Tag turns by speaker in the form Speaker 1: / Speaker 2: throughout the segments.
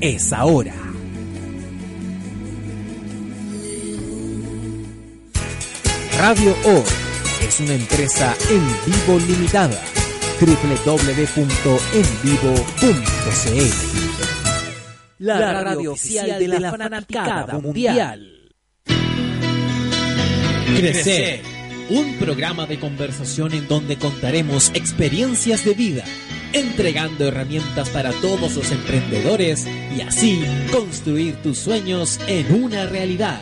Speaker 1: es ahora. Radio O es una empresa en vivo limitada. www.envivo.cl La, radio oficial de la fanaticada mundial. Crecer, un programa de conversación en donde contaremos experiencias de vida, entregando herramientas para todos los emprendedores y así construir tus sueños en una realidad,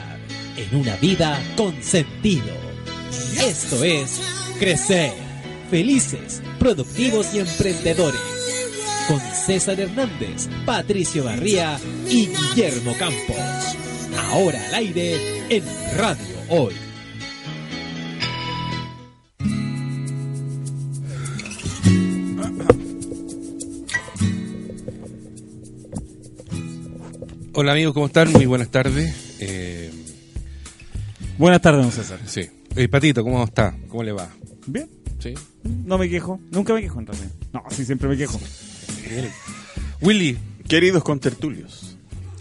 Speaker 1: en una vida con sentido. Esto es Crecer, felices, productivos y emprendedores. Con César Hernández, Patricio Barría y Guillermo Campos. Ahora al aire en Radio Hoy.
Speaker 2: Hola amigos, ¿cómo están? Muy buenas tardes. Eh,
Speaker 3: Buenas tardes, don César.
Speaker 2: sí. Eh, Patito, ¿cómo está? ¿Cómo le va?
Speaker 3: Bien,
Speaker 2: Sí.
Speaker 3: no me quejo. Nunca me quejo en realidad. No, sí, siempre me quejo.
Speaker 2: Willy,
Speaker 4: Queridos contertulios,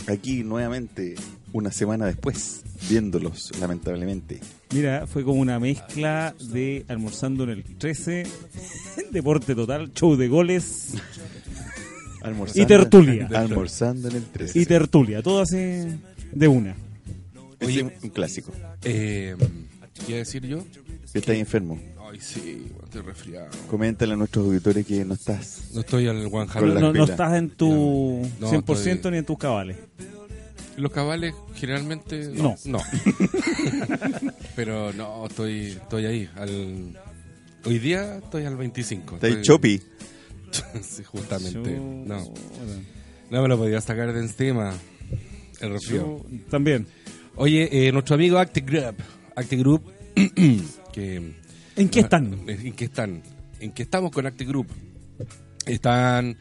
Speaker 4: aquí nuevamente una semana después, viéndolos lamentablemente.
Speaker 3: Mira, fue como una mezcla de almorzando en el 13, deporte total, show de goles
Speaker 4: Almorzando,
Speaker 3: Y tertulia.
Speaker 4: Almorzando en el 13.
Speaker 3: y tertulia. Todo así de una.
Speaker 4: Ese Este es un clásico.
Speaker 2: eh, ¿qué iba a decir yo?
Speaker 4: Estás enfermo.
Speaker 2: Ay, sí, bueno, estoy resfriado.
Speaker 4: Coméntale a nuestros auditores que no estás.
Speaker 2: No estoy al One
Speaker 4: Con la-
Speaker 2: Hand.
Speaker 3: No, no
Speaker 4: pilas.
Speaker 3: estás en tu
Speaker 2: No,
Speaker 3: 100%
Speaker 2: estoy-
Speaker 3: ni en tus cabales.
Speaker 2: Los cabales generalmente.
Speaker 3: No.
Speaker 2: No. Pero no, estoy, estoy ahí. Al... Hoy día estoy al 25.
Speaker 4: Estás
Speaker 2: Estoy-
Speaker 4: chopi.
Speaker 2: sí, justamente.
Speaker 3: Yo-
Speaker 2: No, no me lo podía sacar de encima. El resfriado.
Speaker 3: Yo también.
Speaker 2: Oye, eh, nuestro amigo Actigroup, Actigroup, que... eh,
Speaker 3: ¿En
Speaker 2: Ah.
Speaker 3: qué están?
Speaker 2: ¿En qué están? ¿En qué estamos con Actigroup? Están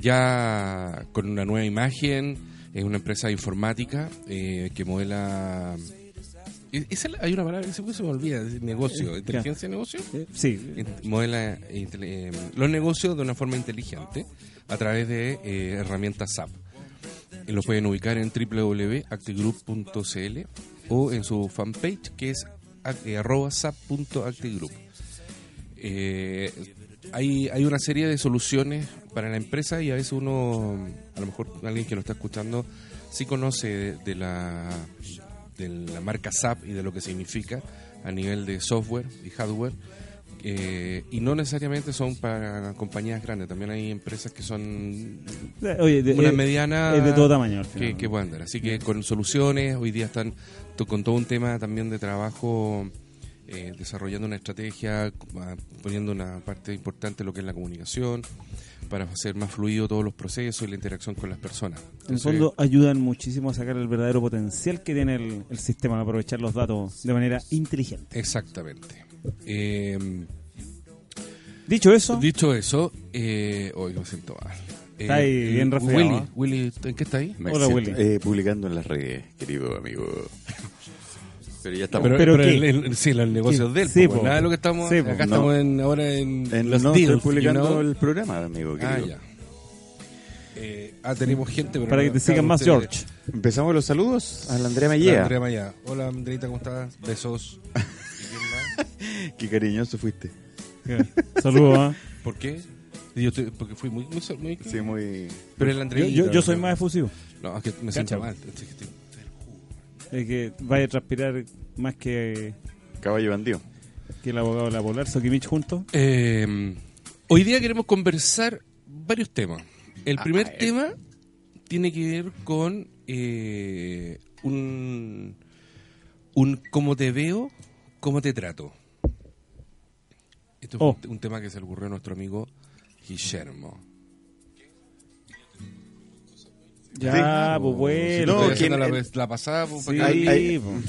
Speaker 2: ya con una nueva imagen, es una empresa informática eh, que modela... ¿Es- es el- hay una palabra que siempre se me olvida, es negocio, inteligencia de negocio.
Speaker 3: Eh, Sí,
Speaker 2: Int- modela eh, intel- eh, los negocios de una forma inteligente a través de eh, herramientas SAP. Eh, Lo pueden ubicar en www.actigroup.cl o en su fanpage que es ac- eh, arroba sap.actigroup. Eh, hay, hay una serie de soluciones para la empresa y a veces uno, a lo mejor alguien que lo está escuchando, sí conoce de, de la, de la marca SAP y de lo que significa a nivel de software y hardware. Eh, y no necesariamente son para compañías grandes, también hay empresas que son
Speaker 3: Eh, oye, de-
Speaker 2: una
Speaker 3: eh,
Speaker 2: mediana
Speaker 3: es de todo tamaño, al
Speaker 2: que,
Speaker 3: final.
Speaker 2: que puedan dar. Así que con soluciones, hoy día están to- con todo un tema también de trabajo, eh, desarrollando una estrategia, ah, poniendo una parte importante de lo que es la comunicación, para hacer más fluido todos los procesos y la interacción con las personas.
Speaker 3: En el
Speaker 2: Entonces,
Speaker 3: fondo ayudan muchísimo a sacar el verdadero potencial que tiene el, el sistema, a aprovechar los datos de manera inteligente.
Speaker 2: Exactamente. Eh,
Speaker 3: Dicho eso,
Speaker 2: dicho eso, eh, hoy me siento mal. Eh,
Speaker 3: Está ahí bien resfriado,
Speaker 2: Willy,
Speaker 3: ¿ah?
Speaker 2: Willy, ¿en qué está ahí?
Speaker 4: Me
Speaker 3: Hola,
Speaker 4: siento-
Speaker 3: Willy.
Speaker 4: eh, publicando en las redes, querido amigo. Pero ya estamos.
Speaker 2: Pero,
Speaker 3: ¿Pero
Speaker 2: pero
Speaker 3: qué?
Speaker 2: el, el- sí, los negocios
Speaker 3: ¿Qué?
Speaker 2: de él.
Speaker 3: Sí,
Speaker 2: po,
Speaker 3: po.
Speaker 2: nada de lo que estamos.
Speaker 3: Sí, po.
Speaker 2: acá
Speaker 4: No.
Speaker 2: estamos en, ahora en,
Speaker 4: En
Speaker 2: los
Speaker 4: no,
Speaker 2: deals,
Speaker 4: estoy publicando
Speaker 2: you know.
Speaker 4: el programa, amigo
Speaker 2: Ah,
Speaker 4: querido.
Speaker 2: ya. Eh, ah, tenemos gente. Pero
Speaker 3: para que
Speaker 2: no,
Speaker 3: te
Speaker 2: cada
Speaker 3: sigan
Speaker 2: uno
Speaker 3: más,
Speaker 2: tiene-
Speaker 3: George.
Speaker 4: Empezamos los saludos a la Andrea
Speaker 2: Hola,
Speaker 4: Mallea.
Speaker 2: Andrea Maya. Hola, Andreita, ¿cómo estás? Besos. ¿Y quién más?
Speaker 4: Qué cariñoso fuiste.
Speaker 3: Saludos. ¿ah?
Speaker 2: ¿Por qué? Yo estoy- porque fui muy. muy, muy-
Speaker 4: Sí, muy.
Speaker 2: Pero el Andreita.
Speaker 3: Yo, yo- yo soy
Speaker 2: no,
Speaker 3: más efusivo.
Speaker 2: No, es que me siento
Speaker 3: Cacha.
Speaker 2: mal. es que estoy-
Speaker 3: Es que vaya a transpirar más que,
Speaker 4: Caballo bandido.
Speaker 3: que el abogado de la Polar, Sokimich juntos.
Speaker 2: Eh, hoy día queremos conversar varios temas. El primer tema tiene que ver con eh, un, un cómo te veo, cómo te trato. Esto es
Speaker 3: Oh.
Speaker 2: un, te- un tema que se le ocurrió a nuestro amigo Guillermo.
Speaker 3: Ya,
Speaker 2: Oh,
Speaker 3: pues
Speaker 2: si
Speaker 3: bueno.
Speaker 2: no,
Speaker 4: No,
Speaker 2: estoy haciendo
Speaker 4: ¿quién-
Speaker 2: la,
Speaker 4: el-
Speaker 2: vez- la pasada, pues,
Speaker 3: Sí,
Speaker 2: para que-
Speaker 4: Ay, ay.
Speaker 3: pues.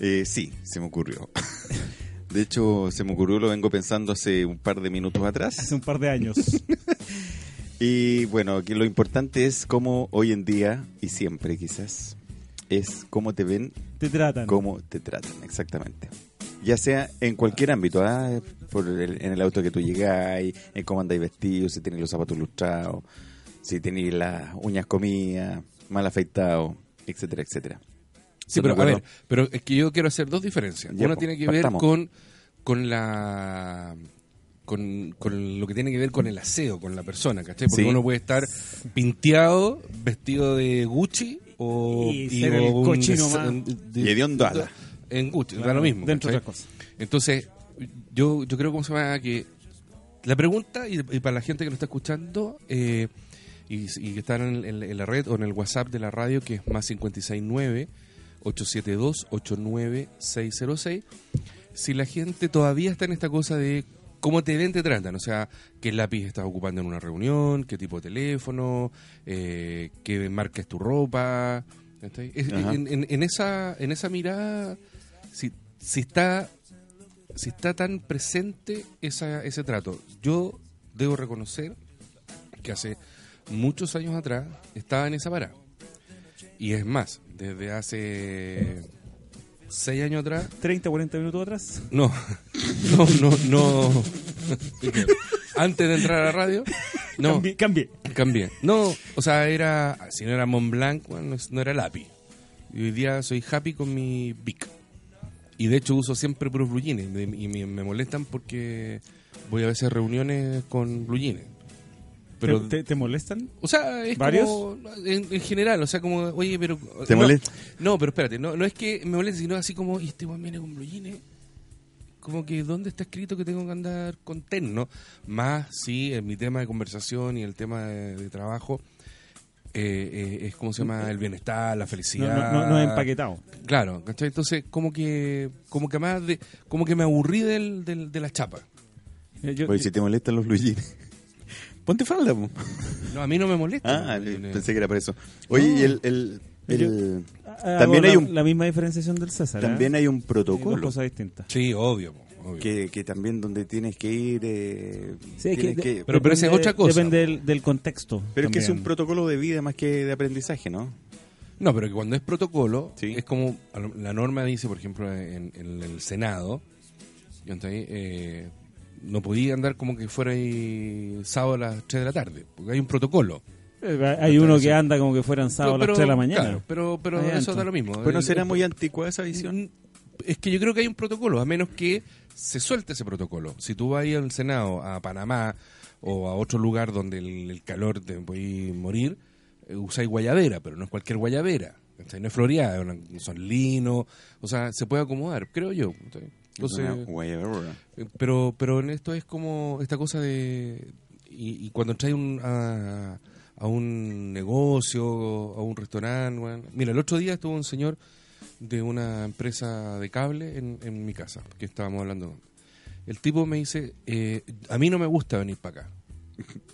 Speaker 4: Eh, sí, se me ocurrió. De hecho, se me ocurrió, lo vengo pensando hace un par de minutos atrás.
Speaker 3: hace un par de años.
Speaker 4: Y bueno, aquí lo importante es cómo hoy en día y siempre quizás es cómo te ven,
Speaker 3: Te tratan.
Speaker 4: cómo te tratan, exactamente. Ya sea en cualquier ámbito, ah, por el- en el auto que tú llegáis, en cómo andáis vestidos, si tenéis los zapatos lustrados, si tenéis las uñas comidas, mal afeitado, etcétera, etcétera.
Speaker 2: Sí, pero
Speaker 4: ¿Están de
Speaker 2: a
Speaker 4: acuerdo?
Speaker 2: ver, pero es que yo quiero hacer dos diferencias.
Speaker 4: Ya,
Speaker 2: Una
Speaker 4: po,
Speaker 2: tiene que
Speaker 4: partamos.
Speaker 2: ver con, con la con, con lo que tiene que ver con el aseo, con la persona, ¿cachai? Porque
Speaker 4: Sí.
Speaker 2: uno puede estar pinteado, vestido de Gucci o
Speaker 3: Y ser el
Speaker 2: o un
Speaker 3: cochino
Speaker 2: des-
Speaker 3: más.
Speaker 2: un- de-
Speaker 4: Y hediondo ala.
Speaker 2: En Gucci,
Speaker 3: Claro,
Speaker 2: da lo mismo.
Speaker 3: Dentro de
Speaker 2: ¿cachai?
Speaker 3: otras cosas.
Speaker 2: Entonces, yo, yo creo ¿cómo se llama? que la pregunta, y, y para la gente que lo está escuchando, eh, y, y que están en, en- en la red o en el WhatsApp de la radio, que es más 569-872-89606, si la gente todavía está en esta cosa de cómo te ven, te tratan, o sea, qué lápiz estás ocupando en una reunión, qué tipo de teléfono, eh, qué marca es tu ropa. ¿cachai? Es-
Speaker 4: Ajá.
Speaker 2: En, en- en esa, en esa mirada, si, si está si está tan presente esa- ese trato. Yo debo reconocer que hace muchos años atrás estaba en esa parada. Y es más, desde hace seis años atrás
Speaker 3: 30, 40 minutos atrás.
Speaker 2: no, no, no, no. Antes de entrar a la radio, no,
Speaker 3: Cambié. cambié.
Speaker 2: cambié. No, o sea, era, si no era Montblanc, bueno, no, es- no era Lapi. Y hoy día soy happy con mi Bic. Y de hecho uso siempre puros blue jeans, de- y me, me molestan porque voy a veces a reuniones con blue jeans. Pero,
Speaker 3: ¿Te, te- te molestan?
Speaker 2: o sea, es
Speaker 3: ¿Varios?
Speaker 2: como en, en general, o sea, como, oye, pero
Speaker 4: ¿Te
Speaker 2: no,
Speaker 4: molesta?
Speaker 2: No, pero espérate, no, no es que me moleste, sino así como, y este weón viene con blue jeans, como que dónde está escrito que tengo que andar con terno, más sí, en mi tema de conversación y el tema de, de trabajo eh, eh, es como se llama el bienestar, la
Speaker 3: No,
Speaker 2: felicidad.
Speaker 3: no, no, no es empaquetado.
Speaker 2: Claro, ¿cachai? Entonces, como que, como que más de, como que me aburrí del, del- de la chapa.
Speaker 3: Yo- Eh, yo-
Speaker 2: Pues
Speaker 4: Oye, si te molestan los blue jeans, ponte falda. po.
Speaker 2: No, a mí no me molesta.
Speaker 4: Ah,
Speaker 2: Blue jeans.
Speaker 4: pensé que era para eso. Oye, y el, el- el-
Speaker 3: Yo- Ah,
Speaker 4: también
Speaker 3: hago
Speaker 4: hay
Speaker 3: la-
Speaker 4: un
Speaker 3: La misma diferenciación del César. ¿eh?
Speaker 4: también hay un
Speaker 3: Sí, pues, dos
Speaker 4: protocolo
Speaker 3: cosas distintas.
Speaker 2: Sí, obvio. po, obvio.
Speaker 4: que, que también donde tienes que ir. eh,
Speaker 3: Sí, es
Speaker 4: tienes
Speaker 3: que
Speaker 4: que-
Speaker 3: de-
Speaker 2: pero- pero esa es
Speaker 3: depende-
Speaker 2: otra cosa.
Speaker 3: Depende del, del contexto.
Speaker 4: pero es que es un
Speaker 3: también.
Speaker 4: protocolo de vida más que de aprendizaje, ¿no?
Speaker 2: No, pero que cuando es protocolo,
Speaker 4: Sí.
Speaker 2: es como a lo- la norma dice, por ejemplo, en, en el Senado, yo antes ahí, eh, no podía andar como que fuera ahí sábado a las 3 de la tarde, porque hay un protocolo.
Speaker 3: Eh, Hay uno que anda como que fueran sábado a las 3 de la mañana.
Speaker 2: claro, pero pero
Speaker 3: Ahí
Speaker 2: eso
Speaker 3: adentro.
Speaker 2: da lo mismo.
Speaker 4: Pues no
Speaker 2: El-
Speaker 4: será
Speaker 2: el-
Speaker 4: muy anticuada esa visión.
Speaker 2: Es que yo creo que hay un protocolo, a menos que se suelte ese protocolo. Si tú vas ahí al Senado, a Panamá o a otro lugar donde el, el calor te puede morir, eh, usáis guayabera, pero no es cualquier guayabera. ¿cachai? No es floreada, es una- son lino, o sea, se puede acomodar, creo yo. ¿cachai? Entonces,
Speaker 4: Una guayabera.
Speaker 2: eh, pero pero en esto es como esta cosa de y, y cuando entras un, a, a un negocio a un restaurante weón. mira el otro día estuvo un señor de una empresa de cable en, en mi casa que estábamos hablando el tipo me dice eh, a mí no me gusta venir para acá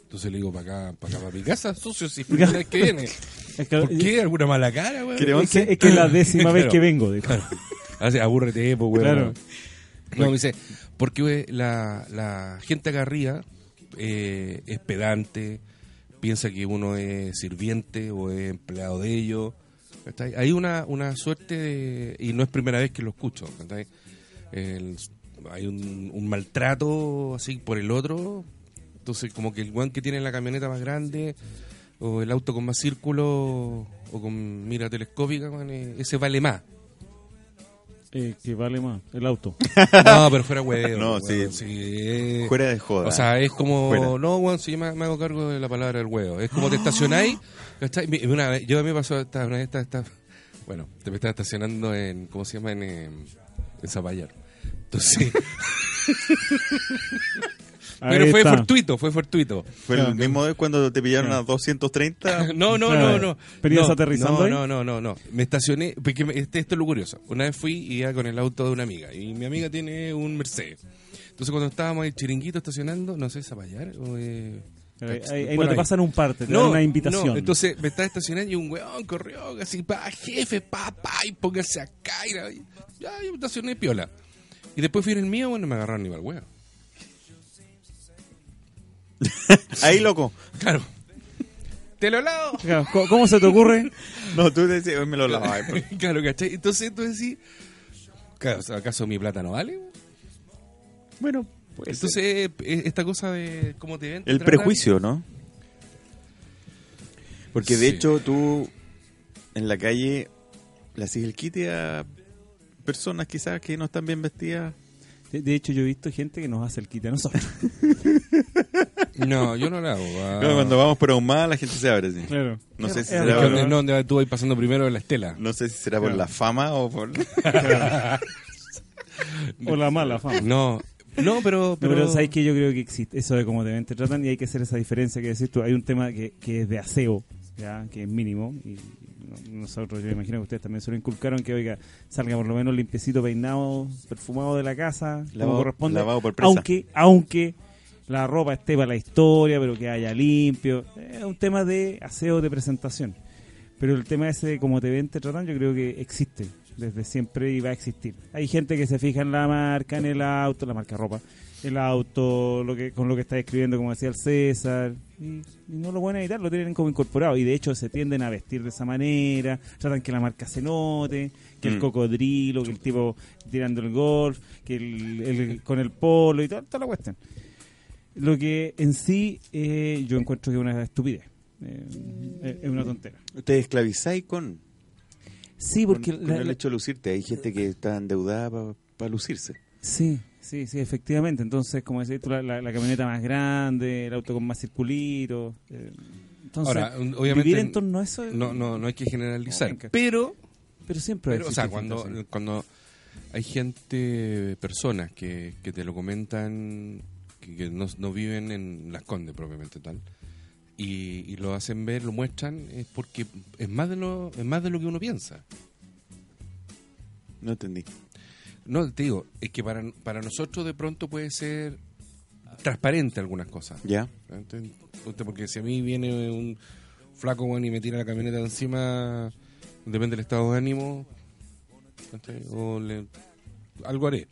Speaker 2: entonces le digo para acá para acá para mi casa sucio si es primera vez que viene
Speaker 3: Es que,
Speaker 2: ¿por qué alguna mala cara weón?
Speaker 4: Creo-
Speaker 3: Es que es que es la décima vez
Speaker 2: Claro.
Speaker 3: que vengo. dijo.
Speaker 2: Así, abúrrete, pues, weón.
Speaker 3: Claro.
Speaker 2: No, me dice, porque we, la, la gente acá arriba eh, es pedante, piensa que uno es sirviente o es empleado de ellos. ¿cachai? Hay una, una suerte de- y no es primera vez que lo escucho, ¿cachai? El- hay un, un maltrato así por el otro, entonces como que el guan que tiene la camioneta más grande o el auto con más círculo o con mira telescópica, weón, eh, ese vale más.
Speaker 3: Eh, que vale más, el auto.
Speaker 2: No, pero fuera huevo.
Speaker 4: No,
Speaker 2: weón,
Speaker 4: sí.
Speaker 2: sí.
Speaker 4: Fuera de joda.
Speaker 2: O sea, es como.
Speaker 4: Fuera.
Speaker 2: No, weón, si yo me, me hago cargo de la palabra del huevo. Es como te estacionáis. ¿cachai? Mi- Una vez, yo a mí me pasó esta, una vez esta, esta- Bueno, te me estaba estacionando en. ¿Cómo se llama? En, eh, en Zapallar. Entonces. pero
Speaker 3: Ahí
Speaker 2: fue
Speaker 3: está.
Speaker 2: fortuito, fue fortuito.
Speaker 4: Fue el mismo de cuando te pillaron a 230.
Speaker 2: No, no, no,
Speaker 3: Claro.
Speaker 2: no.
Speaker 3: ¿Venías
Speaker 2: No,
Speaker 3: aterrizando ahí?
Speaker 2: No, no, no, no, no. Me estacioné, porque me- este- esto es lo curioso. Una vez fui y iba con el auto de una amiga, y mi amiga tiene un Mercedes. Entonces cuando estábamos ahí chiringuito estacionando, no sé, Zapallar, o, eh,
Speaker 3: Ahí,
Speaker 2: ¿cachai?
Speaker 3: ahí
Speaker 2: Bueno,
Speaker 3: no te
Speaker 2: ahí.
Speaker 3: pasan un parte, te dan una invitación.
Speaker 2: no, entonces me estaba estacionando y un weón corrió así, pa, jefe, pa, pa, y póngase acá. Y la- y- ya, yo me estacioné piola. Y después fui en el mío, bueno, me agarraron igual, weón.
Speaker 4: Ahí, loco.
Speaker 2: Claro. Te lo lavo.
Speaker 3: Claro, ¿Cómo, cómo se te ocurre?
Speaker 4: No, tú decís, hoy me lo lavas.
Speaker 2: claro, ¿cachai? Entonces tú decís, claro, ¿acaso mi plata no vale? weón?
Speaker 4: Bueno, pues.
Speaker 2: Entonces, eh, esta cosa de cómo te ven. te
Speaker 4: El
Speaker 2: tratan,
Speaker 4: prejuicio, ¿no? Porque de
Speaker 2: Sí.
Speaker 4: hecho tú en la calle le haces el quite a personas quizás que no están bien vestidas.
Speaker 3: De, de hecho, yo he visto gente que nos hace el quite a nosotros.
Speaker 2: No, yo no la hago. ah.
Speaker 4: Claro, cuando vamos por ahumada la gente se abre. sí.
Speaker 3: Claro.
Speaker 4: No sé si
Speaker 3: Es
Speaker 4: será,
Speaker 3: raro,
Speaker 4: por-
Speaker 2: No, donde tú vas pasando primero de la estela.
Speaker 4: no sé si será por
Speaker 3: Claro.
Speaker 4: la fama o por...
Speaker 3: O la mala fama.
Speaker 2: No, no, pero.
Speaker 3: No, pero sabes que yo creo que existe eso de cómo te ven, te tratan y hay que hacer esa diferencia que decís tú. Hay un tema que, que es de aseo, ¿ya? que es mínimo. Y no- nosotros, yo imagino que ustedes también se lo inculcaron que, oiga, salga por lo menos limpiecito, peinado, perfumado de la casa,
Speaker 4: Lavado-
Speaker 3: como corresponde.
Speaker 4: lavado por presa.
Speaker 3: aunque, aunque la ropa esté para la historia, pero que haya limpio. Es un tema de aseo, de presentación. Pero el tema ese de cómo te ven, te tratan, yo creo que existe desde siempre y va a existir. Hay gente que se fija en la marca, en el auto, la marca ropa, el auto, lo que con lo que está escribiendo, como decía el César, y, y no lo pueden evitar, lo tienen como incorporado. Y de hecho se tienden a vestir de esa manera, tratan que la marca se note, que el
Speaker 4: Mm.
Speaker 3: cocodrilo, que el tipo tirando el golf, que el, el- con el polo y todo, toda la cuestión. Lo que en sí eh, yo encuentro que es una estupidez, eh, es- es una tontera.
Speaker 4: Te esclavizáis con,
Speaker 3: Sí, porque
Speaker 4: con-
Speaker 3: la-
Speaker 4: con el
Speaker 3: la-
Speaker 4: hecho de lucirte. Hay gente que está endeudada para lucirse.
Speaker 3: sí, sí, sí, efectivamente. Entonces, como decís tú, la, la- la camioneta más grande, el auto con más circulitos. eh, entonces,
Speaker 2: Ahora, un- obviamente
Speaker 3: vivir en torno a eso, eh,
Speaker 2: No, no, no hay que generalizar.
Speaker 3: Venga.
Speaker 2: pero,
Speaker 3: pero siempre. va a
Speaker 2: pero, o sea,
Speaker 3: existir
Speaker 2: cuando,
Speaker 3: gente así.
Speaker 2: cuando hay gente, personas que, que te lo comentan, que, que no, no viven en Las Condes propiamente tal, y, y lo hacen ver, lo muestran, es porque es más de lo, es más de lo que uno piensa.
Speaker 4: No entendí.
Speaker 2: No, te digo, es que para, para nosotros de pronto puede ser transparente algunas cosas.
Speaker 4: ¿Ya?
Speaker 2: Enten- puta, Porque si a mí viene un flaco weón, y me tira la camioneta encima, depende del estado de ánimo, ¿cachai? o le- algo haré.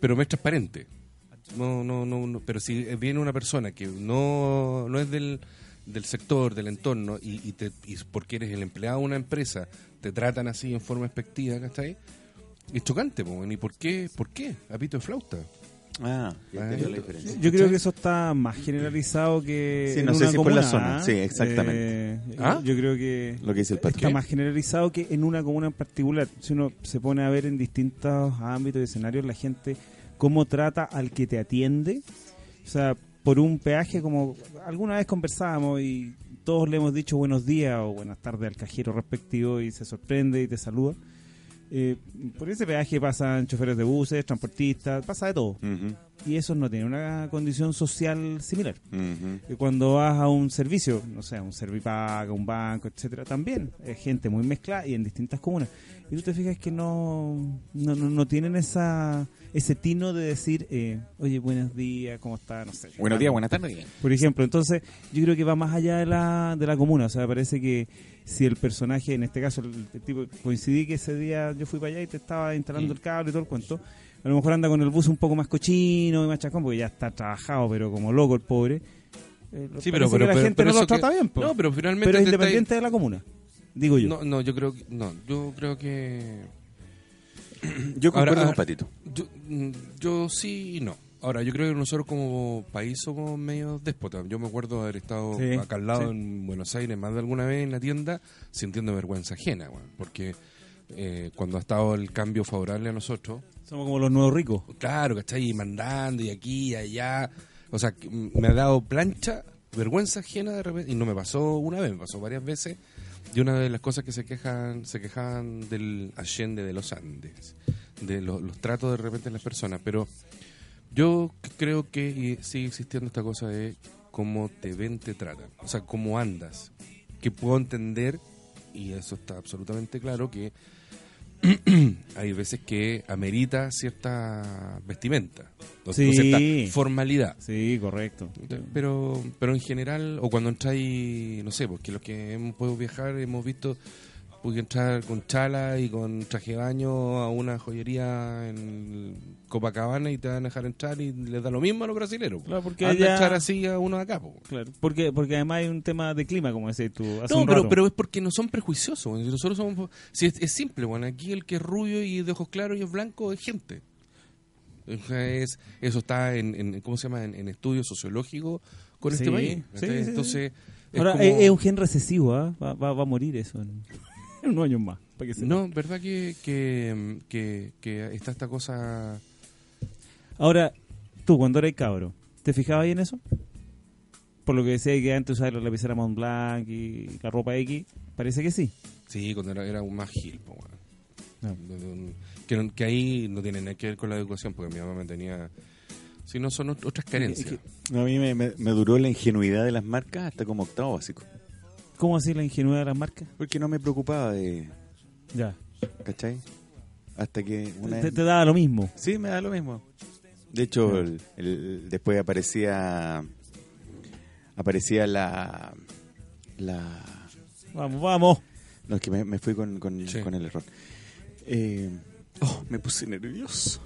Speaker 2: Pero me es transparente. No, no, no, no. Pero si viene una persona que no, no es del, del sector, del entorno, y, y te, y porque eres el empleado de una empresa, te tratan así en forma expectiva, ¿cachai? Es chocante, po, weón. ¿y por qué? ¿Por qué? A pito de flauta.
Speaker 4: Ah, ya
Speaker 2: Ah,
Speaker 4: entendió la
Speaker 2: yo-
Speaker 4: diferencia.
Speaker 3: Yo creo que eso está más generalizado que.
Speaker 4: Sí,
Speaker 3: en
Speaker 4: no sé
Speaker 3: una
Speaker 4: si por la
Speaker 3: comuna,
Speaker 4: zona.
Speaker 3: ¿ah?
Speaker 4: Sí, exactamente.
Speaker 3: Eh,
Speaker 2: ¿Ah?
Speaker 3: Yo creo que.
Speaker 4: Lo que dice el pato.
Speaker 3: Está más generalizado que en una comuna en particular. Si uno se pone a ver en distintos ámbitos y escenarios, la gente cómo trata al que te atiende. O sea, por un peaje, como alguna vez conversábamos y todos le hemos dicho buenos días o buenas tardes al cajero respectivo y se sorprende y te saluda. Eh, por ese peaje pasan choferes de buses, transportistas, pasa de todo.
Speaker 4: Ujú,
Speaker 3: Y esos no tienen una condición social similar
Speaker 4: ujú.
Speaker 3: que cuando vas a un servicio, no sé, a un Servipack, a un banco, etcétera, también es gente muy mezclada y en distintas comunas. Y tú te fijas que no no, no, no tienen esa ese tino de decir, eh, oye, buenos días, ¿cómo está? No sé.
Speaker 4: Buenos días, buenas tardes.
Speaker 3: Por ejemplo, entonces yo creo que va más allá de la, de la comuna. O sea, parece que si el personaje, en este caso, el, el tipo, coincidí que ese día yo fui para allá y te estaba instalando
Speaker 2: Mm.
Speaker 3: el cable y todo el cuento. A lo mejor anda con el bus un poco más cochino y más chacón, porque ya está trabajado, pero como loco el pobre. Eh,
Speaker 2: Sí,
Speaker 3: parece
Speaker 2: pero, pero,
Speaker 3: que la
Speaker 2: pero-
Speaker 3: gente
Speaker 2: pero
Speaker 3: no lo
Speaker 2: eso que-
Speaker 3: trata bien, po.
Speaker 2: No, pero finalmente
Speaker 3: Pero es
Speaker 2: te estáis-
Speaker 3: independiente de la comuna, digo yo.
Speaker 2: No, no, yo creo que, no, yo creo que Ahora-
Speaker 4: Yo concuerdo con
Speaker 2: ahora-
Speaker 4: Patito.
Speaker 2: yo, mm, yo sí y no. Ahora, yo creo que nosotros como país somos medio déspotas. Yo me acuerdo haber estado
Speaker 3: Sí,
Speaker 2: acá al lado
Speaker 3: sí.
Speaker 2: en Buenos Aires más de alguna vez en la tienda sintiendo vergüenza ajena, weón, porque eh, cuando ha estado el cambio favorable a nosotros,
Speaker 3: Somos como los nuevos ricos.
Speaker 2: claro, ¿cachai? Y mandando y aquí y allá. O sea, que m- me ha dado plancha, vergüenza ajena de repente. Y no me pasó una vez, me pasó varias veces. Y una de las cosas que se quejan, se quejaban del Allende de los Andes, de lo- los tratos de repente de las personas. Pero yo c- creo que y sigue existiendo esta cosa de cómo te ven, te tratan. O sea, cómo andas. Que puedo entender, y eso está absolutamente claro, que hay veces que amerita cierta vestimenta, o
Speaker 3: Sí.
Speaker 2: cierta formalidad.
Speaker 3: Sí, correcto.
Speaker 2: Pero, pero en general, o cuando entráis, no sé, porque los que hemos podido viajar hemos visto, pude entrar con chala y con traje de baño a una joyería en Copacabana y te van a dejar entrar y les da lo mismo a los brasileros.
Speaker 3: Claro, porque
Speaker 2: Anda
Speaker 3: allá-
Speaker 2: a entrar así a uno de acá. po.
Speaker 3: Claro, porque, porque además hay un tema de clima, como decís tú. hace
Speaker 2: No,
Speaker 3: un
Speaker 2: pero,
Speaker 3: rato.
Speaker 2: pero es porque no son prejuiciosos. weón. Si Nosotros somos. Si es, es simple, bueno, aquí el que es rubio y de ojos claros y es blanco es gente. O sea, Es, eso está en, en- ¿cómo se llama? En, en estudios sociológicos con
Speaker 3: Sí,
Speaker 2: este país.
Speaker 3: sí,
Speaker 2: ¿cachai?
Speaker 3: sí.
Speaker 2: Entonces. es
Speaker 3: Ahora, eh,
Speaker 2: como-
Speaker 3: es, es un gen recesivo, ¿ah? va, va, va a morir eso en, en unos años más. para que sepa.
Speaker 2: No, ¿verdad que, que, que- que está esta cosa?
Speaker 3: Ahora, tú, cuando eras cabro, ¿te fijabas ahí en eso? Por lo que decía que antes usabas la lapicera Mont Blanc y la ropa X, parece que sí.
Speaker 2: Sí, cuando era, era un más gil, po, weón.
Speaker 3: No.
Speaker 2: De- de un- Que, no- que ahí no tiene nada que ver con la educación, porque mi mamá me tenía... Si no, son ot- otras carencias.
Speaker 4: No, a mí me, me- me duró la ingenuidad de las marcas hasta como octavo básico.
Speaker 3: ¿Cómo así la ingenuidad de las marcas?
Speaker 4: Porque no me preocupaba de.
Speaker 3: Ya.
Speaker 4: ¿Cachai? Hasta que una
Speaker 3: Te,
Speaker 4: vez-
Speaker 3: te daba lo mismo.
Speaker 4: Sí, me da lo mismo. De hecho, el- el- después aparecía. Aparecía la. La.
Speaker 3: Vamos, vamos.
Speaker 4: No, es que me, me fui con, con,
Speaker 2: Sí.
Speaker 4: con el error. Eh, oh, me puse nervioso.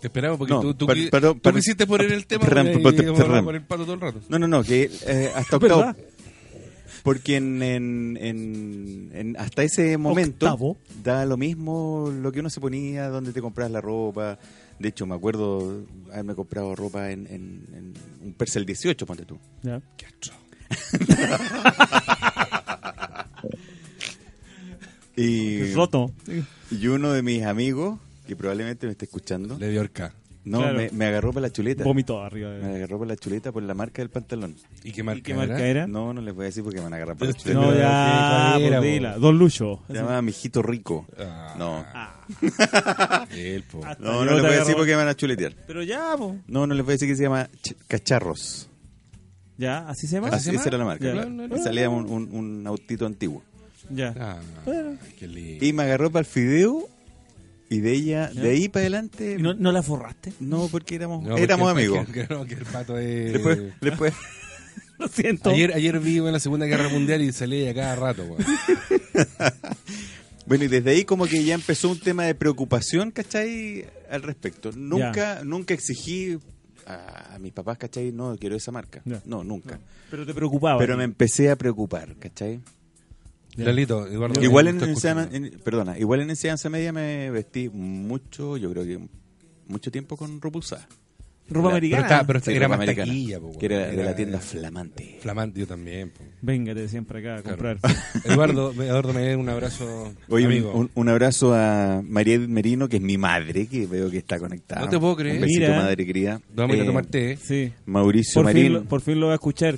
Speaker 2: Te esperaba porque
Speaker 4: No,
Speaker 2: tú, tú
Speaker 4: per-
Speaker 2: qui-
Speaker 4: perdón,
Speaker 2: tú
Speaker 4: perdón.
Speaker 2: quisiste poner el tema
Speaker 4: Perdón,
Speaker 2: por, ahí,
Speaker 4: perdón, perdón,
Speaker 2: por-
Speaker 4: perdón.
Speaker 2: por el pato todo el rato.
Speaker 4: No, no, no, que eh, hasta
Speaker 3: ¿Verdad?
Speaker 4: octavo. Porque en, en- en- en- hasta ese momento
Speaker 3: Octavo.
Speaker 4: da lo mismo lo que uno se ponía, dónde te compras la ropa. De hecho, me acuerdo haberme comprado ropa en, en- en un Percel 18, ponte tú.
Speaker 3: Ya.
Speaker 4: Y,
Speaker 3: Roto.
Speaker 4: y uno de mis amigos, que probablemente me esté escuchando,
Speaker 2: Le dio orca.
Speaker 4: no,
Speaker 3: Claro.
Speaker 4: me, me agarró por la chuleta.
Speaker 3: Vómito arriba.
Speaker 4: Me
Speaker 3: de-
Speaker 4: agarró por la chuleta por la marca del pantalón.
Speaker 2: ¿Y qué
Speaker 3: ¿Y
Speaker 2: marca,
Speaker 3: qué marca
Speaker 2: era?
Speaker 3: era?
Speaker 4: No, no les voy a decir porque me van a agarrar por la chuleta.
Speaker 3: Este, No, ya,
Speaker 2: ¿Qué- cuál era,
Speaker 3: pues,
Speaker 2: po?
Speaker 3: dila. Don Lucho.
Speaker 4: Se llamaba Mijito Rico.
Speaker 2: Ah.
Speaker 4: No,
Speaker 2: Él, po.
Speaker 3: Ah.
Speaker 4: no,
Speaker 3: Yo te
Speaker 4: no les voy a
Speaker 3: agarro.
Speaker 4: decir porque me van a chuletear.
Speaker 3: Pero ya, pues. po.
Speaker 4: No, no les voy a decir que se llama Ch- Cacharros.
Speaker 3: Ya, así Ah, se llama.
Speaker 4: Así
Speaker 2: llama?
Speaker 4: esa era la marca.
Speaker 3: Ya.
Speaker 4: claro. Y Salía un, un- un autito antiguo.
Speaker 3: Ya.
Speaker 2: Ah,
Speaker 3: Bueno.
Speaker 2: qué lindo.
Speaker 4: Y me agarró para el fideo y de ella, de ahí para adelante,
Speaker 3: ¿Y no,
Speaker 4: no,
Speaker 3: no la forraste?
Speaker 4: porque éramos,
Speaker 2: No,
Speaker 4: éramos
Speaker 2: porque-
Speaker 4: amigos.
Speaker 2: porque- no, que el pato es...
Speaker 4: Después, después,
Speaker 3: Lo siento.
Speaker 2: Ayer, ayer vi en la Segunda Guerra Mundial y salí de cada rato, weón.
Speaker 4: bueno, y desde ahí como que ya empezó un tema de preocupación, ¿cachai? Al respecto. Nunca, nunca exigí a, a mis papás, ¿cachai? No, quiero esa marca.
Speaker 3: Ya. Ah,
Speaker 4: No, nunca.
Speaker 3: Pero te preocupaba.
Speaker 4: Pero me empecé a preocupar, ¿cachai?
Speaker 2: Lalito, Eduardo.
Speaker 4: Igual
Speaker 2: te
Speaker 4: en,
Speaker 2: estoy
Speaker 4: enseñanza,
Speaker 2: escuchando.
Speaker 4: en- perdona, igual en enseñanza media me vestí mucho, yo creo que mucho tiempo con ropa usada.
Speaker 3: Ropa
Speaker 4: La-
Speaker 3: americana.
Speaker 2: Pero está- pero-
Speaker 4: Sí,
Speaker 2: era
Speaker 4: ropa
Speaker 2: más
Speaker 4: americana,
Speaker 2: taquilla, po,
Speaker 4: que era, de
Speaker 2: era-
Speaker 4: la tienda Flamante.
Speaker 2: Flamante, yo también, po.
Speaker 3: Véngate siempre acá a
Speaker 2: Claro.
Speaker 3: comprar.
Speaker 2: Eduardo, Eduardo me un abrazo.
Speaker 4: Oye, un-
Speaker 2: amigo.
Speaker 4: un, un abrazo a María Edith Merino, que es mi madre, que veo que está conectada.
Speaker 2: No te puedo creer.
Speaker 4: Un besito,
Speaker 3: Mira.
Speaker 4: madre querida.
Speaker 2: Vamos a ir a
Speaker 4: Eh,
Speaker 2: tomar té.
Speaker 3: Sí.
Speaker 4: Mauricio
Speaker 3: Por fin,
Speaker 4: Marín,
Speaker 3: lo, por fin lo va a escuchar.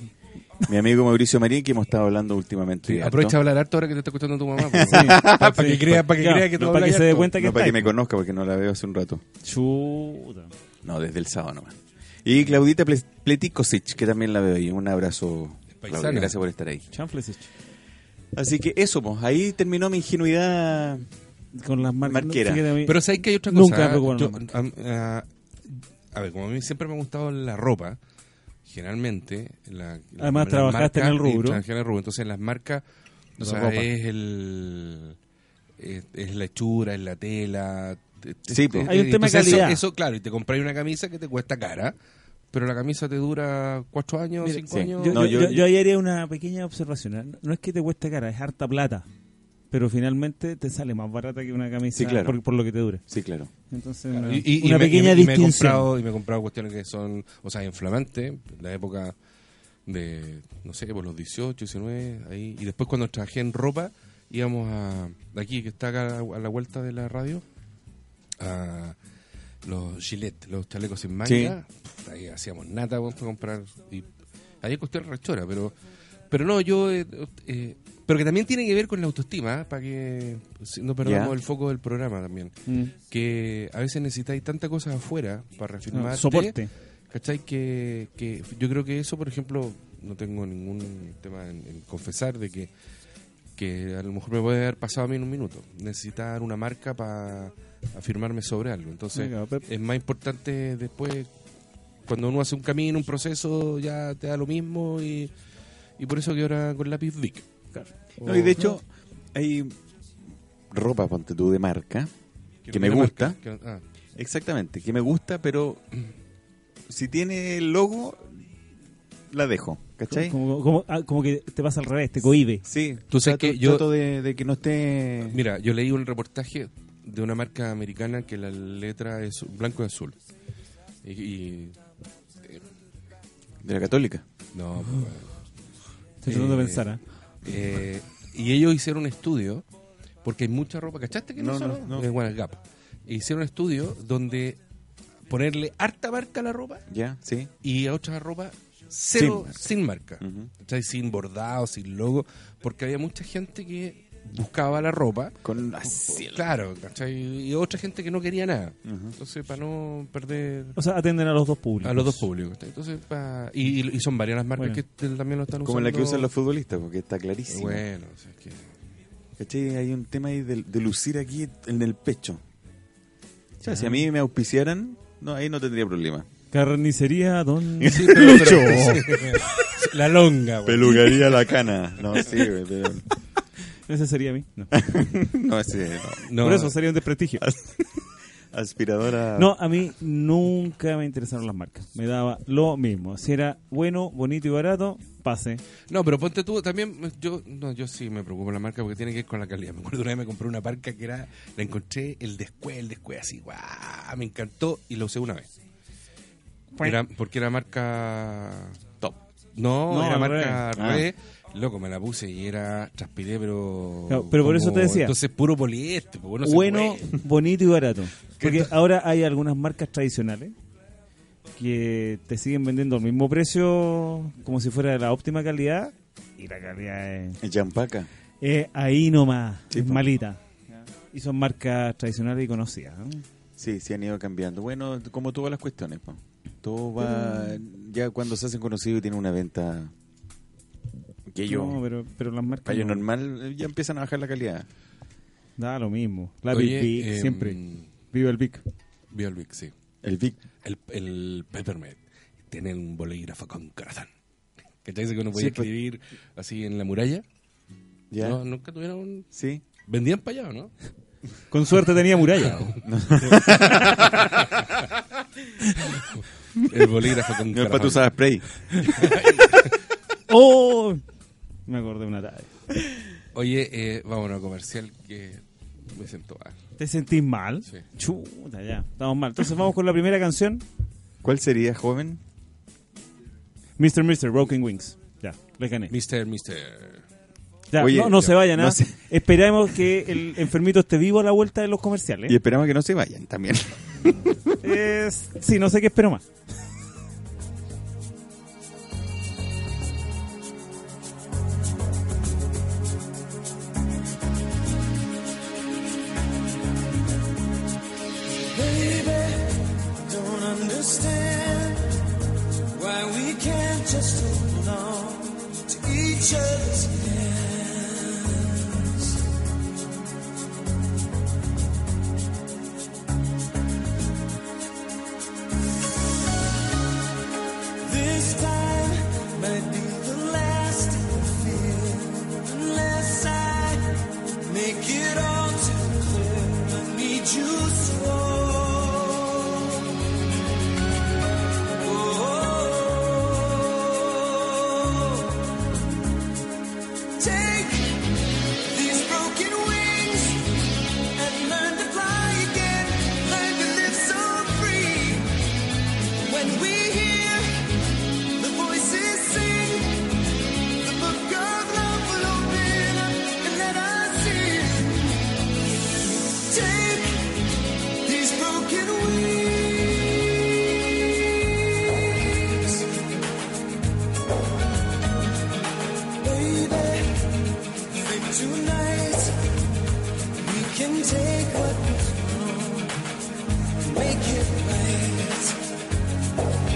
Speaker 4: mi amigo Mauricio Marín, que hemos estado hablando últimamente.
Speaker 2: Sí,
Speaker 4: harto.
Speaker 2: aprovecha de hablar harto ahora que te está escuchando tu mamá. Para
Speaker 3: Sí.
Speaker 2: que crea, para que
Speaker 3: Ya,
Speaker 2: crea que tú
Speaker 3: Para que
Speaker 2: hablas
Speaker 3: se dé
Speaker 2: harto.
Speaker 3: cuenta que
Speaker 4: No para
Speaker 3: está
Speaker 4: que me conozca, porque no la veo hace un rato.
Speaker 3: Chuta.
Speaker 4: No, desde el sábado nomás. Y Claudita Ple- Pletikosic, que también la veo ahí. Un abrazo.
Speaker 2: Paisana.
Speaker 4: Claudia, gracias por estar ahí.
Speaker 3: Chanfles
Speaker 4: Así que eso, pues, ahí terminó mi ingenuidad.
Speaker 3: Con las marcas.
Speaker 4: Marquera.
Speaker 3: Fíjate a mí-
Speaker 2: Pero sabes que hay otra cosa.
Speaker 3: Nunca me
Speaker 2: ¿eh?
Speaker 3: preocuparon
Speaker 2: Yo,
Speaker 3: las marcas.
Speaker 2: am- ah, a ver, como a mí siempre me ha gustado la ropa, generalmente. La, la-
Speaker 3: Además,
Speaker 2: las
Speaker 3: trabajaste en
Speaker 2: marcas-
Speaker 3: el rubro.
Speaker 2: y trabajé en el rubro. Entonces, las marcas.
Speaker 3: La
Speaker 2: o sea,
Speaker 3: ropa.
Speaker 2: es el. Es, es la hechura, es la tela. te- te-
Speaker 4: Sí,
Speaker 2: te-
Speaker 4: pues.
Speaker 3: Hay un tema de
Speaker 2: entonces eso-
Speaker 3: calidad.
Speaker 2: Eso, claro, y te compras una camisa que te cuesta cara. Pero la camisa te dura cuatro años,
Speaker 3: Mira,
Speaker 2: cinco
Speaker 4: sí.
Speaker 2: años.
Speaker 3: Yo,
Speaker 4: No,
Speaker 3: yo,
Speaker 4: yo-
Speaker 3: yo- yo ahí haría una pequeña observación. ¿eh? No es que te cueste cara, es harta plata. Pero finalmente te sale más barata que una camisa
Speaker 4: Sí, claro.
Speaker 3: por, por lo que te dura.
Speaker 4: Sí, claro.
Speaker 3: Entonces,
Speaker 2: Claro,
Speaker 3: una,
Speaker 2: y- y- y
Speaker 3: una
Speaker 2: me-
Speaker 3: pequeña
Speaker 2: y me- y me he
Speaker 3: distinción.
Speaker 2: comprado- y me he comprado cuestiones que son, o sea, inflamantes, la época de, no sé, por los 18, 19, ahí. Y después cuando trabajé en ropa, íbamos a, de aquí, que está acá a la vuelta de la radio, a los gilets, los chalecos sin manga. Pff, Ahí hacíamos nata, weón, para comprar. Y ahí cuestión rechora, pero, pero no, yo... eh, eh, pero que también tiene que ver con la autoestima, ¿eh? para que si no perdamos
Speaker 4: Ya.
Speaker 2: el foco del programa también
Speaker 3: Mm.
Speaker 2: que a veces necesitáis tanta cosa afuera para reafirmarte.
Speaker 3: Ah, Soporte.
Speaker 2: ¿Cachai? Que, que yo creo que eso, por ejemplo, no tengo ningún tema en, en confesar de que, que que a lo mejor me puede haber pasado a mí en un minuto. Necesitar una marca para afirmarme sobre algo. Entonces,
Speaker 3: Venga, Pep.
Speaker 2: es más importante después, cuando uno hace un camino, un proceso, ya te da lo mismo y, y por eso que ahora con lápiz Vic.
Speaker 4: No, y de hecho, hay ropa, ponte tú, de marca, que me
Speaker 2: Una marca,
Speaker 4: gusta.
Speaker 2: que- ah,
Speaker 4: Exactamente, que me gusta, pero si tiene el logo, la dejo, ¿cachai?
Speaker 3: Como, como- ah, como que te pasa al revés, te cohibe.
Speaker 4: Sí,
Speaker 2: Tú sabes
Speaker 4: trato-
Speaker 2: que yo-
Speaker 4: trato de, de que no esté...
Speaker 2: Mira, yo leí un reportaje de una marca americana que la letra es blanco y azul. Y, y-
Speaker 4: De la católica.
Speaker 2: no, pues, bueno.
Speaker 3: Estoy tratando de
Speaker 2: Eh,
Speaker 3: pensar, ¿ah?
Speaker 2: Eh, y ellos hicieron un estudio, porque hay mucha ropa, ¿cachaste que no, no, no. Gap? Hicieron un estudio donde ponerle harta marca a la ropa
Speaker 4: ¿Ya? Sí.
Speaker 2: y a otra ropa cero,
Speaker 4: marca.
Speaker 2: sin marca.
Speaker 4: Ujú.
Speaker 2: ¿Cachai? Sin bordado, sin logo, porque había mucha gente que buscaba la ropa.
Speaker 4: Con así.
Speaker 2: Pues, Claro, ¿cachai? Y otra gente que no quería nada. Entonces, para no perder
Speaker 3: O sea, atienden a los dos públicos.
Speaker 2: a los dos públicos. ¿cachai? Entonces, pa- y, y- y son varias las marcas
Speaker 3: Bueno.
Speaker 2: que te- también lo están usando.
Speaker 4: Como la que usan los futbolistas, porque está clarísimo.
Speaker 2: Bueno, o sea, es que...
Speaker 4: ¿Cachai? Hay un tema ahí de, de lucir aquí en el pecho. O sea, si a mí me auspiciaran, no, ahí no tendría problema.
Speaker 3: Carnicería, don...
Speaker 2: Sí, pero- pero- la longa, güey.
Speaker 4: Peluquería la cana. No, sí, güey, pero...
Speaker 3: Ese sería a mí. No.
Speaker 4: No, ese... no.
Speaker 2: No,
Speaker 3: Por eso sería un desprestigio.
Speaker 4: Aspiradora...
Speaker 3: No, a mí nunca me interesaron las marcas. Me daba lo mismo. Si era bueno, bonito y barato, pase.
Speaker 2: no, pero ponte tú también. Yo no, yo sí me preocupo por la marca porque tiene que ver con la calidad. Me acuerdo una vez me compré una marca que era. La encontré el descué, el descué, así, guau, me encantó y la usé una vez. Era- porque era marca. Top. No,
Speaker 3: No,
Speaker 2: era
Speaker 3: al
Speaker 2: marca
Speaker 4: revés. Ah.
Speaker 2: Red. Loco, me la puse y era. Transpiré, pero.
Speaker 3: Claro, pero por eso te decía.
Speaker 2: Entonces, puro poliéster. pues, bueno, se
Speaker 3: bueno,
Speaker 2: puede.
Speaker 3: bonito y barato.
Speaker 2: ¿Qué
Speaker 3: Porque
Speaker 2: tal?
Speaker 3: ahora hay algunas marcas tradicionales que te siguen vendiendo al mismo precio como si fuera de la óptima calidad y la calidad es,
Speaker 4: Champaca.
Speaker 3: es ahí nomás,
Speaker 4: Sí,
Speaker 3: es
Speaker 4: po.
Speaker 3: malita. Y son marcas tradicionales y conocidas. ¿no?
Speaker 4: Sí, sí han ido cambiando. Bueno, como todas las cuestiones, po. todo va ya cuando se hacen conocidos y tienen una venta que yo
Speaker 3: No, pero, pero las marcas
Speaker 4: para ellos
Speaker 3: no.
Speaker 4: normal eh, ya empiezan a bajar la calidad.
Speaker 3: da lo mismo. La
Speaker 2: Oye,
Speaker 3: Big Big,
Speaker 2: em,
Speaker 3: siempre. Viva el Big.
Speaker 2: Vi al Vic, sí.
Speaker 4: El Vic
Speaker 2: el, el Peppermint tiene un bolígrafo con corazón. ¿Cachai? Ese Que uno podía
Speaker 4: Sí, pues.
Speaker 2: escribir así en la muralla.
Speaker 4: ya
Speaker 2: No, nunca tuvieron.
Speaker 4: sí.
Speaker 2: Vendían para allá, ¿no?
Speaker 3: Con suerte tenía muralla.
Speaker 2: El bolígrafo con
Speaker 4: No es
Speaker 2: corazón.
Speaker 4: para tu usar spray.
Speaker 3: ¡Oh! Me acordé de una tarde.
Speaker 2: Oye, eh, vámonos a comercial que me siento mal.
Speaker 3: ¿Te sentís mal?
Speaker 2: Sí.
Speaker 3: Chuta, ya. Estamos mal. Entonces vamos con la primera canción.
Speaker 4: ¿Cuál sería, joven?
Speaker 3: Mr. Mr. Broken Wings. Ya, le gané.
Speaker 2: Mister, mister.
Speaker 3: Ya,
Speaker 4: Oye,
Speaker 3: no, no
Speaker 4: ya,
Speaker 3: se vayan,
Speaker 4: no
Speaker 3: ¿ah?
Speaker 4: se-
Speaker 3: Esperemos que el enfermito esté vivo a la vuelta de los comerciales.
Speaker 4: Y esperamos que no se vayan también.
Speaker 3: Es- sí, no sé qué espero más.
Speaker 5: Baby, don't understand why we can't just hold on to each other's hands. This time might be the last it will feel unless I make it all too clear. I need you so. Oh. Take these broken wings and learn to fly again. Learn to live so free. When we hear the voices sing, the book of love will open up and let us in. Take these broken wings, baby. Think tonight we can take what we've known, make it right. Take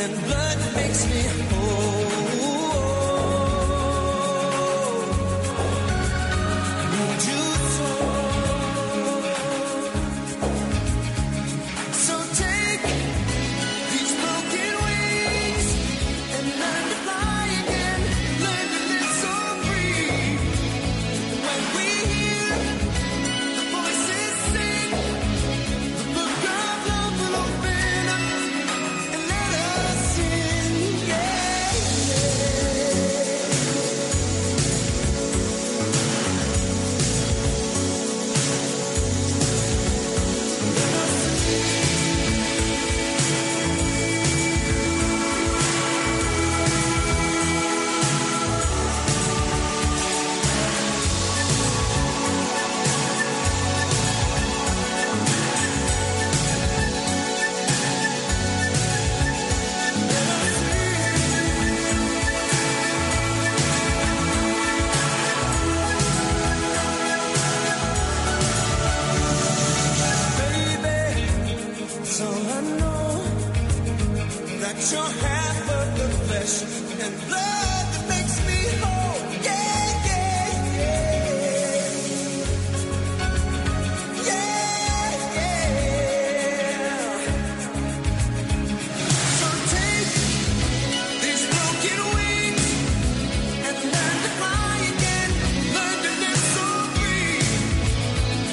Speaker 5: and blood makes me whole. I need you so. So take these broken wings and learn to fly again. Learn to live so free. When we hear the voices sing, the book of love will open up and let us in. Yeah. Baby, so I know that you're half of the flesh and blood that makes me whole. Yeah, yeah, yeah. Yeah, yeah. So take these broken wings and learn to fly again. Learn to live so free.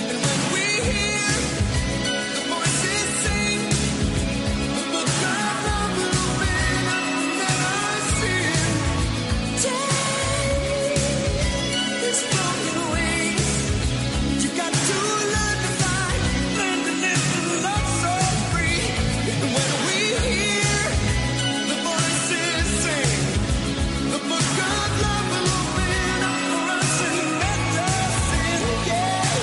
Speaker 5: And when we hear the voices sing, the book of love will open up and let us in. Take these broken wings. You got to learn to fly, learn to live and love so free. And when we hear the voices sing, the book of love will open up for us and let us in. Yeah, yeah.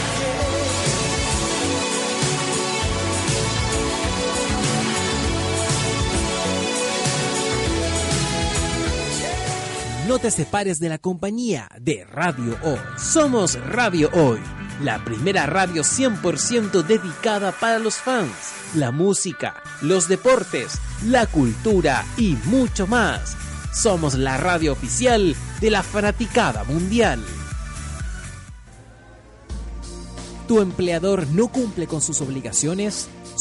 Speaker 1: No te separes de la compañía de Radio Hoy. Somos Radio Hoy, la primera radio 100% dedicada para los fans, la música, los deportes, la cultura y mucho más. Somos la radio oficial de la fanaticada mundial. ¿Tu empleador no cumple con sus obligaciones?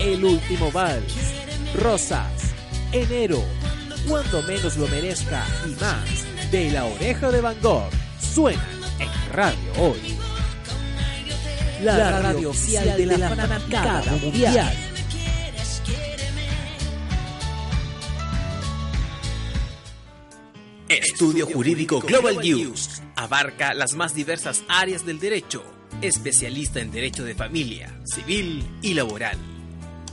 Speaker 1: El último vals, Rosas, Enero, Cuando menos lo merezca y más, de la oreja de Van Gogh, suena en Radio Hoy. La, radio oficial de la, fanaticada mundial. Estudio Jurídico Global News abarca las más diversas áreas del derecho, especialista en derecho de familia, civil y laboral.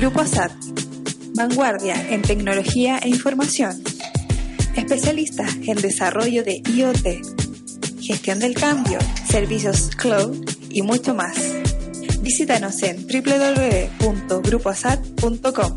Speaker 6: Grupo ASAT, vanguardia en tecnología e información, especialistas en desarrollo de IoT, gestión del cambio, servicios cloud y mucho más. Visítanos en www.grupoasat.com.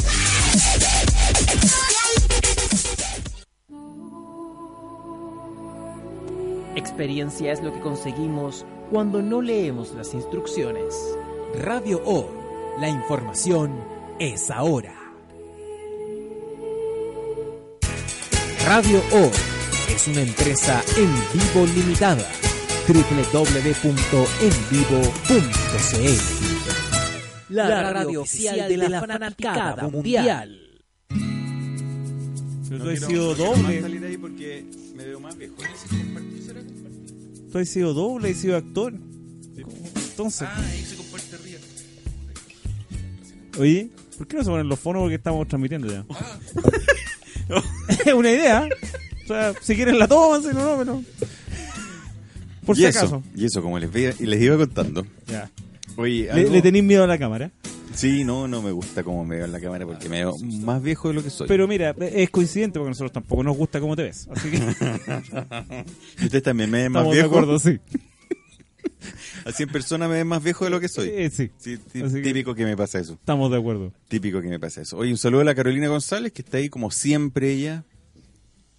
Speaker 7: Experiencia es lo que conseguimos cuando no leemos las instrucciones.
Speaker 1: Radio Hoy, la información es ahora. Radio Hoy es una empresa en vivo limitada. E. www.envivo.cl La, radio oficial de la fanaticada mundial.
Speaker 3: Pero tú has sido doble,
Speaker 4: ahí porque me veo más viejo. ¿eh?
Speaker 3: tú has sido doble, has sido actor. Entonces,
Speaker 2: Ah, ahí se comparte arriba.
Speaker 3: oye, ¿por qué no se ponen los fonos porque estamos transmitiendo ya?
Speaker 2: Ah.
Speaker 3: Es una idea. O sea, si quieren la toman, si no, no, pero... Por si
Speaker 4: y eso,
Speaker 3: acaso.
Speaker 4: Y eso, como les, veía- y les iba contando.
Speaker 3: Ya.
Speaker 4: Oye,
Speaker 3: ¿Le,
Speaker 4: algo-
Speaker 3: le tenéis miedo a la cámara?
Speaker 4: Sí, no, no me gusta cómo me veo en la cámara porque me veo más viejo de lo que soy.
Speaker 3: Pero mira, es coincidente porque a nosotros tampoco nos gusta cómo te ves. Así que
Speaker 4: Y Usted también me ve más
Speaker 3: estamos de
Speaker 4: viejo.
Speaker 3: acuerdo, sí.
Speaker 4: A 100 personas me ve más viejo de lo que soy.
Speaker 3: Eh, sí.
Speaker 4: Sí, tí-
Speaker 3: Así que-
Speaker 4: típico que me pasa eso.
Speaker 3: Estamos de acuerdo.
Speaker 4: Típico que me pasa eso. Oye, un saludo a la Carolina González, que está ahí como siempre ella,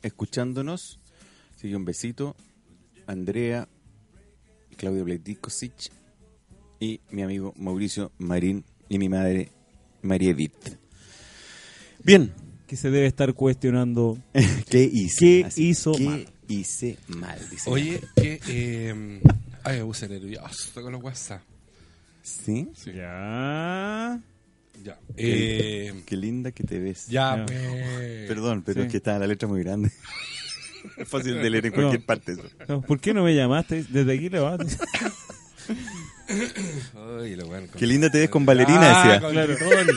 Speaker 4: escuchándonos. Así que un besito. Andrea, Claudio Bledikosic y mi amigo Mauricio Marín y mi madre María Edith. Bien.
Speaker 3: Que se debe estar cuestionando.
Speaker 4: ¿Qué hice?
Speaker 3: ¿Qué
Speaker 4: Así,
Speaker 3: hizo
Speaker 4: ¿qué
Speaker 3: mal?
Speaker 4: hice mal? Dice
Speaker 2: Oye, que. Eh, ay, me puse nervioso con los WhatsApp.
Speaker 4: ¿Sí?
Speaker 3: Ya.
Speaker 2: Ya.
Speaker 4: Qué-
Speaker 2: Eh,
Speaker 4: Qué linda que te ves.
Speaker 2: ya,
Speaker 3: Ya.
Speaker 2: pues.
Speaker 4: Perdón, pero
Speaker 3: Sí.
Speaker 4: es que estaba la letra muy grande. es fácil de leer en
Speaker 3: No.
Speaker 4: cualquier parte eso.
Speaker 3: No, ¿Por qué no me llamaste? Desde aquí le vas.
Speaker 2: Ay, lo bueno, con-
Speaker 4: Qué linda te ves con bailarina,
Speaker 2: Ah,
Speaker 4: decía.
Speaker 2: con
Speaker 3: Claro.
Speaker 2: tritón.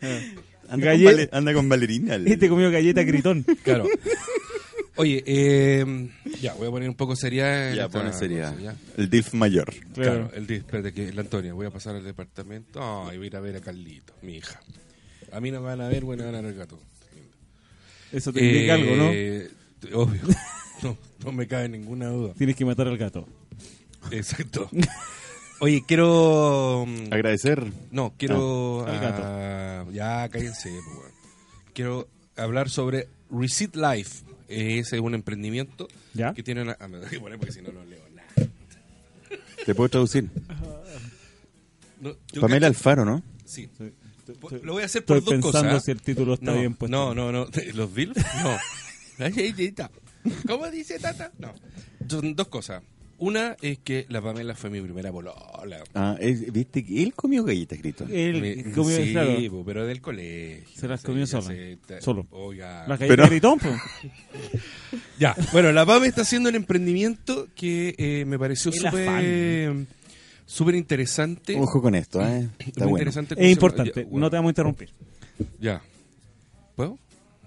Speaker 4: Anda,
Speaker 3: Galle-
Speaker 4: con, bale- anda con bailarina.
Speaker 3: Este comió galleta gritón.
Speaker 2: Claro. Oye, eh, ya, voy a poner un poco seria. en
Speaker 4: Ya,
Speaker 2: esta
Speaker 4: pone pues, sería
Speaker 2: cosa, pues, ya.
Speaker 4: el DIF mayor.
Speaker 2: Claro,
Speaker 3: Claro.
Speaker 2: el día, espérate que la Antonia, voy a pasar al departamento. Ay, voy a ir a ver a Carlito, mi hija. A mí no me van a ver, bueno, me van a ver el gato.
Speaker 3: Eso te indica algo, ¿no?
Speaker 2: Eh, Obvio. No, no me cabe ninguna duda.
Speaker 3: Tienes que matar al gato.
Speaker 2: Exacto. Oye, quiero. mm,
Speaker 4: Agradecer.
Speaker 2: No, quiero.
Speaker 3: Ah, al gato.
Speaker 2: ah, ya, cállense. po, weón. Quiero hablar sobre Receipt Life. Eh, Ese es un emprendimiento
Speaker 3: ¿Ya?
Speaker 2: que tiene una. ah, me voy a poner porque si no, no leo nada.
Speaker 4: Te puedo traducir.
Speaker 2: No, yo cacho-
Speaker 4: Pamela Alfaro, ¿no?
Speaker 2: Sí.
Speaker 3: Estoy
Speaker 2: Lo voy a hacer por
Speaker 3: estoy
Speaker 2: dos cosas.
Speaker 3: pensando si el título está
Speaker 2: no,
Speaker 3: bien puesto.
Speaker 2: No, no, no. ¿Los Bills? No. Ay, ay, ay, ta. ¿Cómo dice Tata? No. Son dos cosas. Una es que la Pamela fue mi primera polola.
Speaker 4: Ah, él- viste que él comió galletas, grito.
Speaker 2: Eh,
Speaker 3: Él
Speaker 2: Me-
Speaker 3: comió,
Speaker 2: sí,
Speaker 3: claro,
Speaker 2: po, pero del colegio.
Speaker 3: Se las
Speaker 2: Sí,
Speaker 3: comió
Speaker 2: ya
Speaker 3: sola.
Speaker 2: sé, ta-
Speaker 3: Solo.
Speaker 2: Oiga.
Speaker 3: La galleta
Speaker 4: Pero-
Speaker 3: gritón, po.
Speaker 2: Ya, bueno, la PAM está haciendo un emprendimiento que eh, me pareció
Speaker 3: El
Speaker 2: súper súper interesante.
Speaker 4: Ojo con esto, ¿eh? Está
Speaker 2: Muy
Speaker 4: bueno.
Speaker 2: interesante cómo
Speaker 3: Es
Speaker 2: se-
Speaker 3: importante.
Speaker 2: ya, bueno,
Speaker 3: No te vamos a interrumpir.
Speaker 2: ya. ¿Puedo?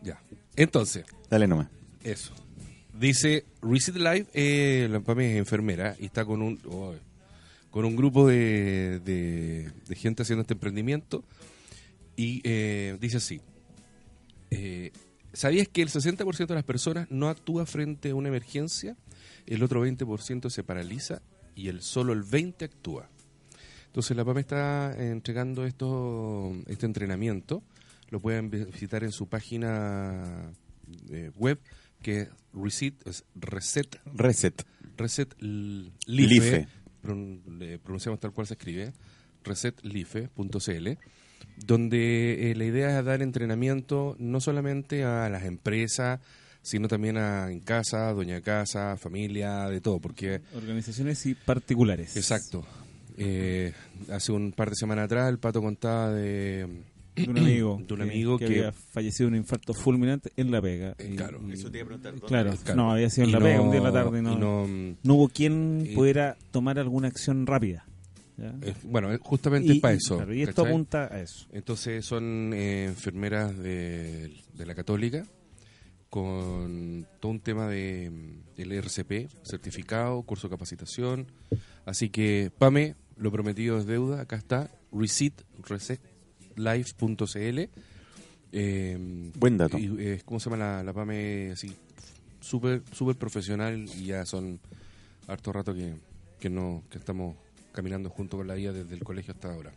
Speaker 2: Ya. Entonces,
Speaker 4: Dale nomás.
Speaker 2: Eso. Dice Reset Live, eh, la Pame es enfermera y está con un oh, con un grupo de, de- de gente haciendo este emprendimiento y eh, dice así. eh, ¿Sabías que el 60% de las personas no actúa frente a una emergencia? El otro 20% se paraliza y el solo el 20% actúa. Entonces la PAME está eh, entregando esto, este entrenamiento. Lo pueden vi- visitar en su página eh, web que es Reset, es Reset,
Speaker 4: Reset.
Speaker 2: Reset L- Life.
Speaker 4: Life.
Speaker 2: Pron- le pronunciamos tal cual se escribe, resetlife.cl, donde eh, la idea es dar entrenamiento no solamente a las empresas, sino también a en casa, doña casa, familia, de todo, porque
Speaker 3: Organizaciones y particulares.
Speaker 2: Exacto. Eh, hace un par de semanas atrás el pato contaba de. eh,
Speaker 3: De un amigo.
Speaker 2: De un
Speaker 3: que-
Speaker 2: amigo
Speaker 3: que,
Speaker 2: que-
Speaker 3: había fallecido de un infarto fulminante en La Pega.
Speaker 2: Eh, claro. Eso
Speaker 4: te iba a preguntar.
Speaker 3: Mm, Claro,
Speaker 2: Claro.
Speaker 3: no, había sido en
Speaker 2: y
Speaker 3: La
Speaker 2: no-
Speaker 3: Pega un día en la tarde.
Speaker 2: y
Speaker 3: No,
Speaker 2: no, mm,
Speaker 3: No hubo quien
Speaker 2: Y-
Speaker 3: pudiera tomar alguna acción rápida. ¿ya?
Speaker 2: eh, bueno, eh, justamente es para eso.
Speaker 3: claro, y esto
Speaker 2: ¿cachai?
Speaker 3: apunta a eso.
Speaker 2: Entonces son eh, enfermeras de, de la Católica con todo un tema de mm, el RCP, certificado, curso de capacitación. Así que, Pame, lo prometido es deuda. Acá está, receipt, live.cl. eh,
Speaker 4: Buen dato.
Speaker 2: Y, eh, ¿Cómo se llama la, la PAME? Así, súper súper profesional y ya son harto rato que, que no que estamos caminando junto con la guía desde el colegio hasta ahora.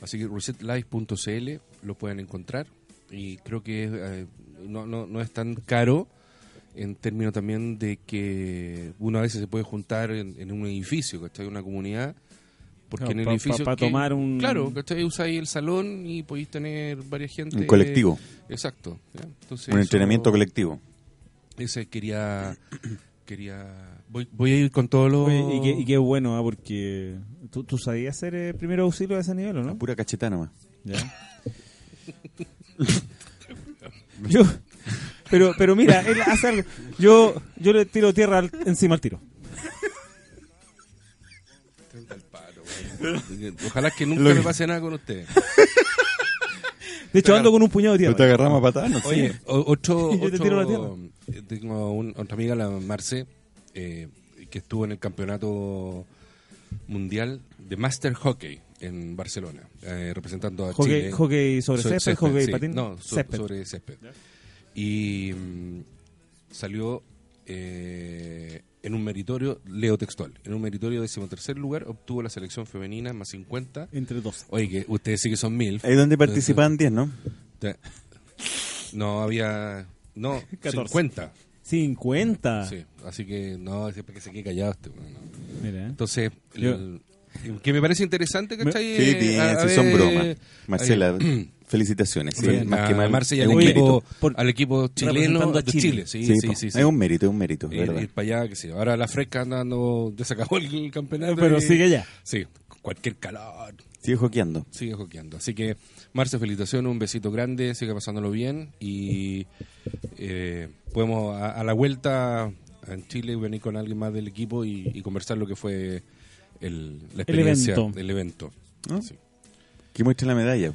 Speaker 2: Así que resetlife.cl lo pueden encontrar y creo que es, eh, no, no, no es tan caro en términos también de que uno a veces se puede juntar en, en un edificio, ¿cachai? Una comunidad. Porque
Speaker 3: Claro,
Speaker 2: en el
Speaker 3: pa- pa-
Speaker 2: edificio.
Speaker 3: pa
Speaker 2: que-
Speaker 3: tomar un-
Speaker 2: Claro, ¿cachai? Usáis el salón y podéis tener varias gente.
Speaker 4: Un colectivo.
Speaker 2: Exacto. ¿ya? Entonces,
Speaker 4: un
Speaker 2: eso-
Speaker 4: entrenamiento colectivo.
Speaker 2: Ese quería. quería voy, voy a ir con todos los.
Speaker 3: Oye, y, qué,
Speaker 4: Oh.
Speaker 3: y qué bueno, ah, porque tú, tú sabías hacer eh, primero auxilio a ese nivel, ¿o no?
Speaker 4: Pura cachetada nomás.
Speaker 3: Ya. yo, pero, pero mira, él hace algo. Yo, yo le tiro tierra al- encima al tiro.
Speaker 2: Ojalá que nunca me pase nada con ustedes.
Speaker 3: De hecho, ando con un puñado de tierra.
Speaker 4: agarramos a patadas, no
Speaker 2: Oye, o- otro,
Speaker 3: Y yo te
Speaker 2: otro-
Speaker 3: tiro la tierra.
Speaker 2: eh, tengo un- otra amiga, la Marce, eh, que estuvo en el campeonato mundial de Master Hockey en Barcelona, eh, representando a
Speaker 3: Hockey-
Speaker 2: Chile.
Speaker 3: hockey sobre césped, hockey patín,
Speaker 2: No, so-
Speaker 3: césped.
Speaker 2: sobre césped. Y mm, salió eh, en un meritorio, leo textual, en un meritorio decimotercer lugar, obtuvo la selección femenina más 50.
Speaker 3: Entre dos.
Speaker 2: Oye, que ustedes sí que son mil.
Speaker 4: Ahí donde participaban 10, ¿no?
Speaker 2: Te- No, había. No,
Speaker 3: 14.
Speaker 2: 50.
Speaker 3: 50.
Speaker 2: Sí, así que no, siempre que se quede callado este. bueno, no.
Speaker 3: Mira, eh.
Speaker 2: Entonces,
Speaker 3: Yo-
Speaker 2: el- que me parece interesante, ¿cachai?
Speaker 4: Sí,
Speaker 2: Eh,
Speaker 4: bien,
Speaker 2: a- a
Speaker 4: sí, son
Speaker 2: ver- eh,
Speaker 4: bromas. Marcela, felicitaciones. sí,
Speaker 2: Bien,
Speaker 4: más que
Speaker 2: a
Speaker 4: mal,
Speaker 2: Marce y
Speaker 4: es
Speaker 2: al
Speaker 4: un
Speaker 3: Oye,
Speaker 4: mérito.
Speaker 2: equipo,
Speaker 3: por-
Speaker 2: al equipo chileno
Speaker 3: representando a
Speaker 2: de Chile.
Speaker 3: Chile.
Speaker 2: Sí,
Speaker 4: Sí,
Speaker 2: sí,
Speaker 4: po,
Speaker 2: sí, sí.
Speaker 4: Es un mérito, es un mérito, es
Speaker 2: Ir,
Speaker 4: verdad.
Speaker 2: para allá, que sé yo. Ahora la fresca anda dando, ya se acabó el campeonato.
Speaker 3: Pero
Speaker 2: y-
Speaker 3: sigue ya.
Speaker 2: Sí, cualquier calor,
Speaker 4: Sigue joqueando.
Speaker 2: sigue joqueando. Así que, Marce, felicitaciones, un besito grande, sigue pasándolo bien y eh, podemos a, a la vuelta en Chile venir con alguien más del equipo y, y conversar lo que fue el, la experiencia,
Speaker 3: evento.
Speaker 2: el evento.
Speaker 4: ¿Ah?
Speaker 2: Sí.
Speaker 4: Que muestre la medalla.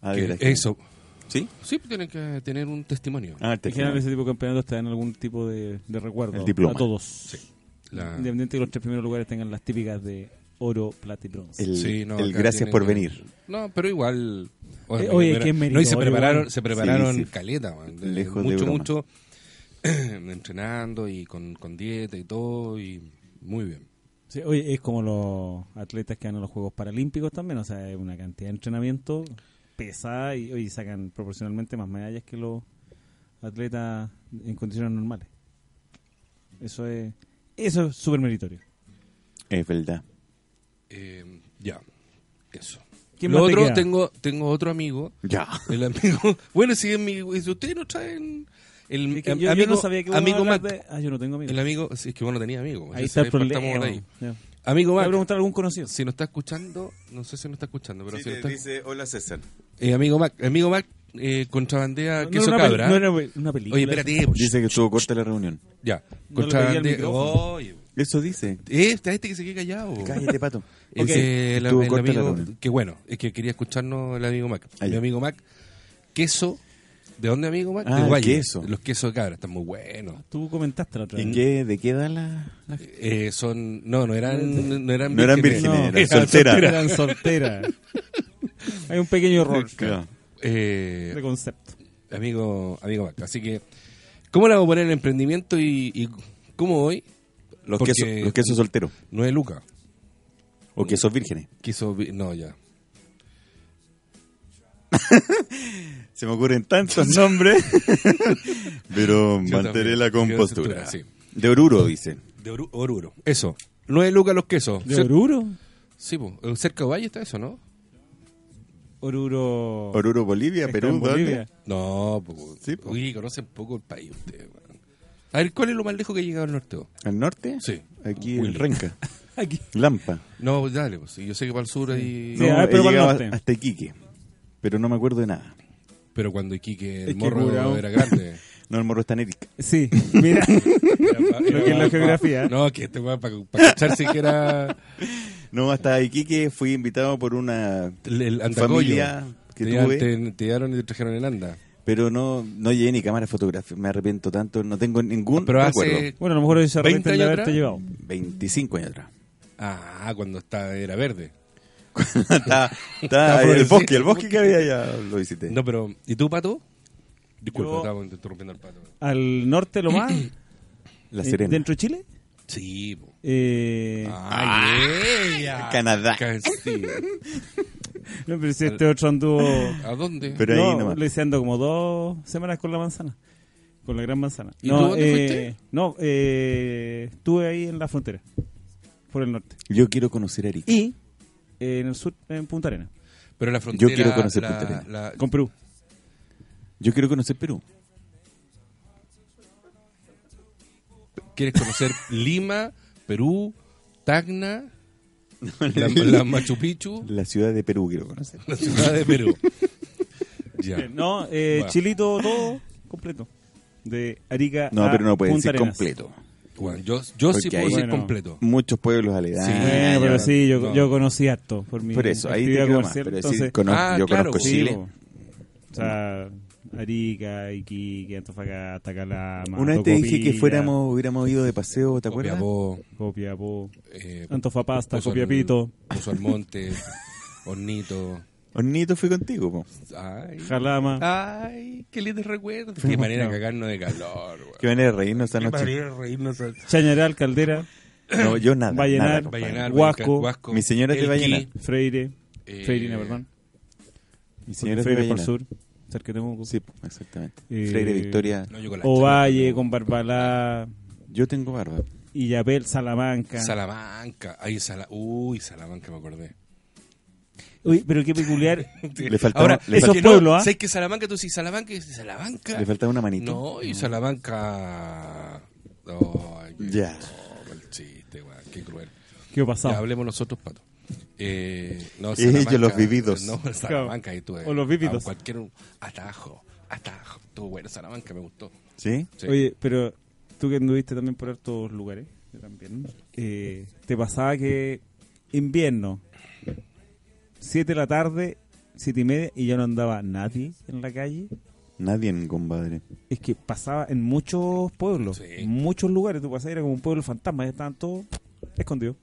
Speaker 4: A
Speaker 2: Que
Speaker 4: ver, aquí.
Speaker 2: eso,
Speaker 4: ¿Sí?
Speaker 2: sí, tienen que tener un testimonio.
Speaker 4: Ah, te
Speaker 3: En general, ese tipo de campeonatos te dan algún tipo de, de recuerdo.
Speaker 4: El diploma.
Speaker 3: A todos.
Speaker 2: La-
Speaker 3: Independiente de que los tres primeros lugares tengan las típicas de oro, plata y bronce.
Speaker 4: el,
Speaker 2: Sí, no,
Speaker 4: el
Speaker 2: acá
Speaker 4: gracias
Speaker 2: tienen
Speaker 4: por
Speaker 2: que-
Speaker 4: venir.
Speaker 2: No, pero igual.
Speaker 3: Eh, oye,
Speaker 2: pero-
Speaker 3: qué
Speaker 2: No, y se
Speaker 3: meritorio,
Speaker 2: prepararon,
Speaker 3: igual.
Speaker 2: se prepararon
Speaker 4: Sí, sí.
Speaker 2: caleta, man. De-
Speaker 4: Lejos de
Speaker 2: mucho,
Speaker 4: broma.
Speaker 2: mucho entrenando y con, con dieta y todo. Y muy bien.
Speaker 3: Sí, oye, es como los atletas que van a los Juegos Paralímpicos también, o sea, es una cantidad de entrenamiento pesada y hoy sacan proporcionalmente más medallas que los atletas en condiciones normales. Eso es eso es súper meritorio.
Speaker 4: Es verdad.
Speaker 2: Eh, ya, eso.
Speaker 3: ¿Quién
Speaker 2: Lo
Speaker 3: más te
Speaker 2: otro,
Speaker 3: queda?
Speaker 2: tengo, tengo otro amigo.
Speaker 4: Ya.
Speaker 2: El amigo. Bueno, si, es mi, si ustedes no traen. El
Speaker 3: Es que
Speaker 2: am-
Speaker 3: yo, yo
Speaker 2: amigo,
Speaker 3: no sabía que vos
Speaker 2: amigo
Speaker 3: ibas a hablar
Speaker 2: Mac.
Speaker 3: de- Ah, yo no tengo amigos.
Speaker 2: El amigo. sí, es que bueno, tenía amigos.
Speaker 3: ahí
Speaker 2: Ese-
Speaker 3: está el
Speaker 2: partamos
Speaker 3: problema.
Speaker 2: de ahí.
Speaker 3: Ya.
Speaker 2: Amigo
Speaker 3: Voy a
Speaker 2: Mac.
Speaker 3: preguntar a algún conocido.
Speaker 2: Si nos está escuchando, no sé si nos está escuchando, pero si nos está
Speaker 4: dice, hola César.
Speaker 2: Eh, amigo Mac, amigo Mac eh, contrabandea
Speaker 3: No,
Speaker 2: queso
Speaker 3: no era una
Speaker 2: cabra.
Speaker 3: pel- no era una una película.
Speaker 2: Oye, espérate. pues,
Speaker 4: Dice que estuvo corta la reunión.
Speaker 2: Ya.
Speaker 3: No le pegué al
Speaker 2: Contrabandea.
Speaker 3: micrófono.
Speaker 2: Oye.
Speaker 4: Eso dice.
Speaker 2: Este, este que se quede callado.
Speaker 4: Cállate, pato.
Speaker 2: Es que el,
Speaker 4: Estuvo
Speaker 2: el
Speaker 4: corta la
Speaker 2: amigo,
Speaker 4: reunión.
Speaker 2: que bueno, es que quería escucharnos el amigo Mac.
Speaker 4: Ah,
Speaker 2: Mi
Speaker 4: ya.
Speaker 2: amigo Mac, queso. ¿De dónde, amigo Mac?
Speaker 4: Ah,
Speaker 2: de
Speaker 4: el
Speaker 2: Guaya.
Speaker 4: queso.
Speaker 2: Los quesos de cabra, están muy buenos.
Speaker 3: Tú comentaste la otra vez.
Speaker 4: ¿Y qué, de qué da la...? la-
Speaker 2: Eh, son, no, no eran, no eran
Speaker 4: No eran vírgenes, eran solteras.
Speaker 3: Eran solteras. Hay un pequeño error
Speaker 4: Claro.
Speaker 2: Eh,
Speaker 3: de concepto.
Speaker 2: amigo, amigo Mac. Así que, ¿cómo le vamos a poner el emprendimiento y, y cómo hoy?
Speaker 4: Los,
Speaker 2: Porque-
Speaker 4: quesos, los quesos solteros.
Speaker 2: No es Luca.
Speaker 4: O quesos vírgenes.
Speaker 2: Quiso. vi- No, ya.
Speaker 4: Se me ocurren tantos nombres.
Speaker 2: Yo
Speaker 4: Pero mantener
Speaker 2: también.
Speaker 4: la
Speaker 2: Yo
Speaker 4: compostura.
Speaker 2: textura,
Speaker 4: ah. De Oruro, dice.
Speaker 2: De Oru- Oruro. Eso. No es Luca los quesos.
Speaker 3: ¿De
Speaker 2: Cer-
Speaker 3: Oruro?
Speaker 2: Sí, po. Eh, cerca de Valle está eso, ¿no?
Speaker 3: Oruro.
Speaker 4: Oruro, Bolivia,
Speaker 3: está
Speaker 4: Perú,
Speaker 3: en Bolivia.
Speaker 4: ¿dónde?
Speaker 2: No, po.
Speaker 4: Sí, po.
Speaker 2: Uy, conocen poco el país ustedes, weón. A ver, ¿cuál es lo más lejos que ha llegado al norte? vos?
Speaker 4: ¿Al norte?
Speaker 2: Sí.
Speaker 4: Aquí en
Speaker 2: Willy.
Speaker 4: Renca.
Speaker 3: Aquí.
Speaker 4: Lampa.
Speaker 2: No, pues dale, pues. sí, Yo sé que para el sur hay.
Speaker 3: Sí,
Speaker 4: No,
Speaker 3: a ver,
Speaker 4: he
Speaker 3: pero para el
Speaker 4: llegado
Speaker 3: norte.
Speaker 4: hasta Iquique. Pero no me acuerdo de nada.
Speaker 2: Pero cuando Iquique el
Speaker 3: Es que
Speaker 2: morro
Speaker 3: curado.
Speaker 2: era grande.
Speaker 4: No, el morro está en Erika.
Speaker 3: Sí, mira.
Speaker 2: Era pa-
Speaker 3: Lo
Speaker 2: era
Speaker 3: que es la
Speaker 2: pa-
Speaker 3: geografía.
Speaker 2: No, que este weón para cacharse que era.
Speaker 4: No, hasta Iquique fui invitado por una
Speaker 2: El, el andacollo.
Speaker 4: familia que
Speaker 2: te, llevan-
Speaker 4: tuve.
Speaker 2: te, te llevaron y te trajeron en anda.
Speaker 4: Pero no, no llevé ni cámara fotográfica, me arrepiento tanto, no tengo ningún
Speaker 2: Pero
Speaker 4: recuerdo.
Speaker 2: hace.
Speaker 3: Bueno, a lo mejor ellos se
Speaker 2: 20
Speaker 3: arrepienten de
Speaker 2: años
Speaker 3: haberte
Speaker 2: atrás.
Speaker 3: llevado.
Speaker 4: 25 años atrás.
Speaker 2: Ah, cuando estaba, era verde.
Speaker 4: está,
Speaker 2: Está por
Speaker 4: el
Speaker 2: el
Speaker 4: bosque,
Speaker 2: sitio.
Speaker 4: el bosque que había ya lo visité.
Speaker 2: No, pero. ¿Y tú, pato? Disculpa,
Speaker 3: Yo-
Speaker 2: estaba interrumpiendo al pato.
Speaker 3: Al norte lo más,
Speaker 4: La
Speaker 3: eh,
Speaker 4: Serena. Ah.
Speaker 3: dentro de Chile.
Speaker 2: Sí, po.
Speaker 3: Eh,
Speaker 2: Ay, ella.
Speaker 4: Canadá.
Speaker 2: Ca- sí.
Speaker 3: No, pero si este otro anduvo.
Speaker 2: ¿A dónde?
Speaker 4: Pero ahí
Speaker 3: no,
Speaker 4: nomás.
Speaker 3: le hice ando como dos semanas con la manzana. Con la gran manzana.
Speaker 2: ¿Y
Speaker 3: no,
Speaker 2: tú dónde
Speaker 3: eh,
Speaker 2: fuiste?
Speaker 3: No, eh, estuve ahí en la frontera, por el norte.
Speaker 4: Yo quiero conocer a Arica.
Speaker 3: Y eh, en el sur, en Punta Arena,
Speaker 2: Pero la frontera.
Speaker 4: Yo quiero conocer
Speaker 2: la-
Speaker 4: Punta Arenas.
Speaker 2: la-
Speaker 3: con Perú.
Speaker 4: Yo quiero conocer Perú.
Speaker 2: ¿Quieres conocer Lima, Perú, Tacna, la, la Machu Picchu,
Speaker 4: La ciudad de Perú quiero conocer.
Speaker 2: la ciudad de Perú? ya.
Speaker 3: Eh, No, eh,
Speaker 2: Bueno.
Speaker 3: Chilito todo completo. De Arica
Speaker 4: No,
Speaker 3: a
Speaker 4: pero no puede
Speaker 3: Punta
Speaker 4: decir
Speaker 3: Arenas.
Speaker 4: completo.
Speaker 2: Bueno, yo, yo sí
Speaker 4: Porque
Speaker 2: puedo
Speaker 4: ahí-
Speaker 2: decir
Speaker 3: Bueno.
Speaker 2: completo.
Speaker 4: Muchos pueblos aledaños.
Speaker 3: Bueno, pero sí, yo,
Speaker 2: no.
Speaker 3: yo conocí harto por mi
Speaker 4: Por eso, ahí te
Speaker 3: actividad
Speaker 4: creo más.
Speaker 3: comercial,
Speaker 4: Pero decir,
Speaker 3: entonces,
Speaker 4: cono-
Speaker 2: Ah,
Speaker 4: yo
Speaker 2: claro,
Speaker 4: conozco
Speaker 2: pues,
Speaker 3: sí,
Speaker 4: Chile.
Speaker 3: po. O sea, Arica, Iquique, Antofagasta, Calama,
Speaker 4: Una vez te dije
Speaker 3: Tocopilla,
Speaker 4: que fuéramos, hubiéramos ido de paseo, ¿te acuerdas?
Speaker 2: Copiapó,
Speaker 3: Copiapó.
Speaker 2: eh,
Speaker 3: Antofapasta,
Speaker 2: Pozo al-
Speaker 3: Copiapito.
Speaker 2: Pozo al Monte, Hornito.
Speaker 4: Hornito fui contigo, po.
Speaker 2: Ay,
Speaker 3: Jalama.
Speaker 4: Ah.
Speaker 2: ay, qué lindo recuerdo. Qué manera de cagarnos de calor, güey.
Speaker 4: Qué manera de reírnos esta
Speaker 2: Qué
Speaker 4: noche.
Speaker 2: manera de reírnos. al-
Speaker 3: Chañaral, Caldera,
Speaker 4: No, yo nada.
Speaker 3: Vallenar,
Speaker 4: nada, compadre.
Speaker 2: Vallenar,
Speaker 3: Huasco.
Speaker 2: Huasco.
Speaker 4: Mi señora es de
Speaker 2: Elqui,
Speaker 4: Vallenar.
Speaker 3: Freire,
Speaker 2: eh,
Speaker 3: Freirina, perdón.
Speaker 4: Mi señora
Speaker 3: Freire
Speaker 4: es de
Speaker 3: por
Speaker 4: Vallenar.
Speaker 3: sur, cerca de Temuco.
Speaker 4: Sí, pues, po, exactamente.
Speaker 3: Eh,
Speaker 4: Freire Victoria.
Speaker 2: No, yo con la
Speaker 3: Ovalle,
Speaker 2: chapa,
Speaker 3: con Barbalá,
Speaker 4: Yo tengo barba.
Speaker 3: Illapel, Salamanca.
Speaker 2: Salamanca. Ay, Sala... Uy, Salamanca me acordé.
Speaker 3: Uy, pero qué peculiar.
Speaker 4: Le faltaba- le
Speaker 3: esos
Speaker 4: faltaba-
Speaker 2: que
Speaker 3: pueblos, ¿ah?
Speaker 2: ¿Sabes que Salamanca? Tú dices Salamanca y dices Salamanca.
Speaker 4: Le faltaba una manito. Mm.
Speaker 2: No, y Salamanca. Ay, qué-
Speaker 4: Ya.
Speaker 2: oh, mal chiste, weón, qué cruel.
Speaker 3: ¿Qué
Speaker 2: Ya
Speaker 3: pasado?
Speaker 2: hablemos nosotros, pato. Eh, no,
Speaker 4: Ellos,
Speaker 2: Salamanca-
Speaker 4: los vividos.
Speaker 2: No, Salamanca y tú. eh,
Speaker 3: O los vividos.
Speaker 2: a Cualquier atajo, atajo. Estuvo bueno, Salamanca me gustó.
Speaker 4: ¿Sí?
Speaker 2: Sí.
Speaker 3: Oye, pero tú que anduviste también por hartos lugares, yo también, eh, ¿te pasaba que invierno, 7 de la tarde, 7 y media, y ya no andaba nadie en la calle?
Speaker 4: Nadie, compadre.
Speaker 3: Es que pasaba en muchos pueblos,
Speaker 2: Sí.
Speaker 3: en muchos lugares. Tú pasabas y era como un pueblo fantasma, ya estaban todos escondidos.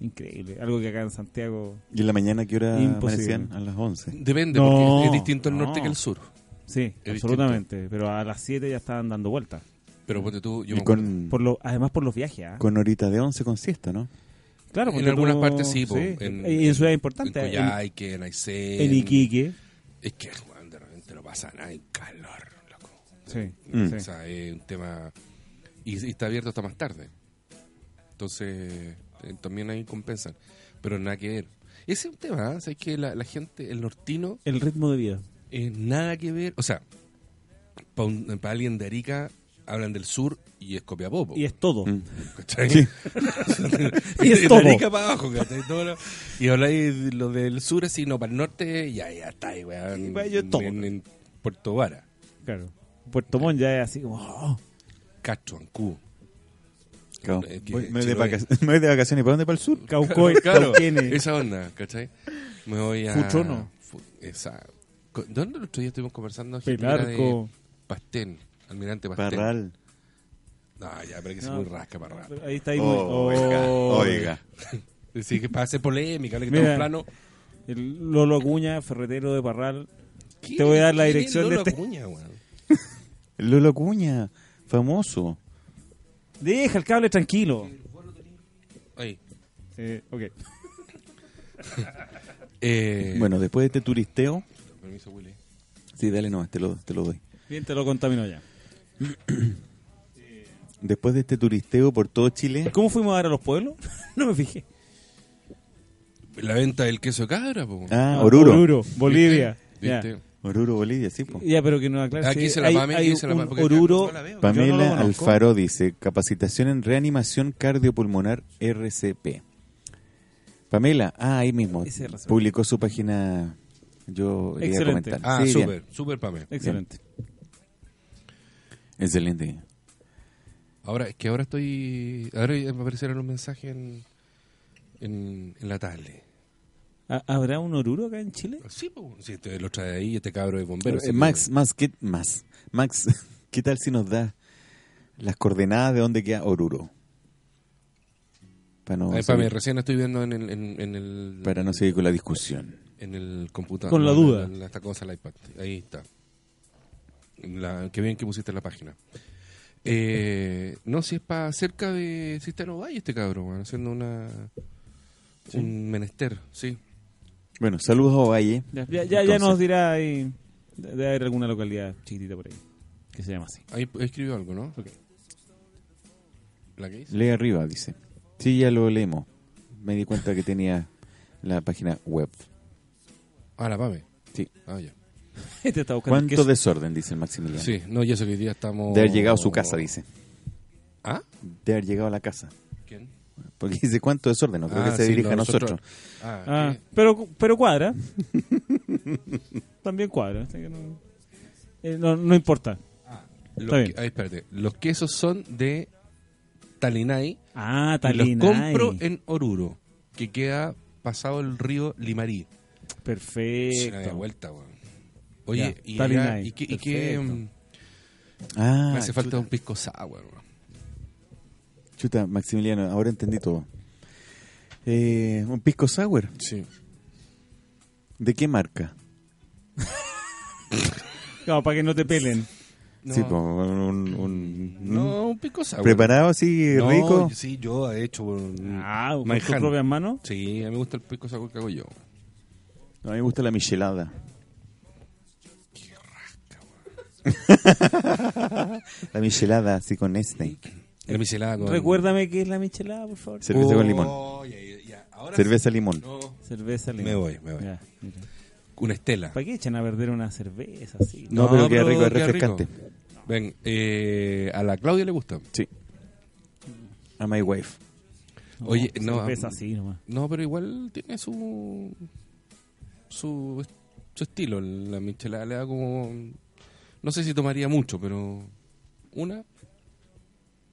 Speaker 3: Increíble, algo que acá en Santiago.
Speaker 4: ¿Y en la mañana qué hora
Speaker 3: Imposible.
Speaker 4: amanecían? A las 11.
Speaker 2: Depende,
Speaker 3: No,
Speaker 2: porque es distinto el norte
Speaker 3: no.
Speaker 2: que el sur.
Speaker 3: Sí,
Speaker 2: Es
Speaker 3: absolutamente. Pero a las 7 ya estaban dando vueltas.
Speaker 2: Pero ponte tú, yo
Speaker 4: Y
Speaker 2: me acuerdo-
Speaker 4: con,
Speaker 3: Por lo, además por los viajes. ¿ah?
Speaker 4: con horita de 11 con siesta, ¿no?
Speaker 3: claro,
Speaker 2: en
Speaker 3: porque
Speaker 2: algunas partes sí, po, en-
Speaker 3: En, y en ciudades importantes.
Speaker 2: En
Speaker 3: En,
Speaker 2: Coyhaique, en Aysén.
Speaker 3: en Iquique.
Speaker 2: Es que, Juan, de repente no pasa nada en calor, loco.
Speaker 3: Sí,
Speaker 4: Mm.
Speaker 3: sí.
Speaker 2: O sea, es un tema... Y, y está abierto hasta más tarde. Entonces, eh, también ahí compensan. Pero nada que ver. Ese es un tema, ¿eh? O sea, es que la, la gente, el nortino,
Speaker 3: El ritmo de vida.
Speaker 2: es nada que ver. O sea, para alguien de Arica, hablan del sur y es Copiapó. po.
Speaker 3: Y es todo.
Speaker 4: Mm.
Speaker 2: ¿cachai?
Speaker 3: Y es
Speaker 2: De
Speaker 3: todo.
Speaker 2: Arica para abajo, ¿cachai? Todo lo- y habláis de lo del sur así, no para el norte, ya, ya está ahí, weón.
Speaker 3: Y para ellos pues, todo.
Speaker 2: En, en Puerto Vara,
Speaker 3: Claro. Puerto Montt ya es así como. oh,
Speaker 2: Castro, Ancú.
Speaker 4: Claro.
Speaker 2: Es que
Speaker 4: Voy- me, voy de
Speaker 2: Chiloé.
Speaker 4: vacaciones, me voy de vacaciones. ¿Para dónde? ¿Para el sur?
Speaker 3: Caucoy,
Speaker 2: Claro,
Speaker 3: Cauquenes.
Speaker 2: esa onda, ¿cachai? Me voy a...
Speaker 3: Fuchono.
Speaker 2: Fu- esa... co- ¿Dónde el otro día estuvimos conversando? gente era
Speaker 3: Pelarco.
Speaker 2: de Pastén, Almirante Pastén.
Speaker 4: Parral.
Speaker 2: No, ya, pero que se
Speaker 3: No.
Speaker 2: muy rasca Parral.
Speaker 3: Ahí está ahí. muy-
Speaker 4: Oiga,
Speaker 3: oh.
Speaker 4: oiga.
Speaker 2: Decir que para hacer polémica, ahora que
Speaker 3: Mira.
Speaker 2: estamos plano...
Speaker 3: El Lolo Acuña, ferretero de Parral.
Speaker 2: ¿Qué-
Speaker 3: Te voy a dar la
Speaker 2: qué
Speaker 3: dirección de
Speaker 2: Lolo
Speaker 3: este-
Speaker 2: Acuña, weón?
Speaker 4: Lolo Cuña, famoso.
Speaker 3: Deja el cable tranquilo.
Speaker 2: Ahí.
Speaker 3: Eh, ok.
Speaker 2: Eh,
Speaker 4: Bueno, después de este turisteo,
Speaker 2: Permiso, Willy.
Speaker 4: sí, dale nomás, te lo, te lo doy.
Speaker 3: Bien, te lo contamino ya.
Speaker 4: Después de este turisteo por todo Chile,
Speaker 3: ¿Cómo fuimos a dar a los pueblos? no me fijé.
Speaker 2: La venta del queso de cabra, po.
Speaker 4: ah, Oruro, Oruro,
Speaker 3: Bolivia. Ya.
Speaker 2: ¿Viste?
Speaker 4: Bolivia, sí, po.
Speaker 3: Ya, pero que nos aclare.
Speaker 2: Aquí
Speaker 3: si
Speaker 2: se la
Speaker 3: hay,
Speaker 2: Pame, aquí
Speaker 3: hay
Speaker 2: se la
Speaker 3: un
Speaker 2: Pame, porque
Speaker 3: Oruro.
Speaker 2: no la veo.
Speaker 3: Yo no
Speaker 4: Pamela
Speaker 3: lo conozco.
Speaker 4: Alfaro dice, capacitación en reanimación cardiopulmonar RCP. Pamela, ah, ahí mismo,
Speaker 3: Ese RCP.
Speaker 4: publicó su página, yo le iba a
Speaker 3: Excelente.
Speaker 4: comentar.
Speaker 2: Ah,
Speaker 4: Sí, bien.
Speaker 2: súper, súper Pame.
Speaker 3: Excelente.
Speaker 4: Excelente.
Speaker 2: Ahora, es que ahora estoy. Ahora me aparecieron un mensaje en, en, en la tablet.
Speaker 3: ¿Ha- ¿Habrá un oruro acá en Chile?
Speaker 2: Sí, pues, si te lo trae ahí este cabro de
Speaker 4: Pero,
Speaker 2: bomberos.
Speaker 4: eh, Max, Max, ¿qué, más? Max, ¿qué tal si nos da las coordenadas de dónde queda Oruro? Para no,
Speaker 2: Ay,
Speaker 4: seguir,
Speaker 2: Pame, recién estoy viendo en el, en, en el,
Speaker 4: para no seguir con la discusión.
Speaker 2: en el computador.
Speaker 3: Con la
Speaker 2: No,
Speaker 3: duda.
Speaker 2: en la- esta cosa, el iPad. Ahí está. La, qué bien que pusiste la página. Eh, no, si es para cerca de Sistano Valle este cabrón, weón, haciendo una un menester, sí.
Speaker 4: Bueno, saludos a Ovalle.
Speaker 3: Ya, ya, ya,
Speaker 4: Entonces-
Speaker 3: nos dirá ahí. Debe haber alguna localidad chiquitita por ahí que se llama así.
Speaker 2: Ahí p- escribió algo, ¿no?
Speaker 3: Ok.
Speaker 2: ¿La que hice?
Speaker 4: Lee arriba, dice. Sí, ya lo leemos. Me di cuenta que tenía la página web.
Speaker 3: Mm.
Speaker 2: Ah, la Pame.
Speaker 4: Sí.
Speaker 2: Ah, ya.
Speaker 3: Este está buscando
Speaker 4: ¿Cuánto
Speaker 3: queso.
Speaker 4: desorden, dice el Maximiliano?
Speaker 2: Sí, Oh. no, y eso que hoy día estamos...
Speaker 4: De haber llegado a su casa, dice.
Speaker 2: ¿Ah?
Speaker 4: De haber llegado a la casa.
Speaker 2: ¿Quién?
Speaker 4: Porque dice, ¿cuánto desorden? No creo
Speaker 2: Ah,
Speaker 4: que se
Speaker 2: sí,
Speaker 4: dirija
Speaker 2: no,
Speaker 4: a nosotros.
Speaker 2: Ah,
Speaker 3: Ah,
Speaker 2: ¿qué?
Speaker 3: pero, pero cuadra. También cuadra. así que no, eh, no, no importa.
Speaker 2: Los
Speaker 3: Está bien.
Speaker 2: que- ay, espérate. Los quesos son de Talinay.
Speaker 3: Ah,
Speaker 2: y Los
Speaker 3: Talinay.
Speaker 2: compro en Oruro, que queda pasado el río Limarí. Se la di
Speaker 3: Perfecto.
Speaker 2: vuelta, weón. Oye,
Speaker 3: Ya,
Speaker 2: y,
Speaker 3: Talinay,
Speaker 2: allá- y qué- y qué,
Speaker 3: perfecto.
Speaker 2: mm,
Speaker 4: Ah,
Speaker 2: me hace falta
Speaker 4: chuta.
Speaker 2: un pisco sour, weón.
Speaker 4: Chuta, Maximiliano, ahora entendí todo. Eh, un pisco sour.
Speaker 2: Sí.
Speaker 4: ¿De qué marca?
Speaker 3: Claro, para que no te pelen.
Speaker 2: No,
Speaker 4: Sí, po, un, un- ¿Mm?
Speaker 2: no, un pisco sour.
Speaker 4: preparado así,
Speaker 2: No,
Speaker 4: rico.
Speaker 2: Sí, yo de hecho, weón.
Speaker 3: Ah, con tus
Speaker 2: Manhattan.
Speaker 3: propias manos.
Speaker 2: Sí, a mí me gusta el pisco sour que hago yo. weón.
Speaker 4: A mí me gusta la michelada. la michelada así con este.
Speaker 2: La michelada con...
Speaker 3: Recuérdame qué es la michelada, por favor.
Speaker 4: Cerveza con limón.
Speaker 2: Oh, ya, ya, ya. Ahora
Speaker 4: Cerveza
Speaker 2: sí.
Speaker 4: limón.
Speaker 2: No.
Speaker 3: Cerveza limón.
Speaker 2: Me voy, me voy.
Speaker 3: Ya, mira.
Speaker 2: Una estela.
Speaker 3: ¿Para qué echan a perder una cerveza así?
Speaker 4: No, pero queda rico, es
Speaker 2: queda
Speaker 4: refrescante.
Speaker 2: rico. Ven, eh, a la Claudia le gusta.
Speaker 4: Sí. A my wife.
Speaker 2: Oye, no,
Speaker 3: Cerveza
Speaker 2: ah,
Speaker 3: así nomás.
Speaker 2: No, pero igual tiene su su, su estilo. La michelada le da como... No sé si tomaría mucho, pero una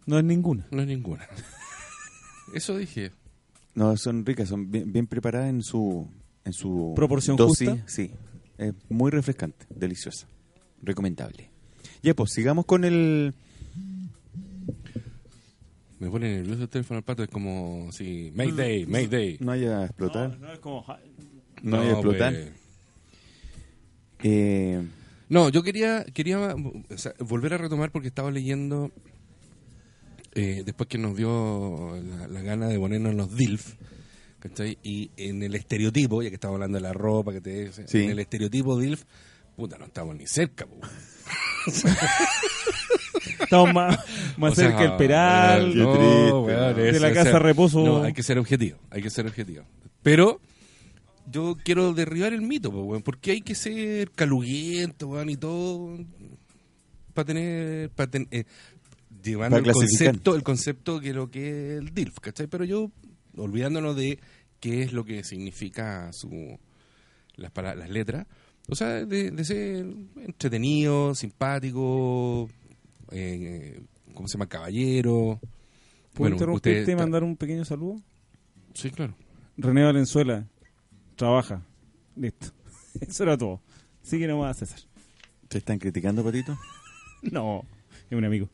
Speaker 3: No es ninguna.
Speaker 2: no es ninguna. Eso dije.
Speaker 4: No, son ricas, son bien, bien preparadas en su, en su
Speaker 3: ¿Proporción
Speaker 4: dosis.
Speaker 3: justa?
Speaker 4: Sí, es muy refrescante, deliciosa, recomendable. Ya, pues sigamos con el.
Speaker 2: Me pone nervioso el teléfono al pato. Es como... Sí, Mayday, Mayday.
Speaker 4: No haya explotar,
Speaker 3: no es como.
Speaker 4: no, haya explotar.
Speaker 2: pues.
Speaker 4: Eh,
Speaker 2: No, yo quería, quería o sea, volver a retomar porque estaba leyendo, eh, después que nos dio la, la gana de ponernos los DILF, ¿cachai? Y en el estereotipo, ya que estamos hablando de la ropa, que te,
Speaker 4: Sí.
Speaker 2: en el estereotipo DILF, puta, no estamos ni cerca, po.
Speaker 3: Estamos más, más
Speaker 2: O sea,
Speaker 3: cerca del Peral.
Speaker 2: no,
Speaker 4: triste,
Speaker 2: weón,
Speaker 3: de
Speaker 2: eso,
Speaker 3: la
Speaker 2: o
Speaker 3: casa
Speaker 2: sea,
Speaker 3: reposo.
Speaker 2: No, hay que ser objetivo, hay que ser objetivo. Pero yo quiero derribar el mito, po, weón, porque hay que ser caluguiento, weón, y todo para tener para llevando
Speaker 4: Pa'
Speaker 2: el
Speaker 4: clasificar.
Speaker 2: concepto, el concepto que lo que es el DILF, ¿cachai? Pero yo olvidándonos de qué es lo que significa su las pala- las letras, o sea, de, de ser entretenido, simpático, eh, ¿cómo se llama? Caballero.
Speaker 3: ¿Puedo interrumpirte
Speaker 2: usted-
Speaker 3: y mandar un pequeño saludo?
Speaker 2: Sí, claro.
Speaker 3: René Valenzuela. Trabaja. Listo. Eso era todo. Sigue nomás, César.
Speaker 4: ¿Te están criticando, Patito?
Speaker 3: No, es un amigo.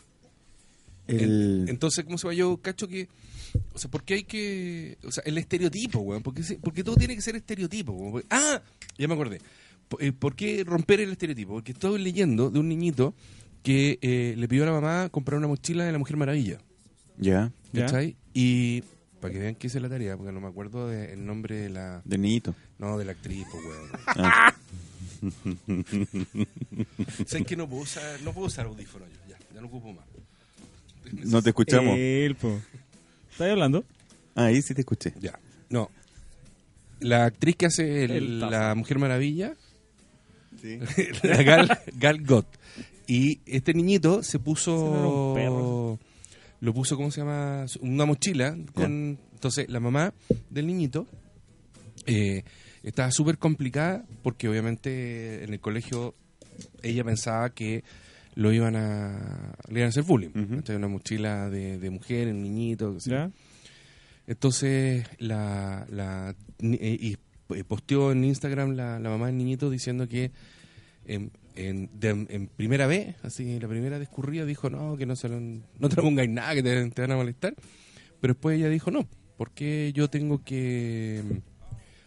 Speaker 4: El,
Speaker 2: Entonces, ¿cómo se llama? Yo cacho que... O sea, ¿por qué hay que...? O sea, el estereotipo, weón. ¿Por qué, se- por qué todo tiene que ser estereotipo? weón? Porque- Ah, ya me acordé. Po- eh, ¿Por qué romper el estereotipo? Porque estoy leyendo de un niñito que eh, le pidió a la mamá comprar una mochila de la Mujer Maravilla.
Speaker 4: ya,
Speaker 3: ¿Ya?
Speaker 2: ¿Cachai? Y... Para que vean que hice la tarea, porque no me acuerdo del nombre de la...
Speaker 4: de niñito.
Speaker 2: No, de la actriz, pues, weón. ¿Sabes que no puedo usar, no puedo usar audífono yo? Ya, ya no ocupo más.
Speaker 4: No te escuchamos. Ah,
Speaker 3: Él, po. ¿Estás hablando?
Speaker 4: Ahí sí te escuché.
Speaker 2: Ya. No. La actriz que hace el-
Speaker 3: El Taza.
Speaker 2: la Mujer Maravilla,
Speaker 4: Sí.
Speaker 2: la Gal, Gal Got. Y este niñito se
Speaker 3: Ese no era un
Speaker 2: puso.
Speaker 3: perro.
Speaker 2: Lo puso, ¿cómo se llama? Una mochila. con Entonces, la mamá del niñito eh, estaba súper complicada porque, obviamente, en el colegio ella pensaba que lo iban a. le iban a hacer bullying. Entonces, una mochila de, de mujer, un niñito. qué sé yo.
Speaker 3: ¿Ya?
Speaker 2: Entonces, la, la- ni- eh, y eh, posteó en Instagram la, la mamá del niñito diciendo que en, en- de- en primera vez, así, la primera descurrida dijo, no, que no, se lo, no te lo pongáis nada, que te, te van a molestar. Pero después ella dijo, no, porque yo tengo que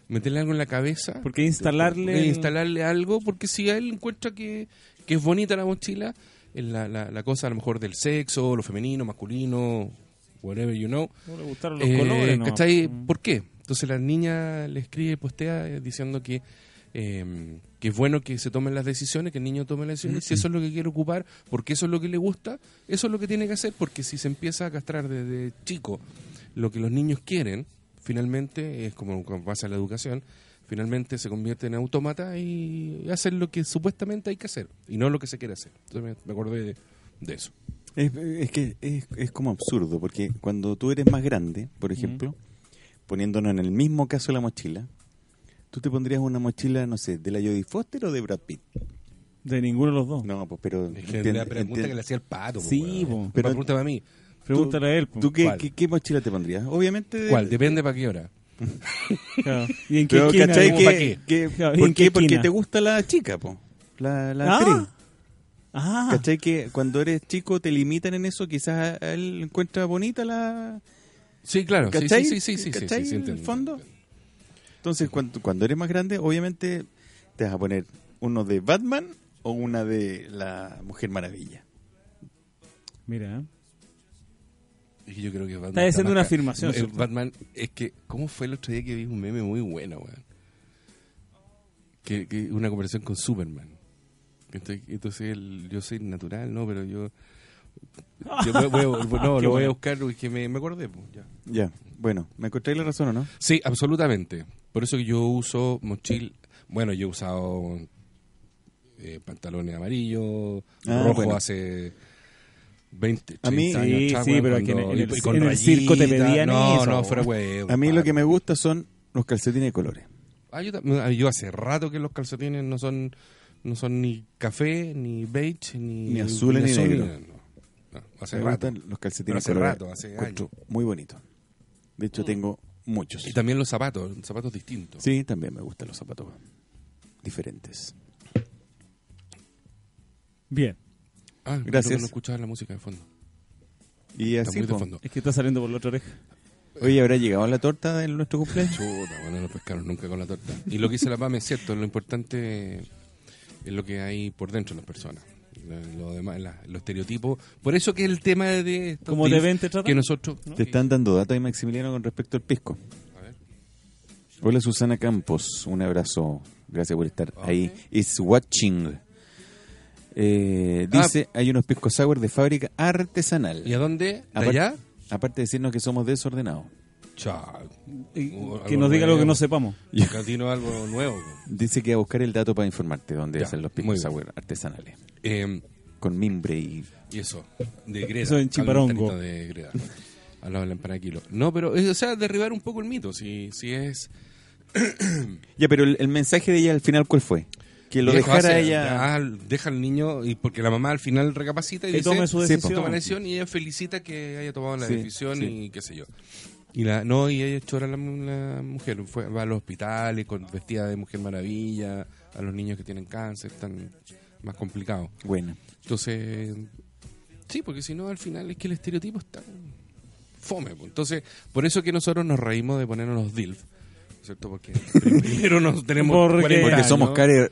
Speaker 2: mm, meterle algo en la cabeza.
Speaker 3: Porque instalarle.
Speaker 2: Eh, instalarle algo, porque si a él encuentra que, que es bonita la mochila, eh, la, la- la cosa a lo mejor del sexo, lo femenino, masculino, whatever you know,
Speaker 3: No le gustaron los
Speaker 2: eh,
Speaker 3: colores. ¿no?
Speaker 2: ¿cachai?
Speaker 3: Mm.
Speaker 2: ¿Por qué? Entonces la niña le escribe y postea eh, diciendo que, eh, que es bueno que se tomen las decisiones, que el niño tome las decisiones.
Speaker 3: Mm-hmm.
Speaker 2: Si eso es lo que quiere ocupar, porque eso es lo que le gusta, eso es lo que tiene que hacer, porque si se empieza a castrar desde chico lo que los niños quieren, finalmente es como como pasa en la educación, finalmente se convierte en autómata y hacen lo que supuestamente hay que hacer y no lo que se quiere hacer. Entonces me- me acordé de, de eso.
Speaker 4: Es, es que es, es como absurdo, porque cuando tú eres más grande, por ejemplo, poniéndonos en el mismo caso la mochila, tú te pondrías una mochila, no sé, de la Jodie Foster o de Brad Pitt.
Speaker 3: De ninguno de los dos.
Speaker 4: No, pues pero...
Speaker 2: Es que
Speaker 4: entiende-
Speaker 2: la pregunta
Speaker 4: entiende-
Speaker 2: que le hacía el pato.
Speaker 3: Sí, po.
Speaker 4: Pero-
Speaker 2: pero pregúntame a mí.
Speaker 3: Pregúntale a él. pues, po.
Speaker 4: ¿Tú qué,
Speaker 2: ¿Cuál?
Speaker 4: qué, qué mochila te pondrías? Obviamente... de-
Speaker 2: ¿Cuál? Depende para qué hora.
Speaker 3: Claro. ¿Y en qué
Speaker 4: Pero,
Speaker 3: esquina?
Speaker 4: ¿cachai?
Speaker 3: ¿Cómo
Speaker 4: Que-
Speaker 3: pa' qué?
Speaker 4: que-
Speaker 3: Claro, ¿y
Speaker 4: ¿Por
Speaker 3: en qué
Speaker 4: qué? Porque
Speaker 3: esquina?
Speaker 4: te gusta la chica, po. La, la
Speaker 3: Ah.
Speaker 4: actriz.
Speaker 3: Ah,
Speaker 4: ¿Cachai? Que cuando eres chico te limitan en eso, quizás a- a él encuentra bonita la...
Speaker 2: Sí, claro. sí,
Speaker 4: ¿Cachai?
Speaker 2: Sí, sí, sí, sí, sí,
Speaker 4: ¿Cachai?
Speaker 2: sí, sí,
Speaker 4: En
Speaker 2: entiendo.
Speaker 4: el fondo. Entonces, cuando, cuando eres más grande, obviamente te vas a poner uno de Batman o una de la Mujer Maravilla.
Speaker 3: mira.
Speaker 2: Es que yo creo que Batman
Speaker 3: Estás haciendo
Speaker 2: más
Speaker 3: una
Speaker 2: ca-
Speaker 3: afirmación,
Speaker 2: Eh,
Speaker 3: ¿cierto?
Speaker 2: Batman, es que, ¿cómo fue el otro día que vi un meme muy bueno, weón? Que, que una conversación con Superman. Entonces, entonces él- yo soy natural, ¿no? Pero yo. yo voy- voy a- no,
Speaker 3: Qué
Speaker 2: lo voy a
Speaker 3: bueno.
Speaker 2: buscar porque me, me acordé. pues, ya.
Speaker 4: Ya, bueno, ¿me encontráis la razón o no?
Speaker 2: Sí, absolutamente. Por eso que yo uso mochil. Bueno, yo he usado eh, pantalones amarillos,
Speaker 4: Ah,
Speaker 2: rojo
Speaker 4: bueno.
Speaker 2: hace 20,
Speaker 4: A
Speaker 2: 30
Speaker 4: mí-
Speaker 2: años.
Speaker 3: Sí,
Speaker 2: atrás,
Speaker 3: sí,
Speaker 2: weón,
Speaker 3: pero aquí en
Speaker 2: cuando-
Speaker 3: el- en
Speaker 2: y-
Speaker 3: el-
Speaker 2: y con
Speaker 3: en el circo te
Speaker 2: rayitas.
Speaker 3: pedían
Speaker 2: no,
Speaker 3: eso,
Speaker 2: No,
Speaker 3: weón.
Speaker 2: fuera huevo.
Speaker 4: A mí lo
Speaker 2: padre.
Speaker 4: que me gusta son los calcetines de colores.
Speaker 2: Ah, yo, tam- yo hace rato que los calcetines no son no son ni café, ni beige, ni,
Speaker 4: Ni azules, ni negros.
Speaker 2: nada, no. No, hace
Speaker 4: me
Speaker 2: rato.
Speaker 4: gustan los
Speaker 2: Pero
Speaker 4: calcetines
Speaker 2: hace
Speaker 4: de colores.
Speaker 2: rato, hace
Speaker 4: Encuentro
Speaker 2: años. Mm.
Speaker 4: Muy bonito. De hecho, tengo muchos.
Speaker 2: Y también los zapatos, zapatos distintos.
Speaker 4: Sí, también me gustan los zapatos diferentes.
Speaker 3: Bien.
Speaker 2: Ah, creo
Speaker 4: Gracias.
Speaker 2: que no escuchaba la música de fondo.
Speaker 4: Y
Speaker 2: Está
Speaker 4: así,
Speaker 2: muy de
Speaker 4: po.
Speaker 2: fondo.
Speaker 3: Es que está saliendo por la otra oreja.
Speaker 4: oye, ¿habrá llegado la torta de nuestro cumpleaños?
Speaker 2: Chuta, bueno, no pescaron nunca con la torta. Y lo que dice la PAM es cierto, lo importante es lo que hay por dentro de las personas. Lo, lo demás, la- los estereotipos. Por eso que el tema de estos
Speaker 3: ¿Cómo
Speaker 2: tips
Speaker 3: te ven, te tratan?
Speaker 2: que nosotros
Speaker 4: Te están dando datos, Maximiliano, con respecto al pisco.
Speaker 2: A ver.
Speaker 4: Hola Susana Campos, un abrazo. Gracias por estar ahí. It's watching. Eh,
Speaker 2: Ah.
Speaker 4: dice, hay unos pisco sour de fábrica artesanal.
Speaker 2: ¿Y a dónde? ¿De
Speaker 4: Apar-
Speaker 2: allá?
Speaker 4: Aparte de decirnos que somos desordenados.
Speaker 2: Chao.
Speaker 3: Y-
Speaker 2: Uh,
Speaker 3: que
Speaker 2: algo
Speaker 3: nos diga lo
Speaker 2: nuevo.
Speaker 3: que no sepamos.
Speaker 2: Catino algo nuevo.
Speaker 4: Dice que va a buscar el dato para informarte dónde
Speaker 2: Ya,
Speaker 4: hacen los pisco
Speaker 2: muy bien.
Speaker 4: sour artesanales.
Speaker 2: Eh,
Speaker 4: Con mimbre y...
Speaker 2: y eso, de Greda.
Speaker 3: Eso en Chiparongo.
Speaker 2: Algo tarita De Greda. Al lado de la empanada Kilo. No, pero, eh, o sea, derribar un poco el mito. Si, si es.
Speaker 4: Ya, pero el, el mensaje de ella al final, ¿cuál fue? Que lo
Speaker 2: Viejo,
Speaker 4: dejara
Speaker 2: hace-
Speaker 4: ella...
Speaker 2: ah, deja al niño, y porque la mamá al final recapacita y
Speaker 3: Que
Speaker 2: dice. pues,
Speaker 3: tome su
Speaker 4: sí, po.
Speaker 3: decisión.
Speaker 2: toma la decisión y ella felicita que haya tomado la
Speaker 4: Sí,
Speaker 2: decisión
Speaker 4: sí.
Speaker 2: y qué sé yo. Y la, no, y ella chora la, la mujer, fue, va a los hospitales con, vestida de mujer maravilla, a los niños que tienen cáncer, están más complicados.
Speaker 4: Bueno.
Speaker 2: Entonces, sí, porque si no, al final es que el estereotipo está fome. po. Entonces, por eso que nosotros nos reímos de ponernos los DILF, ¿cierto? Porque primero nos tenemos
Speaker 3: Porque-
Speaker 2: 40
Speaker 4: Porque
Speaker 2: años,
Speaker 4: somos care...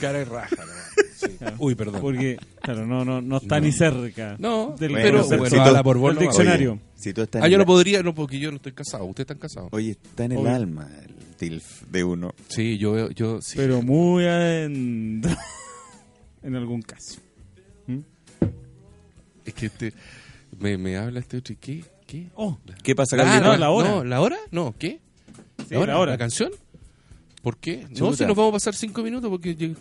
Speaker 2: cara de raja. ¿no? Sí. Uy, perdón.
Speaker 3: Ah.
Speaker 2: Ah,
Speaker 3: Porque, claro, no, no, no está
Speaker 2: No.
Speaker 3: ni cerca.
Speaker 2: No,
Speaker 3: del
Speaker 2: Bueno,
Speaker 3: concepto.
Speaker 2: bueno,
Speaker 4: si tú-
Speaker 2: habla por vos,
Speaker 3: del
Speaker 2: no,
Speaker 3: diccionario.
Speaker 4: Oye, si tú estás
Speaker 2: Ah,
Speaker 4: en
Speaker 2: yo
Speaker 4: la-
Speaker 2: no podría, no, porque yo no estoy casado. Ustedes están casados.
Speaker 4: Oye, está en el
Speaker 3: Obvio.
Speaker 4: alma el TILF de uno.
Speaker 2: Sí, yo, yo sí.
Speaker 3: Pero muy adentro. en algún caso.
Speaker 2: Es que este, me, me habla este otro. y ¿Qué? ¿Qué?
Speaker 3: Oh,
Speaker 4: ¿Qué pasa,
Speaker 2: Ah,
Speaker 4: Gabriel?
Speaker 3: no, la hora.
Speaker 2: No, ¿La hora? No, ¿qué?
Speaker 3: sí, ahora.
Speaker 2: ¿La canción? ¿Por qué? No,
Speaker 4: Chuta.
Speaker 2: si nos vamos a pasar cinco minutos, porque lleg-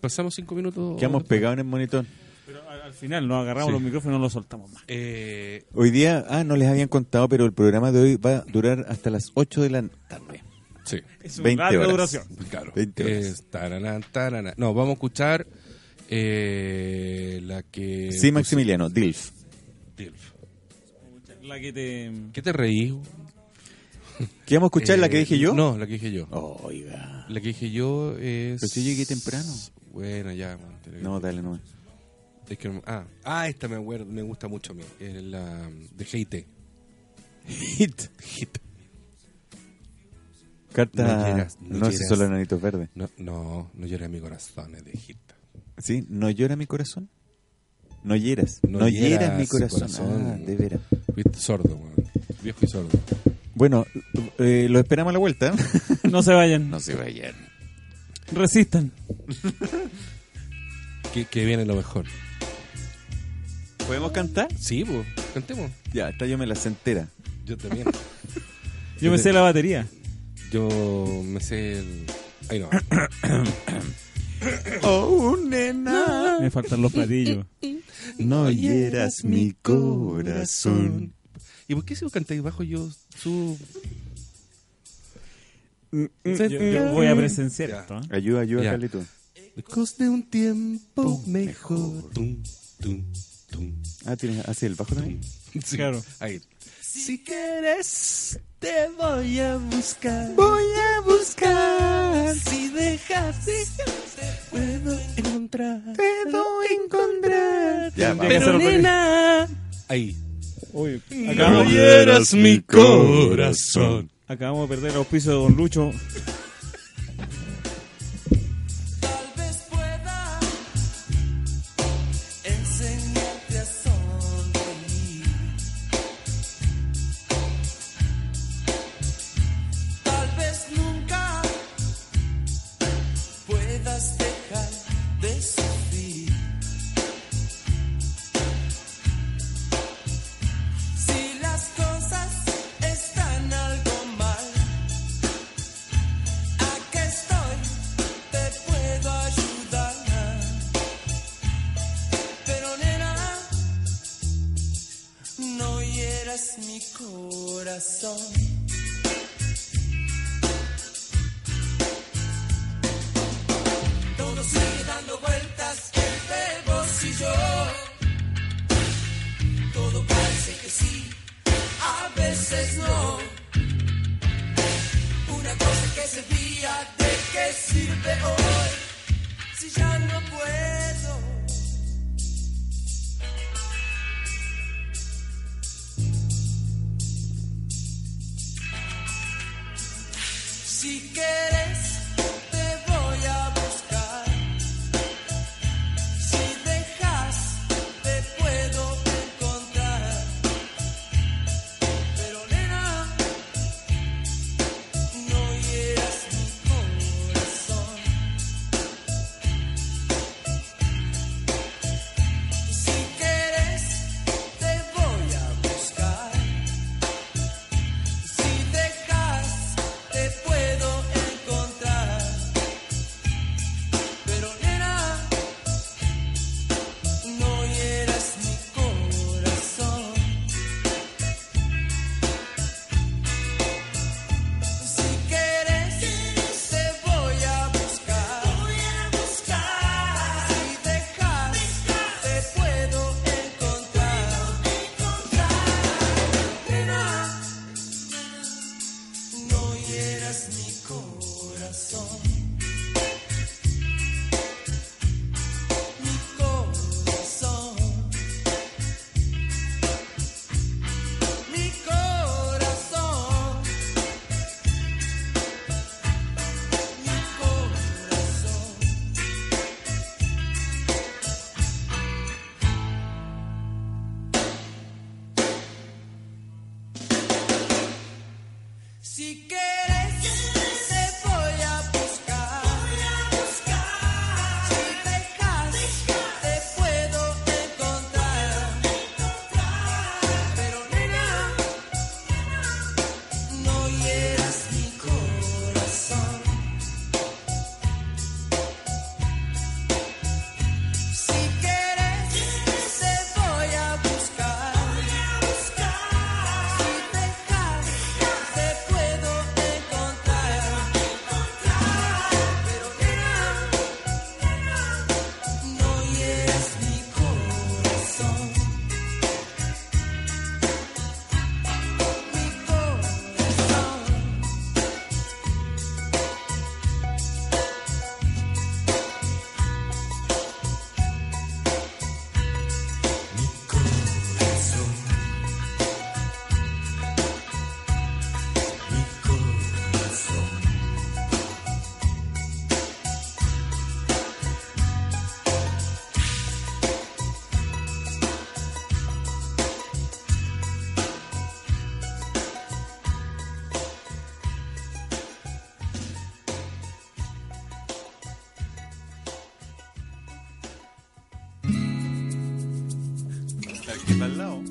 Speaker 2: pasamos cinco minutos.
Speaker 4: Quedamos pegados en el monitor.
Speaker 3: Pero al, al final nos agarramos
Speaker 2: Sí.
Speaker 3: los micrófonos y no los soltamos más.
Speaker 2: Eh,
Speaker 4: Hoy día, ah, no les habían contado, pero el programa de hoy va a durar hasta las 8 de la tarde.
Speaker 2: sí,
Speaker 3: Es
Speaker 4: 20
Speaker 3: larga
Speaker 4: horas.
Speaker 3: duración.
Speaker 2: claro.
Speaker 4: 20 horas.
Speaker 2: Es tarana, tarana. No, vamos a escuchar eh, pues, la que.
Speaker 4: Sí, Maximiliano, DILF.
Speaker 2: DILF.
Speaker 3: La que te...
Speaker 2: ¿Qué te reí?
Speaker 4: ¿Qué vamos a escuchar? ¿La
Speaker 2: Eh,
Speaker 4: que dije yo?
Speaker 2: No, la que dije yo.
Speaker 4: Oiga.
Speaker 2: La que dije yo es.
Speaker 4: Pero si yo llegué temprano.
Speaker 2: Bueno, ya, bueno, te lo-
Speaker 4: No, dale nomás.
Speaker 2: Es que no- ah, ah, esta me acuerdo, me gusta mucho a mí. Es la um, de Hate.
Speaker 4: Hit.
Speaker 2: Hit.
Speaker 4: Carta.
Speaker 2: No llegas, no
Speaker 4: no, si
Speaker 2: llegas.
Speaker 4: solo enanitos verdes.
Speaker 2: No, no, no lloré mi corazón, es de Hit.
Speaker 4: ¿Sí? ¿No llora mi corazón? No hieras.
Speaker 2: No
Speaker 4: No, hieras,
Speaker 2: hieras,
Speaker 4: mi corazón.
Speaker 2: corazón.
Speaker 4: Ah, de veras.
Speaker 2: Viste, sordo, weón. Viejo y sordo.
Speaker 4: Bueno, eh, lo esperamos a la vuelta. ¿eh?
Speaker 3: No se vayan.
Speaker 4: se vayan.
Speaker 3: Resistan.
Speaker 2: Que, que viene lo mejor.
Speaker 4: ¿Podemos cantar?
Speaker 2: Sí, pues, cantemos.
Speaker 4: Ya, esta yo me la sé entera.
Speaker 2: Yo también.
Speaker 3: Yo me sé la batería.
Speaker 2: Yo me sé el. Ay, no.
Speaker 4: Oh, nena.
Speaker 3: Me faltan los platillos.
Speaker 4: No hieras mi corazón.
Speaker 2: ¿Y por qué si vos cantáis bajo yo subo?
Speaker 3: Yo, yo voy a presenciar esto. ¿eh?
Speaker 4: Ayuda, ayuda,
Speaker 2: Ya.
Speaker 4: Carlito.
Speaker 2: Lejos de un tiempo mejor. Tum, tum, tum.
Speaker 4: Ah, tienes así el bajo también.
Speaker 2: Sí,
Speaker 3: Claro.
Speaker 2: Ahí. Si quieres, te voy a buscar. Voy a buscar. Si dejas, puedo encontrar. Puedo encontrar.
Speaker 4: Ya, vamos.
Speaker 3: Pero,
Speaker 2: nena. Ahí.
Speaker 3: Uy,
Speaker 4: No
Speaker 3: acabamos,
Speaker 4: hieras mi corazón.
Speaker 3: acabamos de perder el auspicio de Don Lucho.
Speaker 1: Tal vez pueda enseñarte a sonreír. Tal vez nunca puedas dejar de sufrir. Si las cosas están algo mal. Aquí estoy, te puedo ayudar. Pero nena, no hieras mi corazón. Todo sigue dando vueltas entre vos y yo. Todo parece que sí, a veces no. Una cosa que se fía de qué sirve hoy si ya no puedo. Si quieres, te voy a buscar. Si dejas, te puedo encontrar. Pero nena, no hieras mi corazón. Si quieres, te voy a buscar. Si dejas, te puedo encontrar. Pero nena, no hieras mi corazón. Si quieres, te voy a buscar. Si dejas, te puedo encontrar. Nena, no hieras mi corazón. Mi corazón. Mi corazón. Mi corazón. Si quieres, te voy a buscar. Si dejas, te puedo encontrar. Pero nena, no hieras mi corazón. Si quieres, te voy a buscar. Si dejas, te puedo encontrar.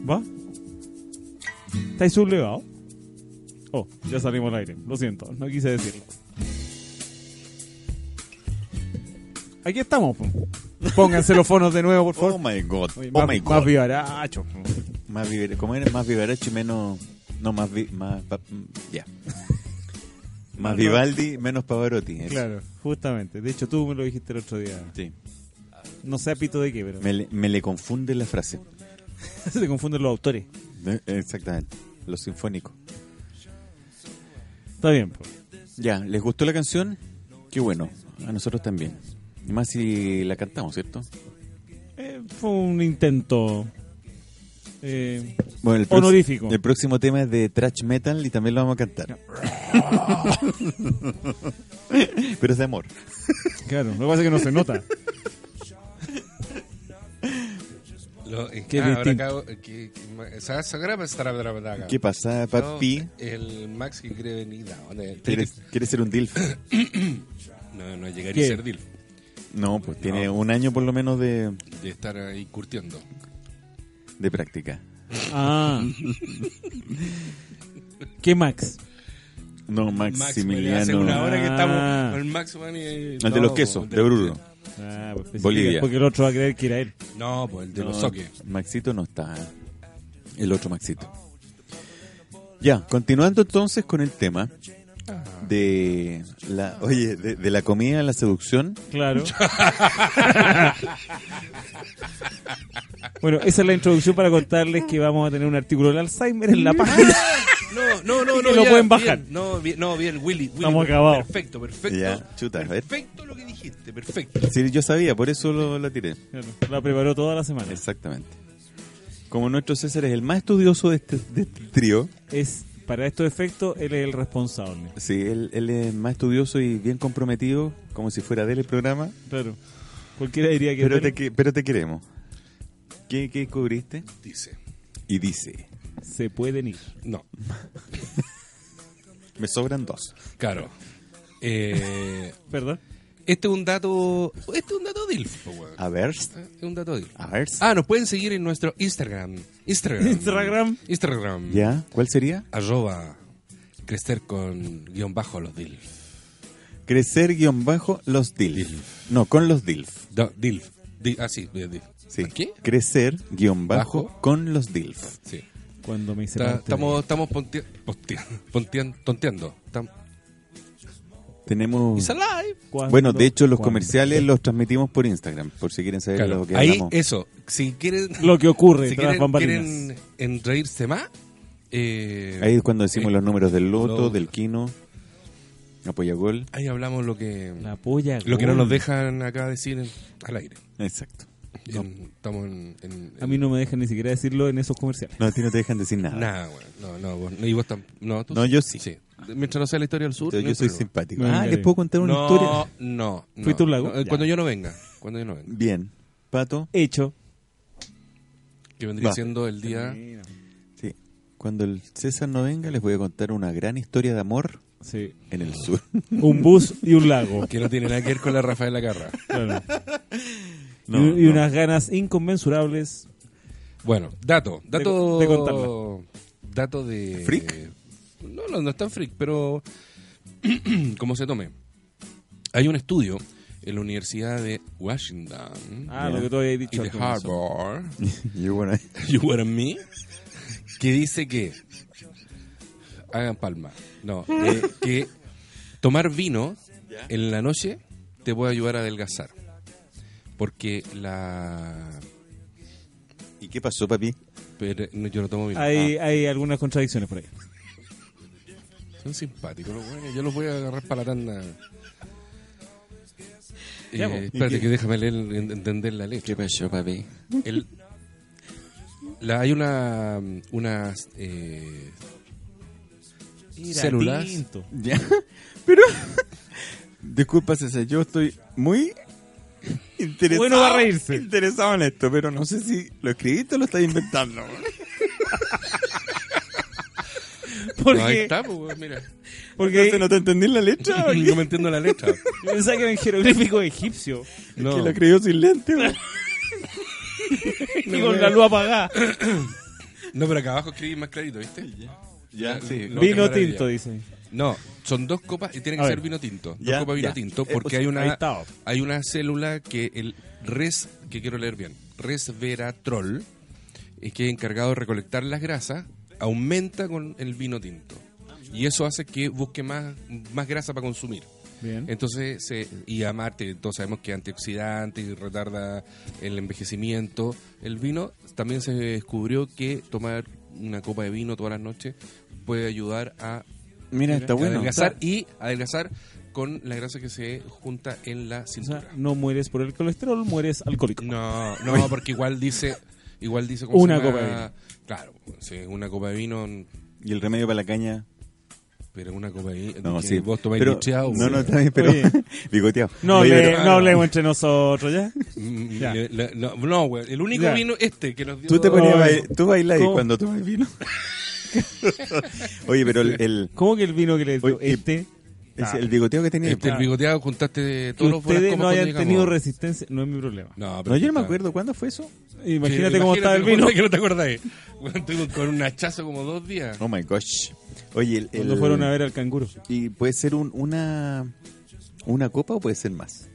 Speaker 3: ¿Va? ¿Estáis sublevado? Oh, ya salimos al aire. Lo siento, no quise decirlo. Aquí estamos. po. Pónganse los fonos de nuevo, por favor.
Speaker 4: Oh my god.
Speaker 3: Oye,
Speaker 4: oh
Speaker 3: más,
Speaker 4: my
Speaker 3: más
Speaker 4: god.
Speaker 3: vivaracho.
Speaker 4: Más viver- ¿Cómo era? Más vivaracho y menos. No, más. vi- más pa- mm, ya. Más Vivaldi, menos Pavarotti. eso.
Speaker 3: Claro, justamente. De hecho, tú me lo dijiste el otro día.
Speaker 4: Sí.
Speaker 3: No sé a pito de qué, pero
Speaker 4: Me le, me le confunde la frase.
Speaker 3: se te confunden los autores.
Speaker 4: Eh, Exactamente. Lo sinfónico.
Speaker 3: Está bien, po.
Speaker 4: Ya, ¿les gustó la canción? Qué bueno. A nosotros también. Y más si la cantamos, ¿cierto?
Speaker 3: Eh, fue un intento. Eh,
Speaker 4: Bueno, el
Speaker 3: Honorífico.
Speaker 4: El próximo tema es de thrash metal y también lo vamos a cantar. Pero es de amor.
Speaker 3: claro, lo que pasa es que no se nota.
Speaker 2: Lo- eh,
Speaker 3: Qué
Speaker 2: ah, ahora
Speaker 3: distinto.
Speaker 2: acabo- eh, que- que ma- esa- esa graba está la- la- la- la-
Speaker 4: ¿Qué pasa, papi?
Speaker 2: No, el Max que quiere venir. No, no, tiene-
Speaker 4: ¿Quieres, quieres ser un DILF?
Speaker 2: no, no llegaría
Speaker 3: ¿Qué?
Speaker 2: a ser Dilf.
Speaker 4: No, pues tiene un año por lo menos de,
Speaker 2: De estar ahí curtiendo.
Speaker 4: de práctica.
Speaker 3: Ah. ¿Qué Max?
Speaker 4: No,
Speaker 2: Max, hace una
Speaker 4: Maximiliano.
Speaker 2: hora que
Speaker 3: Ah.
Speaker 2: estamos con Max man, y-
Speaker 4: El de los
Speaker 2: no,
Speaker 4: quesos,
Speaker 2: el
Speaker 4: de Bruno.
Speaker 3: Ah, pues, especifica,
Speaker 4: Bolivia.
Speaker 3: Porque el otro va a creer que era él.
Speaker 2: No, pues el de
Speaker 4: No,
Speaker 2: los soques.
Speaker 4: Maxito no está. ¿eh? El otro Maxito. Ya, continuando entonces con el tema
Speaker 2: Ah.
Speaker 4: de la, oye, de, de la comida a la seducción.
Speaker 3: Claro. bueno, esa es la introducción para contarles que vamos a tener un artículo del Alzheimer en la página.
Speaker 2: No, no, no,
Speaker 3: Y
Speaker 2: no.
Speaker 3: que lo
Speaker 2: ya,
Speaker 3: pueden bajar.
Speaker 2: bien, no, bien, no, bien, Willy. Willy,
Speaker 3: Estamos
Speaker 2: per-
Speaker 3: acabados.
Speaker 2: Perfecto, perfecto.
Speaker 4: Ya, chuta, a ver.
Speaker 2: Perfecto lo que dijiste, perfecto.
Speaker 4: Sí, yo sabía, por eso lo, lo tiré.
Speaker 3: Claro, la preparó toda la semana.
Speaker 4: Exactamente. Como nuestro César es el más estudioso de este, de este trío,
Speaker 3: Es, para estos efectos, él es el responsable.
Speaker 4: sí, él, él es más estudioso y bien comprometido, como si fuera de él el programa.
Speaker 3: Claro. Cualquiera diría que
Speaker 4: Pero
Speaker 3: es
Speaker 4: te,
Speaker 3: él.
Speaker 4: que- pero te queremos. ¿Qué, ¿Qué cubriste?
Speaker 2: Dice.
Speaker 4: Y dice,
Speaker 3: se pueden ir.
Speaker 2: No,
Speaker 4: me sobran dos.
Speaker 2: claro. Eh,
Speaker 3: ¿Verdad?
Speaker 2: este es un dato. Este es un dato DILF, po, weón. Eh,
Speaker 4: A ver,
Speaker 2: Es un dato DILF.
Speaker 4: a ver.
Speaker 2: Ah, nos pueden seguir en nuestro Instagram. Instagram.
Speaker 3: Instagram.
Speaker 2: Instagram.
Speaker 4: ¿Ya? ¿Cuál sería?
Speaker 2: Arroba crecer con guión bajo los DILF.
Speaker 4: Crecer guión bajo los DILF. No, con los DILF.
Speaker 2: Do- DILF. Di- ah, sí, DILF.
Speaker 4: Sí.
Speaker 2: ¿Qué?
Speaker 4: Crecer guión bajo,
Speaker 2: Bajo.
Speaker 4: con los DILF.
Speaker 2: Sí.
Speaker 3: Cuando me hice
Speaker 2: Ta-
Speaker 3: parte de-
Speaker 2: Estamos, estamos ponte- ponte- pontean- tonteando. Tam-
Speaker 4: Tenemos...
Speaker 2: It's alive.
Speaker 3: Cuando-
Speaker 4: Bueno, de hecho los
Speaker 3: cuando-
Speaker 4: comerciales los transmitimos por Instagram, por si quieren saber
Speaker 2: Claro,
Speaker 4: lo que
Speaker 2: ahí
Speaker 4: hablamos.
Speaker 2: eso. Si quieren,
Speaker 3: Lo que ocurre
Speaker 2: si
Speaker 3: tras
Speaker 2: quieren,
Speaker 3: bambalinas.
Speaker 2: quieren en reírse más, eh,
Speaker 4: Ahí es cuando decimos
Speaker 2: eh,
Speaker 4: los números del Loto,
Speaker 2: Loto.
Speaker 4: del Kino, Apoyagol.
Speaker 2: ahí hablamos lo que
Speaker 3: La polla.
Speaker 2: lo que no
Speaker 3: gol.
Speaker 2: nos dejan acá decir en- al aire.
Speaker 4: Exacto.
Speaker 2: En- estamos en, en-
Speaker 3: A mí no me dejan ni siquiera decirlo en esos comerciales.
Speaker 4: No, a ti no te dejan decir nada.
Speaker 2: Nada, bueno, no, no, vos- y vos tam- no, tú
Speaker 4: No, yo sí.
Speaker 2: Mientras no sea la historia del sur,
Speaker 4: Yo,
Speaker 2: no
Speaker 4: yo
Speaker 2: hay
Speaker 4: soy
Speaker 2: problema.
Speaker 4: simpático.
Speaker 3: No,
Speaker 4: ah,
Speaker 3: venga,
Speaker 4: ¿les
Speaker 3: sí.
Speaker 4: puedo contar una historia?
Speaker 2: No, no, no.
Speaker 3: ¿Fuiste un lago?
Speaker 2: No, eh,
Speaker 3: Ya.
Speaker 2: cuando yo no venga, cuando yo no venga,
Speaker 4: Bien. Pato,
Speaker 3: Hecho.
Speaker 2: que vendría
Speaker 4: Va.
Speaker 2: siendo el día
Speaker 4: sí. Cuando el César no venga, les voy a contar una gran historia de amor
Speaker 3: Sí.
Speaker 4: en el sur.
Speaker 3: Un bus y un lago.
Speaker 2: que no tiene nada que ver con la Rafaela Carra.
Speaker 3: Claro.
Speaker 4: No,
Speaker 3: y, y
Speaker 4: no.
Speaker 3: unas ganas inconmensurables.
Speaker 2: Bueno, dato, dato
Speaker 3: De- de contarla.
Speaker 2: dato de
Speaker 4: ¿Freak?
Speaker 2: No, no, no es tan freak, pero como se tome. Hay un estudio en la Universidad de Washington
Speaker 3: Ah,
Speaker 4: Ya.
Speaker 3: lo que tú habías
Speaker 2: y
Speaker 3: dicho.
Speaker 2: de
Speaker 3: al comienzo.
Speaker 2: Harvard,
Speaker 4: Yo, bueno,
Speaker 2: you were me, que dice que hagan palma. No, eh, que tomar vino en la noche te puede ayudar a adelgazar. Porque la
Speaker 4: ¿Y qué pasó, papi?
Speaker 2: pero, no, yo no tomo vino.
Speaker 3: Hay,
Speaker 4: Ah.
Speaker 3: hay algunas contradicciones por ahí.
Speaker 2: Son simpáticos los güeyes. Yo los voy a agarrar para la tanda. Eh,
Speaker 3: Ya, po.
Speaker 4: ¿Y
Speaker 2: espérate
Speaker 4: qué?
Speaker 2: que déjame leer, en- entender la leche.
Speaker 4: pasó, papi?
Speaker 2: El- la, hay una unas eh, células
Speaker 3: Tinto.
Speaker 4: Ya. Pero. Disculpa, César, yo estoy muy. Interesado,
Speaker 3: Bueno, va a reírse.
Speaker 4: Interesado en esto, pero no sé si lo escribiste o lo estás inventando.
Speaker 3: Porque,
Speaker 2: No, ahí está, pues, güey, mira.
Speaker 3: porque
Speaker 4: Entonces, ¿No te entendí la letra? ¿o qué?
Speaker 2: No me entiendo la letra.
Speaker 3: yo pensaba que era en jeroglífico egipcio.
Speaker 2: No.
Speaker 4: Que la escribió sin lente. güey.
Speaker 3: Y con la luz apagada.
Speaker 2: No, pero acá abajo escribí más clarito, ¿viste?
Speaker 4: Ya, sí.
Speaker 2: No, qué
Speaker 3: Vino
Speaker 2: maravilla.
Speaker 3: tinto, dice.
Speaker 2: No, son dos copas y tiene
Speaker 3: A
Speaker 2: que ser
Speaker 3: ver.
Speaker 2: vino tinto. Dos
Speaker 4: Ya,
Speaker 2: copas de vino
Speaker 4: ya.
Speaker 2: tinto
Speaker 4: Eh,
Speaker 2: porque
Speaker 4: pues,
Speaker 2: hay
Speaker 3: ahí
Speaker 2: una
Speaker 3: está.
Speaker 2: hay una célula que el res que quiero leer bien, resveratrol eh, que es encargado de recolectar las grasas, aumenta con el vino tinto. Y eso hace que busque más más grasa para consumir.
Speaker 3: Bien.
Speaker 2: Entonces, se, y amarte, todos sabemos que es antioxidante y retarda el envejecimiento. El vino también se descubrió que tomar una copa de vino todas las noches puede ayudar a
Speaker 4: Mira, está bueno.
Speaker 2: adelgazar y adelgazar con la grasa que se junta en la
Speaker 3: O
Speaker 2: cintura.
Speaker 3: sea, no mueres por el colesterol, mueres alcohólico.
Speaker 2: No, no, porque igual dice, igual dice ¿cómo
Speaker 3: Una
Speaker 2: se llama?
Speaker 3: copa de vino.
Speaker 2: Claro, sí, una copa de vino,
Speaker 4: Y el remedio para la caña.
Speaker 2: pero una copa de vino.
Speaker 4: No,
Speaker 2: que
Speaker 4: sí.
Speaker 2: Vos tomáis
Speaker 4: pero,
Speaker 2: lucheado,
Speaker 4: No, no,
Speaker 2: sí.
Speaker 4: está bien, pero.
Speaker 3: Oye.
Speaker 4: bigoteado.
Speaker 3: No,
Speaker 4: Oye,
Speaker 3: hable-
Speaker 4: pero-
Speaker 3: no hablemos entre nosotros, ¿ya?
Speaker 2: Mm,
Speaker 3: Ya.
Speaker 2: le- le- no, no, güey, el único
Speaker 3: Ya.
Speaker 2: vino este que nos dio.
Speaker 4: Tú te ponías
Speaker 3: No,
Speaker 4: a
Speaker 3: es-
Speaker 4: bail- tú bailas y
Speaker 3: ¿Cómo?
Speaker 4: cuando tomas vino. Oye, pero el, el,
Speaker 3: ¿Cómo que el vino que le dio
Speaker 4: Oye,
Speaker 3: este?
Speaker 4: es el bigoteo que tenía. Ah.
Speaker 2: Este, el bigoteado juntaste
Speaker 3: Que
Speaker 2: todos los buenos comas
Speaker 3: ustedes no
Speaker 2: cuando
Speaker 3: hayan
Speaker 2: llegamos.
Speaker 3: tenido resistencia, no es mi problema.
Speaker 2: No, pero
Speaker 4: no, yo no me
Speaker 2: está-
Speaker 4: acuerdo. ¿Cuándo fue eso?
Speaker 2: Sí,
Speaker 3: Imagínate cómo estaba el vino.
Speaker 2: imagínate que no te acordáis. Bueno, estuve con un hachazo como dos días.
Speaker 4: Oh my gosh. Oye, el.
Speaker 3: Cuando
Speaker 4: el-
Speaker 3: fueron a ver al canguro.
Speaker 4: ¿Y puede ser un- una. Una copa o puede ser más?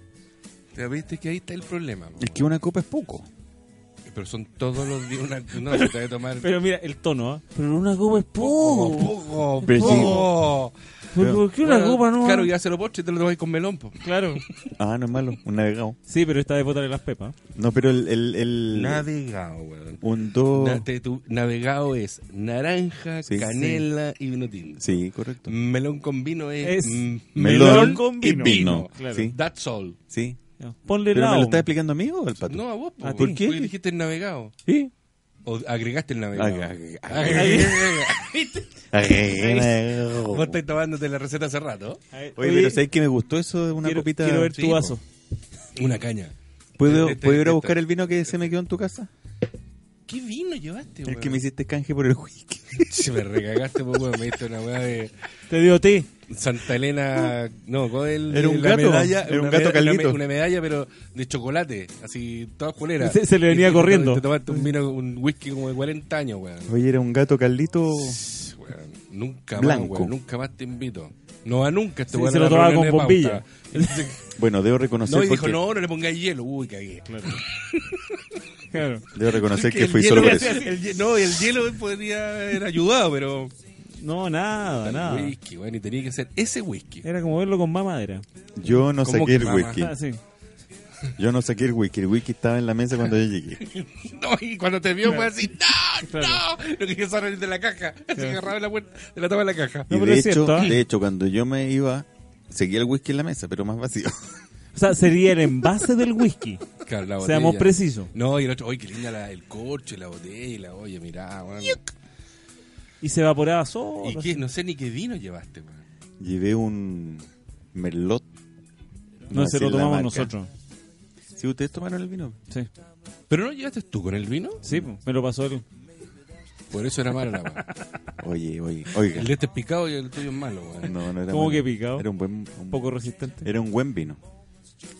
Speaker 2: Te viste que ahí está el problema. po.
Speaker 4: Es que una copa es poco.
Speaker 2: Pero son todos los días una. No, se te va a tomar.
Speaker 3: Pero mira, el tono, ¿ah? Pero una copa es
Speaker 2: poco,
Speaker 3: poco.
Speaker 2: poco,
Speaker 4: Pero sí.
Speaker 2: poco.
Speaker 3: ¿Por por qué una
Speaker 2: oh, Bueno,
Speaker 3: copa no?
Speaker 2: Claro, ya se lo postre y te lo tomáis con melón. po.
Speaker 3: Claro.
Speaker 4: Ah, no es malo. Un navegado.
Speaker 3: Sí, pero esta de botarle las pepas.
Speaker 4: No, pero el. el, el-
Speaker 2: Navegado, weón.
Speaker 4: Un do.
Speaker 2: Na- te- tu- navegado es naranja,
Speaker 4: Sí,
Speaker 2: canela y vino tinto.
Speaker 4: Sí, correcto.
Speaker 2: Melón con vino es,
Speaker 3: Es
Speaker 2: mm,
Speaker 4: melón
Speaker 3: con
Speaker 4: y
Speaker 3: vino.
Speaker 4: vino.
Speaker 3: Claro.
Speaker 4: Sí,
Speaker 2: That's all.
Speaker 4: sí.
Speaker 3: Ya. Ponle
Speaker 4: ¿Pero me lo
Speaker 3: lado.
Speaker 4: estás explicando a mí o al pato?
Speaker 2: No, a vos, po,
Speaker 3: ¿A
Speaker 2: weón.
Speaker 3: ti? qué?
Speaker 2: Porque dijiste el navegado.
Speaker 3: Sí.
Speaker 2: O agregaste el navegado.
Speaker 4: Ag- ag-
Speaker 2: ¿Viste?
Speaker 4: Oye,
Speaker 2: Vos estás tomándote la receta hace rato.
Speaker 4: pero ¿sabes que me gustó eso de una
Speaker 3: quiero,
Speaker 4: copita?
Speaker 3: quiero ver
Speaker 2: Sí,
Speaker 3: tu
Speaker 2: po.
Speaker 3: vaso.
Speaker 2: Una caña.
Speaker 4: ¿Puedo,
Speaker 2: Este,
Speaker 4: ¿puedo ir
Speaker 2: este.
Speaker 4: a buscar el vino que se me quedó en tu casa?
Speaker 2: ¿Qué vino llevaste,
Speaker 4: El que me hiciste canje por el whisky.
Speaker 2: Se me recagaste, pues, weón. Me diste una weá de
Speaker 3: Te dio té.
Speaker 2: Santa Elena. No, con el,
Speaker 4: Era un
Speaker 2: la
Speaker 4: gato,
Speaker 2: medalla-
Speaker 4: era un
Speaker 2: una
Speaker 4: gato
Speaker 2: meda- una me-
Speaker 4: calvito.
Speaker 2: Una, medalla, pero de chocolate. Así, toda culera.
Speaker 3: Se- se le venía
Speaker 2: Y te-
Speaker 3: corriendo.
Speaker 2: Te tomaste un vino, un whisky como de 40 años, weón.
Speaker 4: Oye, era un gato Carlito.
Speaker 2: Weón, Nunca más,
Speaker 4: Blanco.
Speaker 2: weón. Nunca más te invito. No va nunca este
Speaker 3: Sí,
Speaker 2: weón
Speaker 3: se
Speaker 2: a
Speaker 3: lo
Speaker 2: la
Speaker 3: tomaba
Speaker 2: reunión
Speaker 3: con
Speaker 2: de pauta.
Speaker 4: Bueno, debo reconocer,
Speaker 2: No, y dijo,
Speaker 4: porque-
Speaker 2: no, no le pongáis hielo. Uy, cagué.
Speaker 3: Claro.
Speaker 4: debo reconocer que
Speaker 2: El
Speaker 4: fui
Speaker 2: hielo
Speaker 4: solo por
Speaker 2: le
Speaker 4: eso.
Speaker 2: hacía- el hie- no, el hielo podría haber ayudado, pero.
Speaker 3: No, nada, nada.
Speaker 2: El whisky, bueno, y tenía que ser ese whisky.
Speaker 3: Era como verlo con mamadera.
Speaker 4: Yo no
Speaker 2: ¿Cómo
Speaker 4: saqué
Speaker 2: que
Speaker 4: el
Speaker 2: mamá?
Speaker 4: whisky.
Speaker 3: Ah, sí.
Speaker 4: Yo no saqué el whisky. El whisky estaba en la mesa cuando yo llegué.
Speaker 2: No, y cuando te vio fue así, ¡no!
Speaker 3: Claro.
Speaker 2: ¡No! No quería salir de la caja. Se agarraba de la, puerta, de la tapa de la caja.
Speaker 4: Y
Speaker 3: No, pero
Speaker 4: de,
Speaker 3: es
Speaker 4: hecho,
Speaker 3: cierto, ¿ah?
Speaker 4: de hecho, cuando yo me iba, seguía el whisky en la mesa, pero más vacío.
Speaker 3: O sea, sería el envase del whisky.
Speaker 2: Claro, la
Speaker 3: Seamos
Speaker 2: botella.
Speaker 3: precisos.
Speaker 2: No, y el otro, oye, qué linda la- el corcho y la botella. y la- Oye, mirá, weón.
Speaker 3: Y se evaporaba
Speaker 2: ¿Y
Speaker 3: solo.
Speaker 2: qué? No sé ni qué vino llevaste, weón.
Speaker 4: Llevé un merlot.
Speaker 3: No,
Speaker 4: voy a
Speaker 3: se lo
Speaker 4: decir la
Speaker 3: tomamos
Speaker 4: marca.
Speaker 3: nosotros.
Speaker 4: Sí, ustedes tomaron el vino.
Speaker 3: Sí.
Speaker 2: ¿Pero no llevaste tú con el vino?
Speaker 3: Sí, po, me lo pasó él.
Speaker 2: Por eso era malo la weón.
Speaker 4: Oye, oye, oiga.
Speaker 2: El de este es picado y el tuyo es malo, weón.
Speaker 4: No, no era
Speaker 3: ¿Cómo
Speaker 4: malo.
Speaker 3: que picado?
Speaker 4: Era un buen,
Speaker 3: Un
Speaker 4: un-
Speaker 3: poco resistente.
Speaker 4: era un buen vino.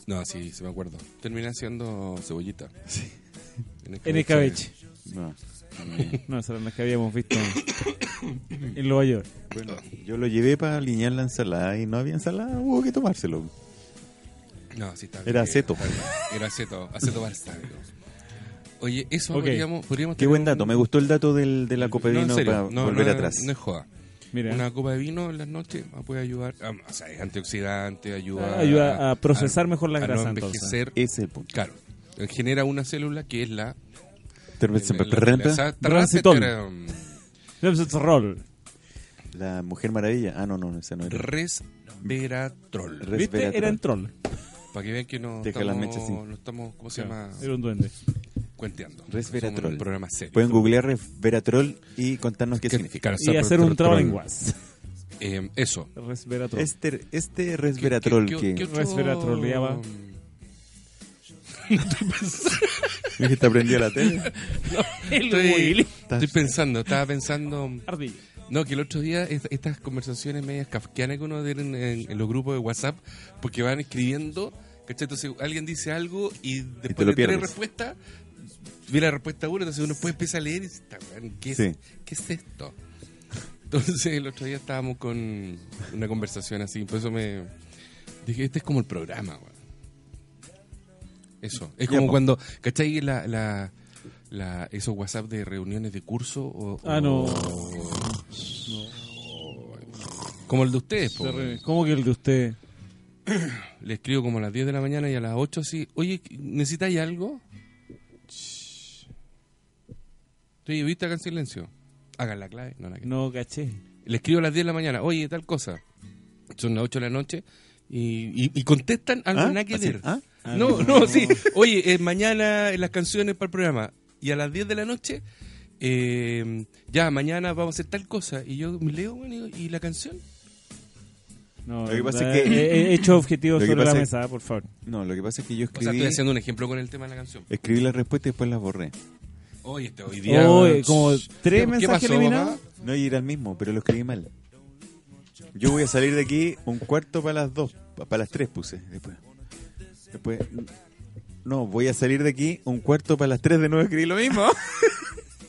Speaker 2: No, sí, se me acuerdo. Terminé siendo cebollita. Sí.
Speaker 3: En escabeche.
Speaker 4: No.
Speaker 3: No, esas eran las que habíamos visto en en Nueva York.
Speaker 4: Bueno, yo lo llevé para alinear la ensalada y no había ensalada, hubo que tomárselo.
Speaker 2: No, sí, está bien.
Speaker 4: Era aceto.
Speaker 2: Está bien. Era aceto, aceto balsámico. Oye, eso
Speaker 3: Ok.
Speaker 2: podríamos, podríamos
Speaker 4: Qué
Speaker 2: tener
Speaker 4: buen
Speaker 2: un-
Speaker 4: dato, me gustó el dato del, de la copa de
Speaker 2: No, en
Speaker 4: vino
Speaker 2: serio,
Speaker 4: para
Speaker 2: no,
Speaker 4: volver
Speaker 2: no,
Speaker 4: atrás.
Speaker 2: No es joda.
Speaker 3: Mira,
Speaker 2: Una copa de vino en las noches ah, puede ayudar. ah, o sea, es antioxidante, ayuda,
Speaker 3: Ah, ayuda a procesar mejor la
Speaker 2: a
Speaker 3: grasa,
Speaker 2: No
Speaker 3: entonces.
Speaker 2: envejecer.
Speaker 4: Ese es el punto.
Speaker 2: Claro. Genera una célula que es la. Este la- la-
Speaker 4: La,
Speaker 2: esa- ah,
Speaker 3: Brancitol.
Speaker 2: tra-
Speaker 3: pues, roll.
Speaker 4: Mujer Maravilla. Ah, no, no, esa no era.
Speaker 2: Resveratrol.
Speaker 3: ¿Viste?
Speaker 4: Resveratrol.
Speaker 3: Era en troll.
Speaker 2: Para que vean que no
Speaker 4: Deja las
Speaker 2: estamos,
Speaker 4: mechas sin-
Speaker 2: no estamos, ¿cómo se llama?
Speaker 3: Era un duende.
Speaker 2: Cuenteando.
Speaker 4: Resveratrol.
Speaker 2: Somos un programa serio.
Speaker 4: Pueden googlear resveratrol y contarnos qué significa.
Speaker 2: Claro,
Speaker 3: Y hacer un trabalenguas.
Speaker 2: Eh, eso.
Speaker 3: Resveratrol.
Speaker 4: Este, este resveratrol
Speaker 2: ¿Qué- qué-
Speaker 4: que
Speaker 2: qué- qué otro-
Speaker 3: Resveratrol, ya va.
Speaker 4: me dijiste aprendí a la tele.
Speaker 2: Estoy, estoy pensando, estaba pensando.
Speaker 3: Ardilla.
Speaker 2: No, que el otro día es- estas conversaciones medias kafkianas que uno tiene en, en- en los grupos de WhatsApp, porque van escribiendo, ¿cachai? Entonces alguien dice algo y después
Speaker 4: lo
Speaker 2: de tres
Speaker 4: pierdes.
Speaker 2: respuestas vi la respuesta uno, entonces uno después empieza a leer y dice, "Ta, weón, ¿qué, es-
Speaker 4: Sí.
Speaker 2: ¿qué es esto? Entonces el otro día estábamos con una conversación así, por eso me dije, este es como el programa, weón. Eso, es
Speaker 4: Ya,
Speaker 2: como
Speaker 4: po.
Speaker 2: cuando, ¿cachai? La, la, la- esos WhatsApp de reuniones de curso o...
Speaker 3: Ah,
Speaker 2: o-
Speaker 3: no.
Speaker 4: Oh.
Speaker 2: Como el de ustedes, po, weón.
Speaker 3: ¿Cómo que el de usted?
Speaker 2: Le escribo como a las 10 de la mañana y a las 8 así, oye, ¿necesitáis algo? Oye, ¿viste acá en silencio? Hagan la clave. No, nada que-
Speaker 3: No caché.
Speaker 2: Le escribo a las 10 de la mañana, oye, tal cosa. Son las 8 de la noche y, y- y contestan algo
Speaker 4: ¿Ah?
Speaker 2: nada que
Speaker 4: ¿Así?
Speaker 2: ver.
Speaker 4: ¿Ah?
Speaker 2: No, no, sí. Oye, eh, mañana eh, las canciones para el programa. Y a las 10 de la noche, eh, ya, mañana vamos a hacer tal cosa. Y yo me leo, bueno, y digo, ¿y la canción?
Speaker 3: No,
Speaker 4: Lo que pasa
Speaker 3: la-
Speaker 4: es que-
Speaker 3: he- he eh, hecho objetivos
Speaker 4: Lo que
Speaker 3: sobre la
Speaker 4: pasa es-
Speaker 3: mesa, por favor.
Speaker 4: No, lo que pasa es que yo
Speaker 2: O sea,
Speaker 4: escribí,
Speaker 2: estoy haciendo un ejemplo con el tema de la canción.
Speaker 4: escribí las respuestas y después las borré.
Speaker 2: Oye, este hoy día.
Speaker 3: Oh, eh, como
Speaker 2: Shh.
Speaker 3: tres
Speaker 2: ¿Qué- qué
Speaker 3: mensajes
Speaker 2: pasó,
Speaker 3: eliminados.
Speaker 2: papá?
Speaker 4: No, y era el mismo, pero lo escribí mal. Yo voy a salir de aquí un cuarto para las dos, pa- para las tres puse después. Después, no, voy a salir de aquí un cuarto para las tres de nuevo escribí lo mismo.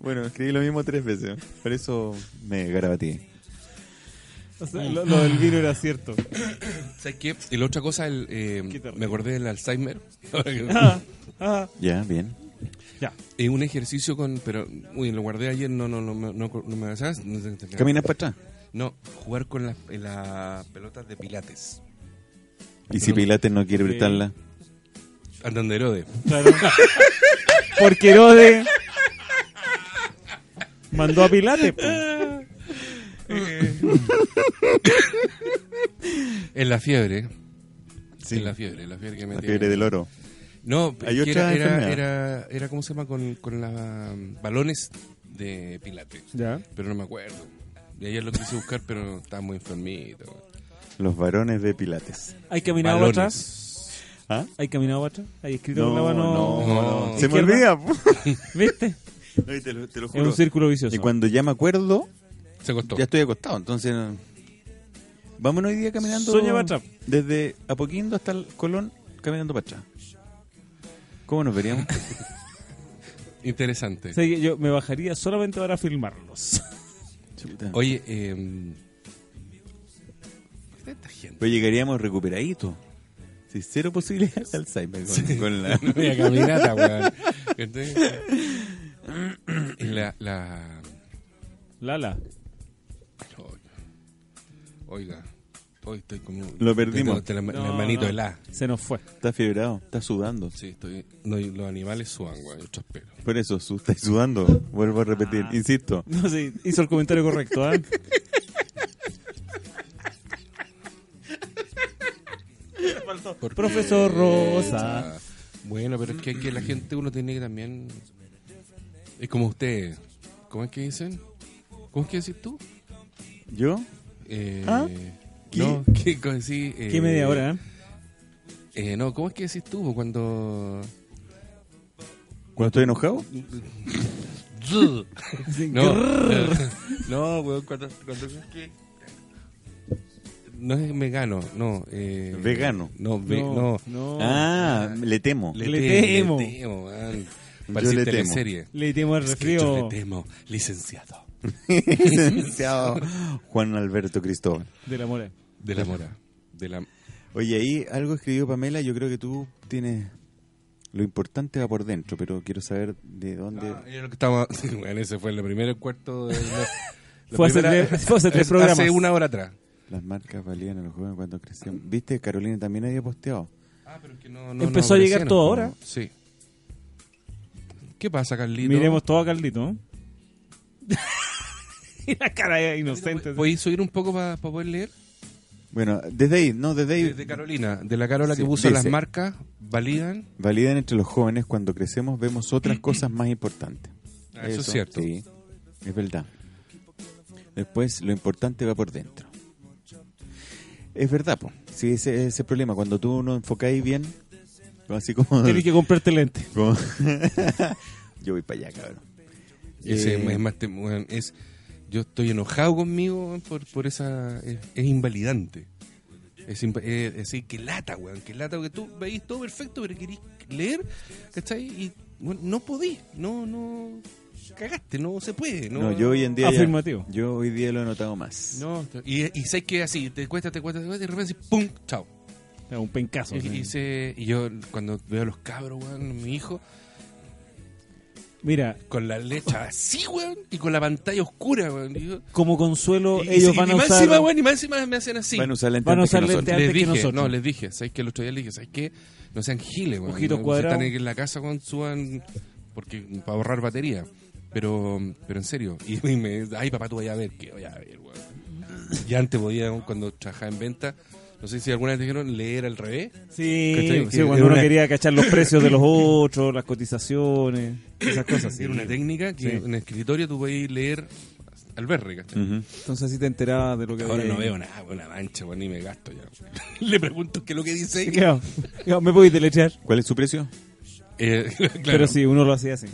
Speaker 4: bueno, escribí lo mismo tres veces, por eso me garabateé.
Speaker 3: O sea, lo, lo del vino era cierto.
Speaker 2: ¿Sabes qué? Y la otra cosa, el, eh,
Speaker 3: Qué terrible.
Speaker 2: me acordé del Alzheimer.
Speaker 3: Ah, ah,
Speaker 4: Ya, bien.
Speaker 3: ya.
Speaker 2: Es un ejercicio con. Pero. Uy, lo guardé ayer, no, no, no, no, no, no me. ¿Sabes? No sé-
Speaker 4: Caminas para atrás.
Speaker 2: No, jugar con las las pelotas de pilates.
Speaker 4: Y si Pilates no quiere apretarla,
Speaker 2: Andan de Herode.
Speaker 3: Claro. Porque Herode mandó a Pilates. po.
Speaker 2: Es la fiebre.
Speaker 4: Sí.
Speaker 2: Es la fiebre, es la fiebre que me
Speaker 4: la
Speaker 2: tiene.
Speaker 4: fiebre del oro.
Speaker 2: No,
Speaker 4: Hay
Speaker 2: es que era,
Speaker 4: otra
Speaker 2: era,
Speaker 4: enfermedad.
Speaker 2: era, era, ¿cómo se llama? Con, con los balones de pilates.
Speaker 3: Ya.
Speaker 2: Pero no me acuerdo. Y ayer lo quise buscar, pero estaba muy enfermito.
Speaker 4: Los varones de Pilates.
Speaker 3: ¿Hay caminado para atrás?
Speaker 4: ¿Ah?
Speaker 3: ¿Hay caminado para atrás? ¿Hay escrito con la mano?
Speaker 4: no,
Speaker 2: no.
Speaker 4: Se me
Speaker 3: izquierda?
Speaker 4: olvida. po.
Speaker 3: ¿Viste?
Speaker 4: No, y te lo, te lo
Speaker 3: Es
Speaker 4: juro.
Speaker 3: un círculo vicioso.
Speaker 4: Y cuando ya me acuerdo,
Speaker 2: Se costó.
Speaker 4: ya estoy acostado, entonces no. vámonos hoy día caminando
Speaker 3: Soña para atrás.
Speaker 4: desde Apoquindo hasta el Colón caminando para atrás. ¿Cómo nos veríamos?
Speaker 2: Interesante.
Speaker 3: O sea, que yo me bajaría solamente para filmarlos.
Speaker 4: Chuta.
Speaker 2: Oye, eh, ¿qué esta gente?
Speaker 4: Pero Pues llegaríamos recuperaditos. Sí, cero posibilidades de Alzheimer con, con la
Speaker 2: Media caminata, weón. ¿Cachai? Y la, la...
Speaker 3: Lala.
Speaker 2: Oiga, hoy estoy comiendo...
Speaker 4: Lo perdimos.
Speaker 2: Te- te- la, la
Speaker 3: No,
Speaker 2: manito
Speaker 3: no.
Speaker 2: de la...
Speaker 3: Se nos fue.
Speaker 4: está fibrado, está sudando.
Speaker 2: Sí, estoy... no, y los animales suban, weón. Yo espero.
Speaker 4: Por eso, su- estáis sudando. Vuelvo a repetir,
Speaker 3: Ah.
Speaker 4: insisto.
Speaker 3: No sé, hizo el comentario correcto, ¿ah? Profesor Rosa.
Speaker 2: Bueno, pero es que aquí la gente uno tiene que también... Es como ustedes. ¿Cómo es que dicen? ¿Cómo es que decís tú?
Speaker 4: ¿Yo?
Speaker 2: Eh,
Speaker 4: ¿Ah? ¿Qué?
Speaker 2: No, ¿qué, co- sí, eh,
Speaker 3: ¿Qué media hora, eh?
Speaker 2: Eh, no, ¿cómo es que decís tú cuando...
Speaker 4: ¿Cuando estoy enojado?
Speaker 2: No, no, weón, cuando, cuando es que... No es vegano, no. Eh,
Speaker 4: Vegano.
Speaker 2: No, ve- no.
Speaker 3: no.
Speaker 4: Ah, le temo.
Speaker 3: Le temo.
Speaker 2: Le temo, weón.
Speaker 4: Yo
Speaker 2: Parece
Speaker 4: le temo.
Speaker 2: teleserie.
Speaker 3: Le dimos el
Speaker 2: Es que yo
Speaker 3: resfrío
Speaker 2: le temo, licenciado.
Speaker 4: Licenciado Juan Alberto Cristóbal.
Speaker 3: de la mora.
Speaker 2: De la mora. De la...
Speaker 4: Oye, ahí algo escribió Pamela, yo creo que tú tienes... Lo importante va por dentro, pero quiero saber de dónde...
Speaker 2: Ah, yo lo que estaba... Bueno, ese fue el primer cuarto de... la- la
Speaker 3: Fue hace tres- fue hace tres
Speaker 2: hace-
Speaker 3: programas.
Speaker 2: Hace una hora atrás.
Speaker 4: Las marcas valían a los jóvenes cuando crecían. ¿Viste? Carolina también había posteado.
Speaker 2: Ah, pero es que no- no-
Speaker 3: Empezó
Speaker 2: no
Speaker 3: a llegar
Speaker 2: aparecieron, pues,
Speaker 3: todo
Speaker 2: ¿no?
Speaker 3: ahora.
Speaker 2: Sí. ¿Qué pasa, Carlito?
Speaker 3: Miremos todo a Carlito. ¿eh? y la cara de inocente.
Speaker 2: ¿Podéis subir un poco para poder leer?
Speaker 4: Bueno, desde ahí, no, desde ahí...
Speaker 2: De, de Carolina, de la Carola
Speaker 4: Sí,
Speaker 2: que puso las
Speaker 4: dice.
Speaker 2: marcas, validan.
Speaker 4: Validan entre los jóvenes cuando crecemos vemos otras cosas más importantes.
Speaker 2: Ah, eso es cierto.
Speaker 4: Sí, es verdad. Después, lo importante va por dentro. Es verdad, po. Sí, ese ese es el problema. Cuando tú no enfocáis bien, así como...
Speaker 3: Tienes que comprarte lente.
Speaker 4: Como- Yo voy para allá, cabrón.
Speaker 2: Ese
Speaker 4: Eh,
Speaker 2: es más te- bueno, es yo estoy enojado conmigo por, por esa es, es invalidante. Es, inva- es, es decir, que lata, weón, que lata que tú veis todo perfecto, pero querís leer, ¿cachai? Y bueno, no podí, no, no, cagaste, no se puede. No,
Speaker 4: No, yo hoy en día. ya-
Speaker 3: Afirmativo.
Speaker 4: yo hoy día lo he notado más.
Speaker 2: No, y, y sé que así, te cuesta, te cuesta, te cuesta, y de repente, así, pum, chao.
Speaker 3: Es un pencazo.
Speaker 2: Y,
Speaker 3: sí.
Speaker 2: y se- y yo cuando veo a los cabros, weón, mi hijo,
Speaker 3: Mira,
Speaker 2: con la lecha así, weón, y con la pantalla oscura, weón. y yo-
Speaker 3: como consuelo,
Speaker 2: y- y-
Speaker 3: ellos
Speaker 2: y
Speaker 3: van a
Speaker 2: más
Speaker 3: usar.
Speaker 2: encima, weón, y más encima me hacen así.
Speaker 4: Van a usar lente
Speaker 3: Van a
Speaker 4: antes que
Speaker 3: usar
Speaker 4: nosotros.
Speaker 3: lente
Speaker 2: les
Speaker 3: antes que
Speaker 2: dije,
Speaker 3: nosotros.
Speaker 2: no, les dije, ¿sabes que El otro día les dije, ¿sabes qué? No sean giles, weón.
Speaker 3: Ojitos
Speaker 2: no, si
Speaker 3: cuadrados.
Speaker 2: Están en la casa, weón, suban porque, para ahorrar batería. Pero, pero en serio, y me, ay papá, tú vaya a ver, que voy a ver, weón. Y antes podía, weón, cuando trabajaba en venta, no sé si alguna vez te dijeron leer al revés. ¿Cachai?
Speaker 3: Sí, sí,
Speaker 2: Que
Speaker 3: cuando
Speaker 2: era
Speaker 3: uno
Speaker 2: una-
Speaker 3: quería cachar los precios de los otros, las cotizaciones, esas cosas. sí.
Speaker 2: Era una técnica que
Speaker 3: Sí.
Speaker 2: en el escritorio tú podías leer al verre, ¿cachai?
Speaker 4: Ujú.
Speaker 3: Entonces así te enterabas de lo que
Speaker 2: Ahora
Speaker 3: había
Speaker 2: no
Speaker 3: ahí.
Speaker 2: veo nada, weón, una mancha, weón, ni me gasto ya. Le pregunto qué es lo que dice ahí.
Speaker 3: ¿Qué hago? ¿Qué hago? ¿Me puedo deletrear?
Speaker 4: ¿Cuál es su precio?
Speaker 2: Eh, claro.
Speaker 3: Pero sí, uno lo hacía así.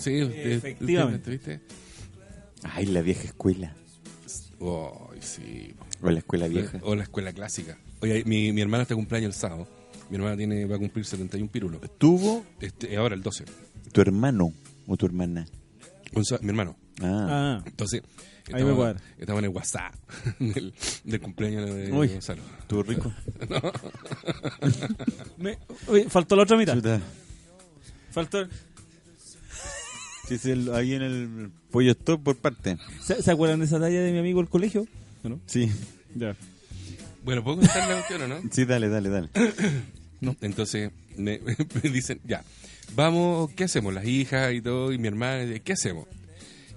Speaker 2: Sí, usted-
Speaker 3: Efectivamente.
Speaker 2: ¿viste?
Speaker 4: Ay, la vieja escuela.
Speaker 2: Oh, sí. Oh.
Speaker 4: O la escuela vieja.
Speaker 2: O la escuela clásica. Oye, mi, mi hermana está de cumpleaños el sábado. Mi hermana tiene, va a cumplir 71 pirulos.
Speaker 4: Tuvo
Speaker 2: Este, ahora el 12.
Speaker 4: tu hermano o tu hermana.
Speaker 2: Gonza- mi hermano.
Speaker 4: Ah,
Speaker 3: Ah,
Speaker 2: Entonces,
Speaker 3: Ahí me
Speaker 2: estamos,
Speaker 3: cuadra.
Speaker 2: estamos en el WhatsApp del, del cumpleaños de
Speaker 3: Uy.
Speaker 2: Gonzalo.
Speaker 4: estuvo rico.
Speaker 3: me- oye, faltó la otra mitad.
Speaker 4: Chuta.
Speaker 3: Faltó.
Speaker 4: Sí, es el- ahí en el pollo stop por parte.
Speaker 3: ¿Se, se acuerdan de esa talla de mi amigo del colegio? ¿O no?
Speaker 4: Sí,
Speaker 3: Ya.
Speaker 2: Bueno, ¿puedo contar la cuestión o no?
Speaker 4: sí, dale, dale, dale.
Speaker 2: Entonces me, me dicen, ya, vamos, ¿qué hacemos? Las hijas y todo, y mi hermana, y, ¿qué hacemos?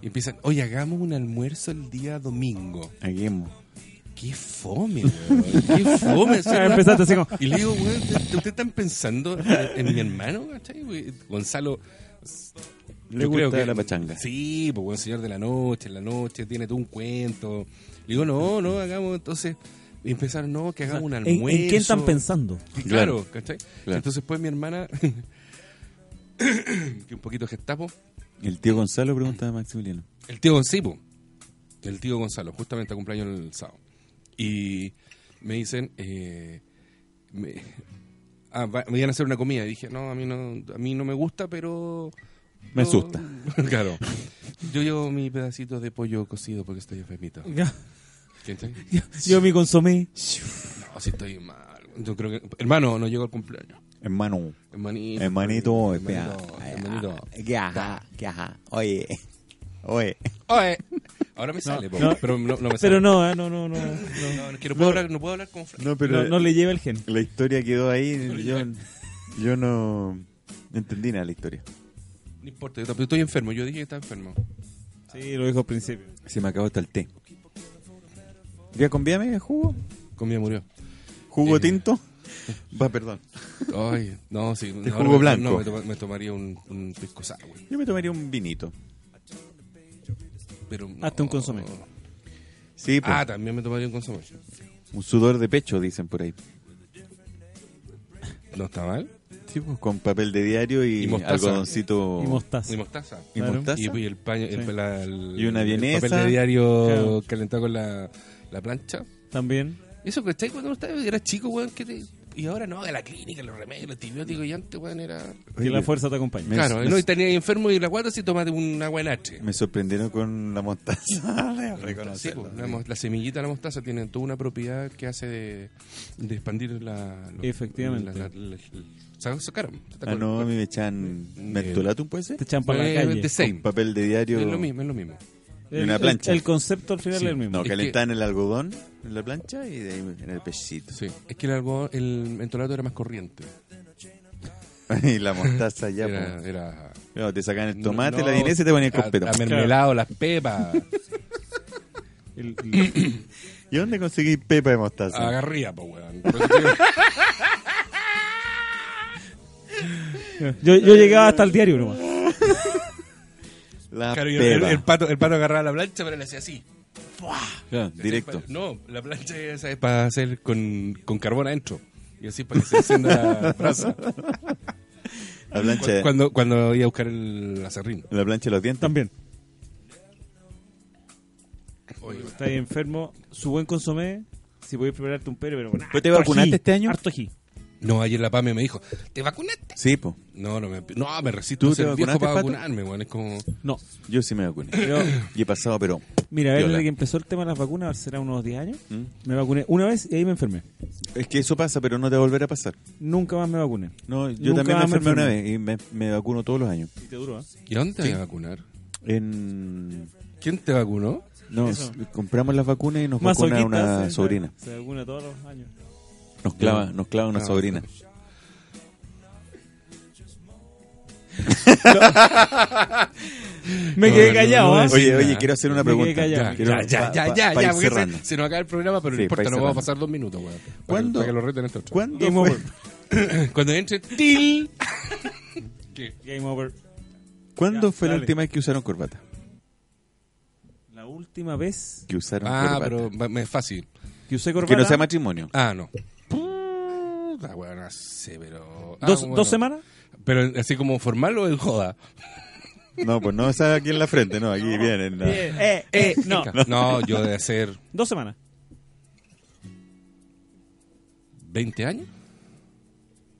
Speaker 2: Y empiezan, oye, hagamos un almuerzo el día domingo.
Speaker 4: Hagamos.
Speaker 2: ¡Qué fome, weón! ¡Qué fome! O sea,
Speaker 3: Empezaste así como.
Speaker 2: Y le digo, weón, ¿ustedes ustedes están pensando en en mi hermano? ¿cachai? Wey, Gonzalo.
Speaker 4: Le
Speaker 2: yo creo
Speaker 4: gusta la pachanga.
Speaker 2: Sí, pues buen señor de la noche, en la noche, tiene todo un cuento. Le digo, no, no, hagamos entonces. y Empezaron, no, que hagamos un
Speaker 3: ¿En,
Speaker 2: almuerzo.
Speaker 3: en quién están pensando?
Speaker 2: Y Claro, ¿cachai?
Speaker 4: Claro.
Speaker 2: Entonces, pues mi hermana, que un poquito gestapo,
Speaker 4: El tío Gonzalo pregunta a Maximiliano.
Speaker 2: el tío Gonzalo, el tío Gonzalo, justamente a cumpleaños el sábado. Y me dicen, eh, me, ah, va- me iban a hacer una comida. Y dije, no, a mí no, a mí no me gusta, pero...
Speaker 4: Me
Speaker 2: no-
Speaker 4: asusta.
Speaker 2: claro. Yo llevo mi pedacito de pollo cocido porque estoy enfermito. ¿Cachai?
Speaker 3: Yo mi consomé.
Speaker 2: No, si estoy mal. Yo creo que... Hermano, no llego al cumpleaños.
Speaker 4: Hermano,
Speaker 2: Hermanito.
Speaker 3: Em,
Speaker 4: hermanito, espera.
Speaker 2: hermanito, hermanito.
Speaker 4: ¿Qué ajá? ¿Qué ajá? Oye, oye.
Speaker 2: Oye, ahora me sale, po,
Speaker 3: no.
Speaker 2: pero no, no me sale.
Speaker 3: Pero no, ah, no, no, no. No,
Speaker 2: No, es que no puedo, hablar, no puedo hablar con Fran.
Speaker 4: No,
Speaker 3: no, no le lleva el gen.
Speaker 4: la historia quedó ahí. Yo, yo no entendí nada de la historia.
Speaker 2: No importa, yo tampoco estoy enfermo. Yo dije que estaba enfermo.
Speaker 3: Sí, lo dijo al principio.
Speaker 4: Se me acabó hasta el té. ¿Ya convíame jugo?
Speaker 2: Comida murió.
Speaker 4: ¿Jugo
Speaker 2: Eh.
Speaker 4: tinto? Va, perdón.
Speaker 2: Ay, no, sí.
Speaker 4: De
Speaker 2: no,
Speaker 4: jugo
Speaker 2: me-
Speaker 4: blanco.
Speaker 2: No, me, toma- me tomaría un, un pisco sour, güey.
Speaker 4: Yo me tomaría un vinito.
Speaker 2: Pero no.
Speaker 3: Hasta Ah, un consomé.
Speaker 4: Sí, pues,
Speaker 2: Ah, también me tomaría un consomé.
Speaker 4: un sudor de pecho, dicen por ahí.
Speaker 2: No está mal.
Speaker 4: Sí, pues, con papel de diario y,
Speaker 2: Y mostaza.
Speaker 4: algodoncito.
Speaker 3: Y mostaza.
Speaker 2: Y mostaza.
Speaker 4: y
Speaker 3: Claro.
Speaker 4: mostaza.
Speaker 2: Y, y el paño, el,
Speaker 3: Sí.
Speaker 2: la- el-
Speaker 4: Y una
Speaker 2: el
Speaker 4: vienesa.
Speaker 2: papel de diario
Speaker 3: Claro.
Speaker 2: calentado con la, la plancha.
Speaker 3: También.
Speaker 2: Eso, ¿cachai? Cuando uno estaba, era chico, weón, que te... Y ahora no, de la clínica, los remedios, los antibióticos, y antes, weón, era...
Speaker 3: Que la fuerza te acompañe.
Speaker 4: Me-
Speaker 2: Claro, no, y tenía ahí enfermo y la guata si tomate un agua en H.
Speaker 4: Me sorprendieron con la mostaza. debo
Speaker 2: Sí,
Speaker 4: reconocerlo.
Speaker 2: pues, la, mos- la semillita de la mostaza tiene toda una propiedad que hace de, de expandir la... lo-
Speaker 3: Efectivamente.
Speaker 2: la- la- la- la- ¿sabes? Sacaron. ¿te
Speaker 4: Ah,
Speaker 2: acuerdas?
Speaker 4: no, a mí me echan mentolatum, ¿puede ser?
Speaker 3: Te echan para
Speaker 2: Eh,
Speaker 3: la calle.
Speaker 2: the same.
Speaker 4: Papel de diario.
Speaker 2: Es lo mismo, es lo mismo.
Speaker 3: El-
Speaker 4: y una
Speaker 3: el-
Speaker 4: plancha.
Speaker 3: El, concepto al final
Speaker 2: Sí,
Speaker 3: es el mismo.
Speaker 4: No,
Speaker 2: Es
Speaker 4: calentaban el algodón en la plancha y de ahí en el pechito.
Speaker 2: Sí. Es que el, algodón, el mentolato era más corriente.
Speaker 4: y la mostaza ya,
Speaker 2: Era...
Speaker 4: pues.
Speaker 2: era
Speaker 4: Claro, te sacan el tomate,
Speaker 2: no,
Speaker 4: la dinesa y te ponen el
Speaker 2: a-
Speaker 4: copetón.
Speaker 2: a mermelado, las pepas.
Speaker 3: El- el-
Speaker 4: ¿Y dónde conseguí pepa de mostaza?
Speaker 2: Agarría, pues, weón. Por eso te-
Speaker 3: yo, yo llegaba hasta el diario nomás.
Speaker 4: La
Speaker 2: Claro, y el, el-
Speaker 4: pepa.
Speaker 2: el pato, el pato agarraba la plancha, pero le hacía así.
Speaker 4: Claro, Ah, directo.
Speaker 2: No, la plancha esa es para hacer con, con carbón adentro. Y así para que se encienda la brasa.
Speaker 4: La plancha, de-
Speaker 2: Cuando, cuando iba a buscar el acerrín.
Speaker 4: la plancha de los dientes.
Speaker 3: También.
Speaker 2: Oye,
Speaker 3: Estás enfermo, su buen consomé. Si podéis prepararte un pere, pero con
Speaker 4: ¿Pero te
Speaker 3: harto
Speaker 4: vacunaste
Speaker 3: ají,
Speaker 4: este año?
Speaker 3: Harto ají.
Speaker 2: No, ayer la PAME me dijo, ¿te vacunaste?
Speaker 4: Sí, po.
Speaker 2: No, no me, no, me resisto
Speaker 4: ¿Tú
Speaker 2: a ser
Speaker 4: te
Speaker 2: viejo
Speaker 4: vacunaste,
Speaker 2: para
Speaker 4: Pato?
Speaker 2: vacunarme, weón. Es como.
Speaker 1: No,
Speaker 4: Yo sí me vacuné. y he pasado, pero.
Speaker 3: Mira, a ver,
Speaker 4: Viola.
Speaker 3: desde que empezó el tema de las vacunas, será unos 10 años,
Speaker 4: ¿Mm?
Speaker 3: me vacuné una vez y ahí me enfermé.
Speaker 4: Es que eso pasa, pero no te va a volver a pasar.
Speaker 3: Nunca más me vacuné.
Speaker 4: No, yo
Speaker 3: Nunca
Speaker 4: también me
Speaker 3: más
Speaker 4: enfermé una vez y me, me vacuno todos los años.
Speaker 3: Y te duró, ¿eh?
Speaker 2: ¿Y a dónde te vas a vacunar?
Speaker 4: En.
Speaker 2: ¿Quién te vacunó?
Speaker 4: No,
Speaker 3: Eso.
Speaker 4: s- compramos las vacunas y nos
Speaker 3: Más
Speaker 4: vacuna
Speaker 3: soquita,
Speaker 4: una
Speaker 3: se-
Speaker 4: sobrina.
Speaker 3: Se vacuna todos los años.
Speaker 4: Nos clava, nos clava una
Speaker 2: Ah,
Speaker 4: sobrina.
Speaker 3: Me
Speaker 2: No,
Speaker 3: quedé
Speaker 2: no,
Speaker 3: callado,
Speaker 2: no,
Speaker 3: ¿ah?
Speaker 2: no,
Speaker 4: Oye,
Speaker 2: ya.
Speaker 4: oye, quiero hacer una
Speaker 3: Me quedé
Speaker 4: pregunta.
Speaker 3: callado.
Speaker 2: Ya,
Speaker 4: Quiero-
Speaker 2: ya, ya,
Speaker 4: pa-
Speaker 2: ya,
Speaker 4: pa-
Speaker 2: ya,
Speaker 4: pa ir
Speaker 2: porque
Speaker 4: cerrando.
Speaker 2: se, se nos acaba el programa, pero no
Speaker 4: Sí,
Speaker 2: importa,
Speaker 4: pa' ir
Speaker 2: nos vamos a
Speaker 4: cerrando.
Speaker 2: pasar dos minutos, weón. para que-
Speaker 4: ¿Cuándo?
Speaker 2: Para que lo reten este otro.
Speaker 4: ¿Cuándo
Speaker 3: Game
Speaker 4: fue,
Speaker 3: over.
Speaker 2: Cuando entre TIL.
Speaker 3: Game over.
Speaker 4: ¿cuándo
Speaker 3: Ya,
Speaker 4: fue la
Speaker 3: dale.
Speaker 4: última vez que usaron corbata?
Speaker 3: La última vez
Speaker 4: Que usaron
Speaker 2: Ah,
Speaker 4: corbata.
Speaker 2: pero va- me es fácil.
Speaker 3: que usé corbata.
Speaker 4: Que no sea matrimonio.
Speaker 2: Ah, no. Puta, weón, no sé, pero. Ah,
Speaker 3: dos,
Speaker 2: bueno.
Speaker 3: ¿Dos semanas?
Speaker 2: Pero así como formal o en joda.
Speaker 4: No, pues no es aquí en la frente, no, aquí vienen. no.
Speaker 3: Eh, eh, no.
Speaker 2: No, yo de hacer
Speaker 3: Dos semanas.
Speaker 2: 20 años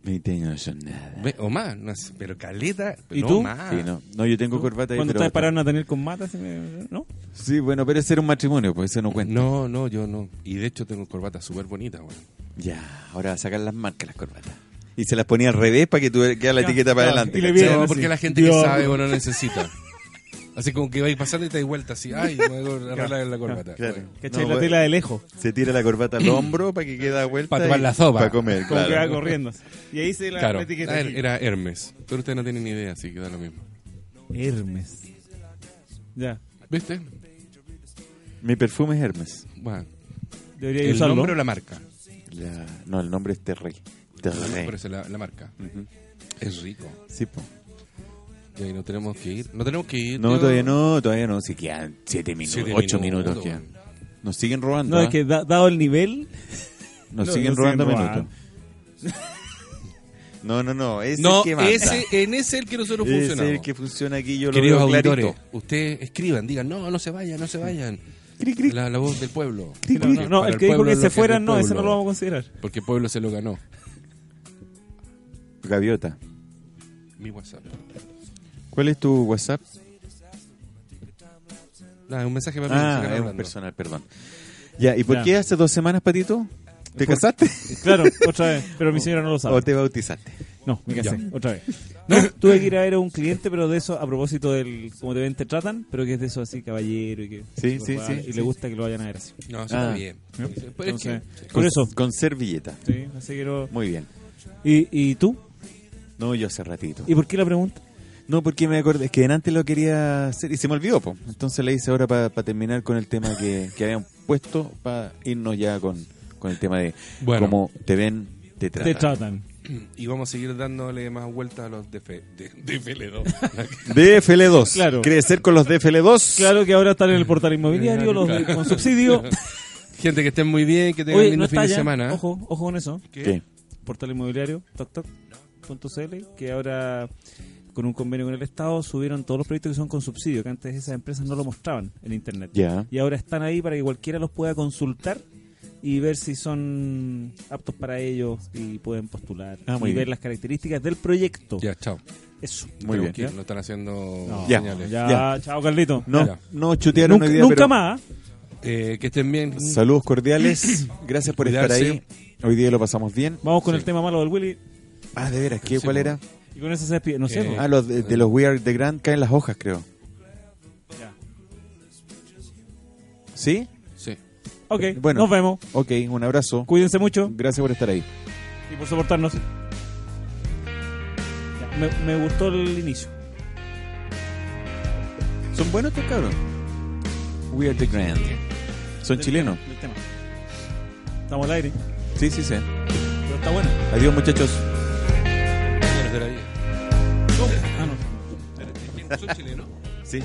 Speaker 4: 20 años no son nada.
Speaker 2: ve- o más, no sé, pero caleta.
Speaker 3: ¿Y
Speaker 2: no,
Speaker 3: tú?
Speaker 2: Más.
Speaker 4: Sí, no. no, yo tengo corbata ahí,
Speaker 3: Cuando
Speaker 4: pero-
Speaker 3: estás parado en Natanel con mata, se me- ¿no?
Speaker 4: Sí, bueno, pero ese era un matrimonio, pues eso no cuenta.
Speaker 2: No, no, yo no. Y de hecho tengo corbata súper bonita, weón.
Speaker 4: Ya, ahora sacan las marcas las corbatas. Y se las ponía al revés para que tuviera queda la etiqueta para
Speaker 3: claro,
Speaker 4: adelante.
Speaker 3: y le
Speaker 4: ¿cachai?
Speaker 3: Bien,
Speaker 2: no,
Speaker 3: así.
Speaker 2: porque la gente
Speaker 3: Dios.
Speaker 2: que sabe, bueno, necesita. Así como que vais pasando y te das vuelta así. Ay, me voy a arreglar la corbata.
Speaker 4: Claro.
Speaker 3: ¿Cachai?
Speaker 4: No,
Speaker 3: la
Speaker 2: pues,
Speaker 4: bueno,
Speaker 3: tela de lejos.
Speaker 4: Se tira la corbata al hombro para que quede a vuelta.
Speaker 2: Para tomar
Speaker 4: y-
Speaker 2: la sopa.
Speaker 4: Para comer,
Speaker 3: Como que va
Speaker 4: claro.
Speaker 3: corriendo. Y ahí se la
Speaker 2: Claro, Ah,
Speaker 3: la etiqueta.
Speaker 2: era,
Speaker 3: aquí.
Speaker 2: era Hermes. Pero ustedes no tienen ni idea, así que da lo mismo.
Speaker 3: Hermes. Ya.
Speaker 2: ¿Viste?
Speaker 4: Mi perfume es Hermes.
Speaker 2: Bueno,
Speaker 3: Debería
Speaker 2: el
Speaker 3: usarlo.
Speaker 2: nombre o la marca.
Speaker 4: La- No, el nombre es Terry.
Speaker 2: El nombre
Speaker 4: Terry.
Speaker 2: es la, la marca.
Speaker 4: Ujú.
Speaker 2: Es rico.
Speaker 4: Sí, po.
Speaker 2: Y ahí no tenemos que ir. No tenemos que ir.
Speaker 4: No,
Speaker 2: tío.
Speaker 4: todavía no, todavía no. Si quedan 7 minutos,
Speaker 2: Siete
Speaker 4: 8 minutos
Speaker 2: weón.
Speaker 4: quedan. Nos siguen robando.
Speaker 3: No,
Speaker 4: ¿ah?
Speaker 3: es que da- dado el nivel,
Speaker 4: Nos
Speaker 3: No,
Speaker 4: siguen
Speaker 3: nos
Speaker 4: robando
Speaker 3: siguen
Speaker 4: minutos. No, no, no. Ese
Speaker 2: No,
Speaker 4: es que manda.
Speaker 2: ese, en ese es el que nosotros
Speaker 4: Ese es
Speaker 2: funcionamos.
Speaker 4: el que funciona aquí, yo lo
Speaker 2: Queridos
Speaker 4: veo
Speaker 2: auditores,
Speaker 4: clarito.
Speaker 2: ustedes escriban, digan, no, no se vayan, no se vayan.
Speaker 4: Cri, cri.
Speaker 2: La, la voz del pueblo.
Speaker 3: No, no, no,
Speaker 2: Para
Speaker 3: el que dijo
Speaker 2: pueblo
Speaker 3: que
Speaker 2: es lo
Speaker 3: se
Speaker 2: es
Speaker 3: fueran,
Speaker 2: del
Speaker 3: no, ese no
Speaker 2: pueblo,
Speaker 3: lo vamos a considerar.
Speaker 2: Porque el pueblo se lo ganó.
Speaker 4: Gaviota,
Speaker 2: Mi WhatsApp.
Speaker 4: ¿cuál es tu WhatsApp?
Speaker 2: Nada, un mensaje para mí.
Speaker 4: Ah,
Speaker 2: sigan
Speaker 4: es un
Speaker 2: hablando.
Speaker 4: personal, perdón. Ya, ¿y por
Speaker 3: Ya.
Speaker 4: qué hace dos semanas, Patito? ¿Te casaste?
Speaker 3: Claro, otra vez. Pero mi señora no lo
Speaker 4: ¿O
Speaker 3: sabe.
Speaker 4: te bautizaste?
Speaker 3: No, me casé, otra vez. No, tuve que ir a ver a un cliente, pero de eso, a propósito del cómo te ven, te tratan, pero que es de eso así, caballero y que.
Speaker 4: Sí, sí, sí,
Speaker 3: Y
Speaker 4: sí.
Speaker 3: le gusta que lo vayan a ver así.
Speaker 2: No, se está
Speaker 4: Ah.
Speaker 2: bien. Pero es que-
Speaker 3: Entonces, por
Speaker 4: Con-
Speaker 3: eso.
Speaker 4: Con servilleta.
Speaker 3: Sí, así que no-
Speaker 4: Muy bien.
Speaker 3: ¿Y, ¿Y tú?
Speaker 4: No, yo hace ratito.
Speaker 3: ¿Y por qué la pregunta?
Speaker 4: No, porque me acordé, es que antes lo quería hacer y se me olvidó, po. Entonces le hice ahora para terminar con el tema que, que habían puesto, para irnos ya con, con el tema de
Speaker 2: Bueno.
Speaker 4: cómo te ven, te
Speaker 3: Te
Speaker 4: tratan.
Speaker 3: tratan.
Speaker 2: y vamos a seguir dándole más vueltas a los DF, de, DFL2.
Speaker 4: DFL2.
Speaker 3: Claro.
Speaker 4: Crecer con los DFL2.
Speaker 3: Claro que ahora están en el portal inmobiliario, los de- con subsidio.
Speaker 2: Gente, que estén muy bien, que tengan un
Speaker 3: Oye,
Speaker 2: lindo
Speaker 3: no
Speaker 2: fin
Speaker 3: está
Speaker 2: de
Speaker 3: ya.
Speaker 2: semana.
Speaker 3: Ojo, ojo con eso.
Speaker 2: ¿Qué?
Speaker 4: ¿Qué?
Speaker 3: portal inmobiliario toctoc.cl que ahora con un convenio con el Estado subieron todos los proyectos que son con subsidio, que antes esas empresas no lo mostraban en internet.
Speaker 4: Ya.
Speaker 3: Y ahora están ahí para que cualquiera los pueda consultar y ver si son aptos para ellos y pueden postular
Speaker 4: Ah,
Speaker 3: y
Speaker 4: muy
Speaker 3: ver
Speaker 4: bien.
Speaker 3: las características del proyecto.
Speaker 2: Ya, chao.
Speaker 3: Eso.
Speaker 4: Muy
Speaker 2: Tengo
Speaker 4: bien.
Speaker 2: que ir, No están haciendo
Speaker 4: Ya.
Speaker 2: señales.
Speaker 3: Ya,
Speaker 4: Ya.
Speaker 3: chao Carlito.
Speaker 4: No,
Speaker 2: Ya.
Speaker 4: no chutearon
Speaker 3: nunca
Speaker 4: una idea,
Speaker 3: nunca
Speaker 4: pero-
Speaker 3: más.
Speaker 2: Eh, que estén bien.
Speaker 4: Saludos cordiales. Gracias por
Speaker 2: Cuidarse.
Speaker 4: estar ahí. Hoy día lo pasamos bien.
Speaker 3: Vamos con el tema malo del Willy.
Speaker 4: Ah, de veras, ¿qué,
Speaker 2: Sí,
Speaker 4: ¿cuál
Speaker 2: po.
Speaker 4: era?
Speaker 3: Y con eso se despide. No sé.
Speaker 2: Eh,
Speaker 3: po.
Speaker 4: Ah, los de, de los We Are the Grand caen las hojas, creo.
Speaker 3: Ya.
Speaker 4: ¿Sí?
Speaker 2: Sí.
Speaker 3: Ok,
Speaker 4: Bueno.
Speaker 3: nos vemos.
Speaker 4: Ok, un abrazo.
Speaker 3: Cuídense mucho.
Speaker 4: Gracias por estar ahí.
Speaker 3: y por soportarnos. Ya, Me, me gustó el inicio.
Speaker 4: ¿Son buenos estos cabros? We Are the Grand. ¿Son
Speaker 3: Del-
Speaker 4: chilenos?
Speaker 3: del tema. Estamos al aire,
Speaker 4: Sí, sí, sí.
Speaker 3: pero está bueno.
Speaker 4: Adiós, muchachos.
Speaker 2: Ya los verá bien.
Speaker 3: Ah, no.
Speaker 2: ¿Son chilenos?
Speaker 4: Sí.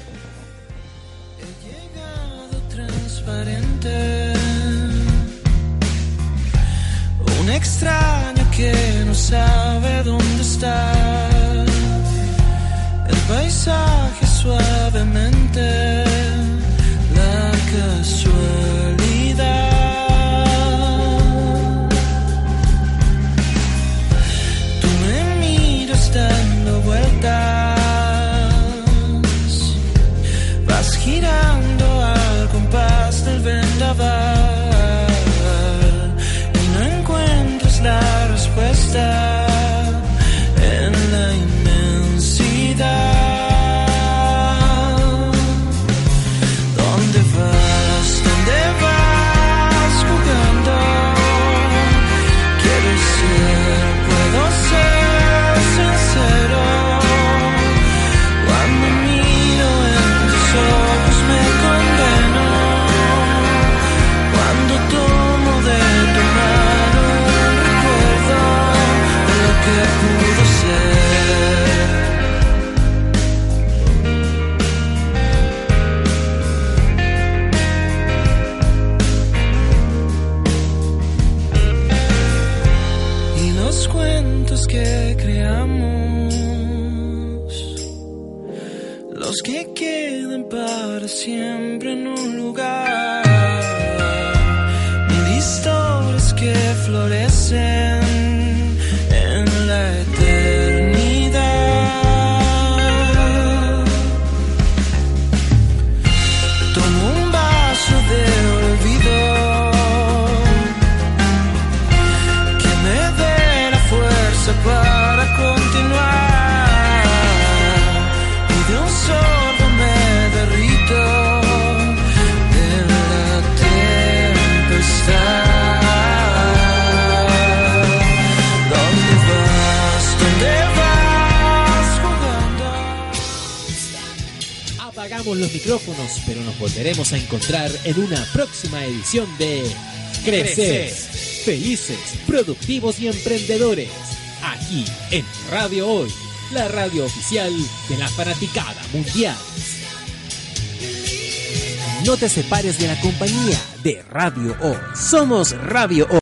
Speaker 5: He llegado transparente, un extraño que no sabe dónde está. El paisaje suavemente, la casualidad. Tú me miras
Speaker 1: siempre en un lugar. Mil historias que florecen en la eternidad. Tomo un vaso de olvido que me dé la fuerza para continuar. Y de un sorbo me derrito en la tempestad. ¿Dónde vas? ¿Dónde vas jugando?
Speaker 8: Apagamos los micrófonos, pero nos volveremos a encontrar en una próxima edición de Crecer, felices, productivos y emprendedores. Aquí en Radio Hoy, la radio oficial de la fanaticada mundial. No te separes de la compañía de Radio Hoy. Somos Radio Hoy.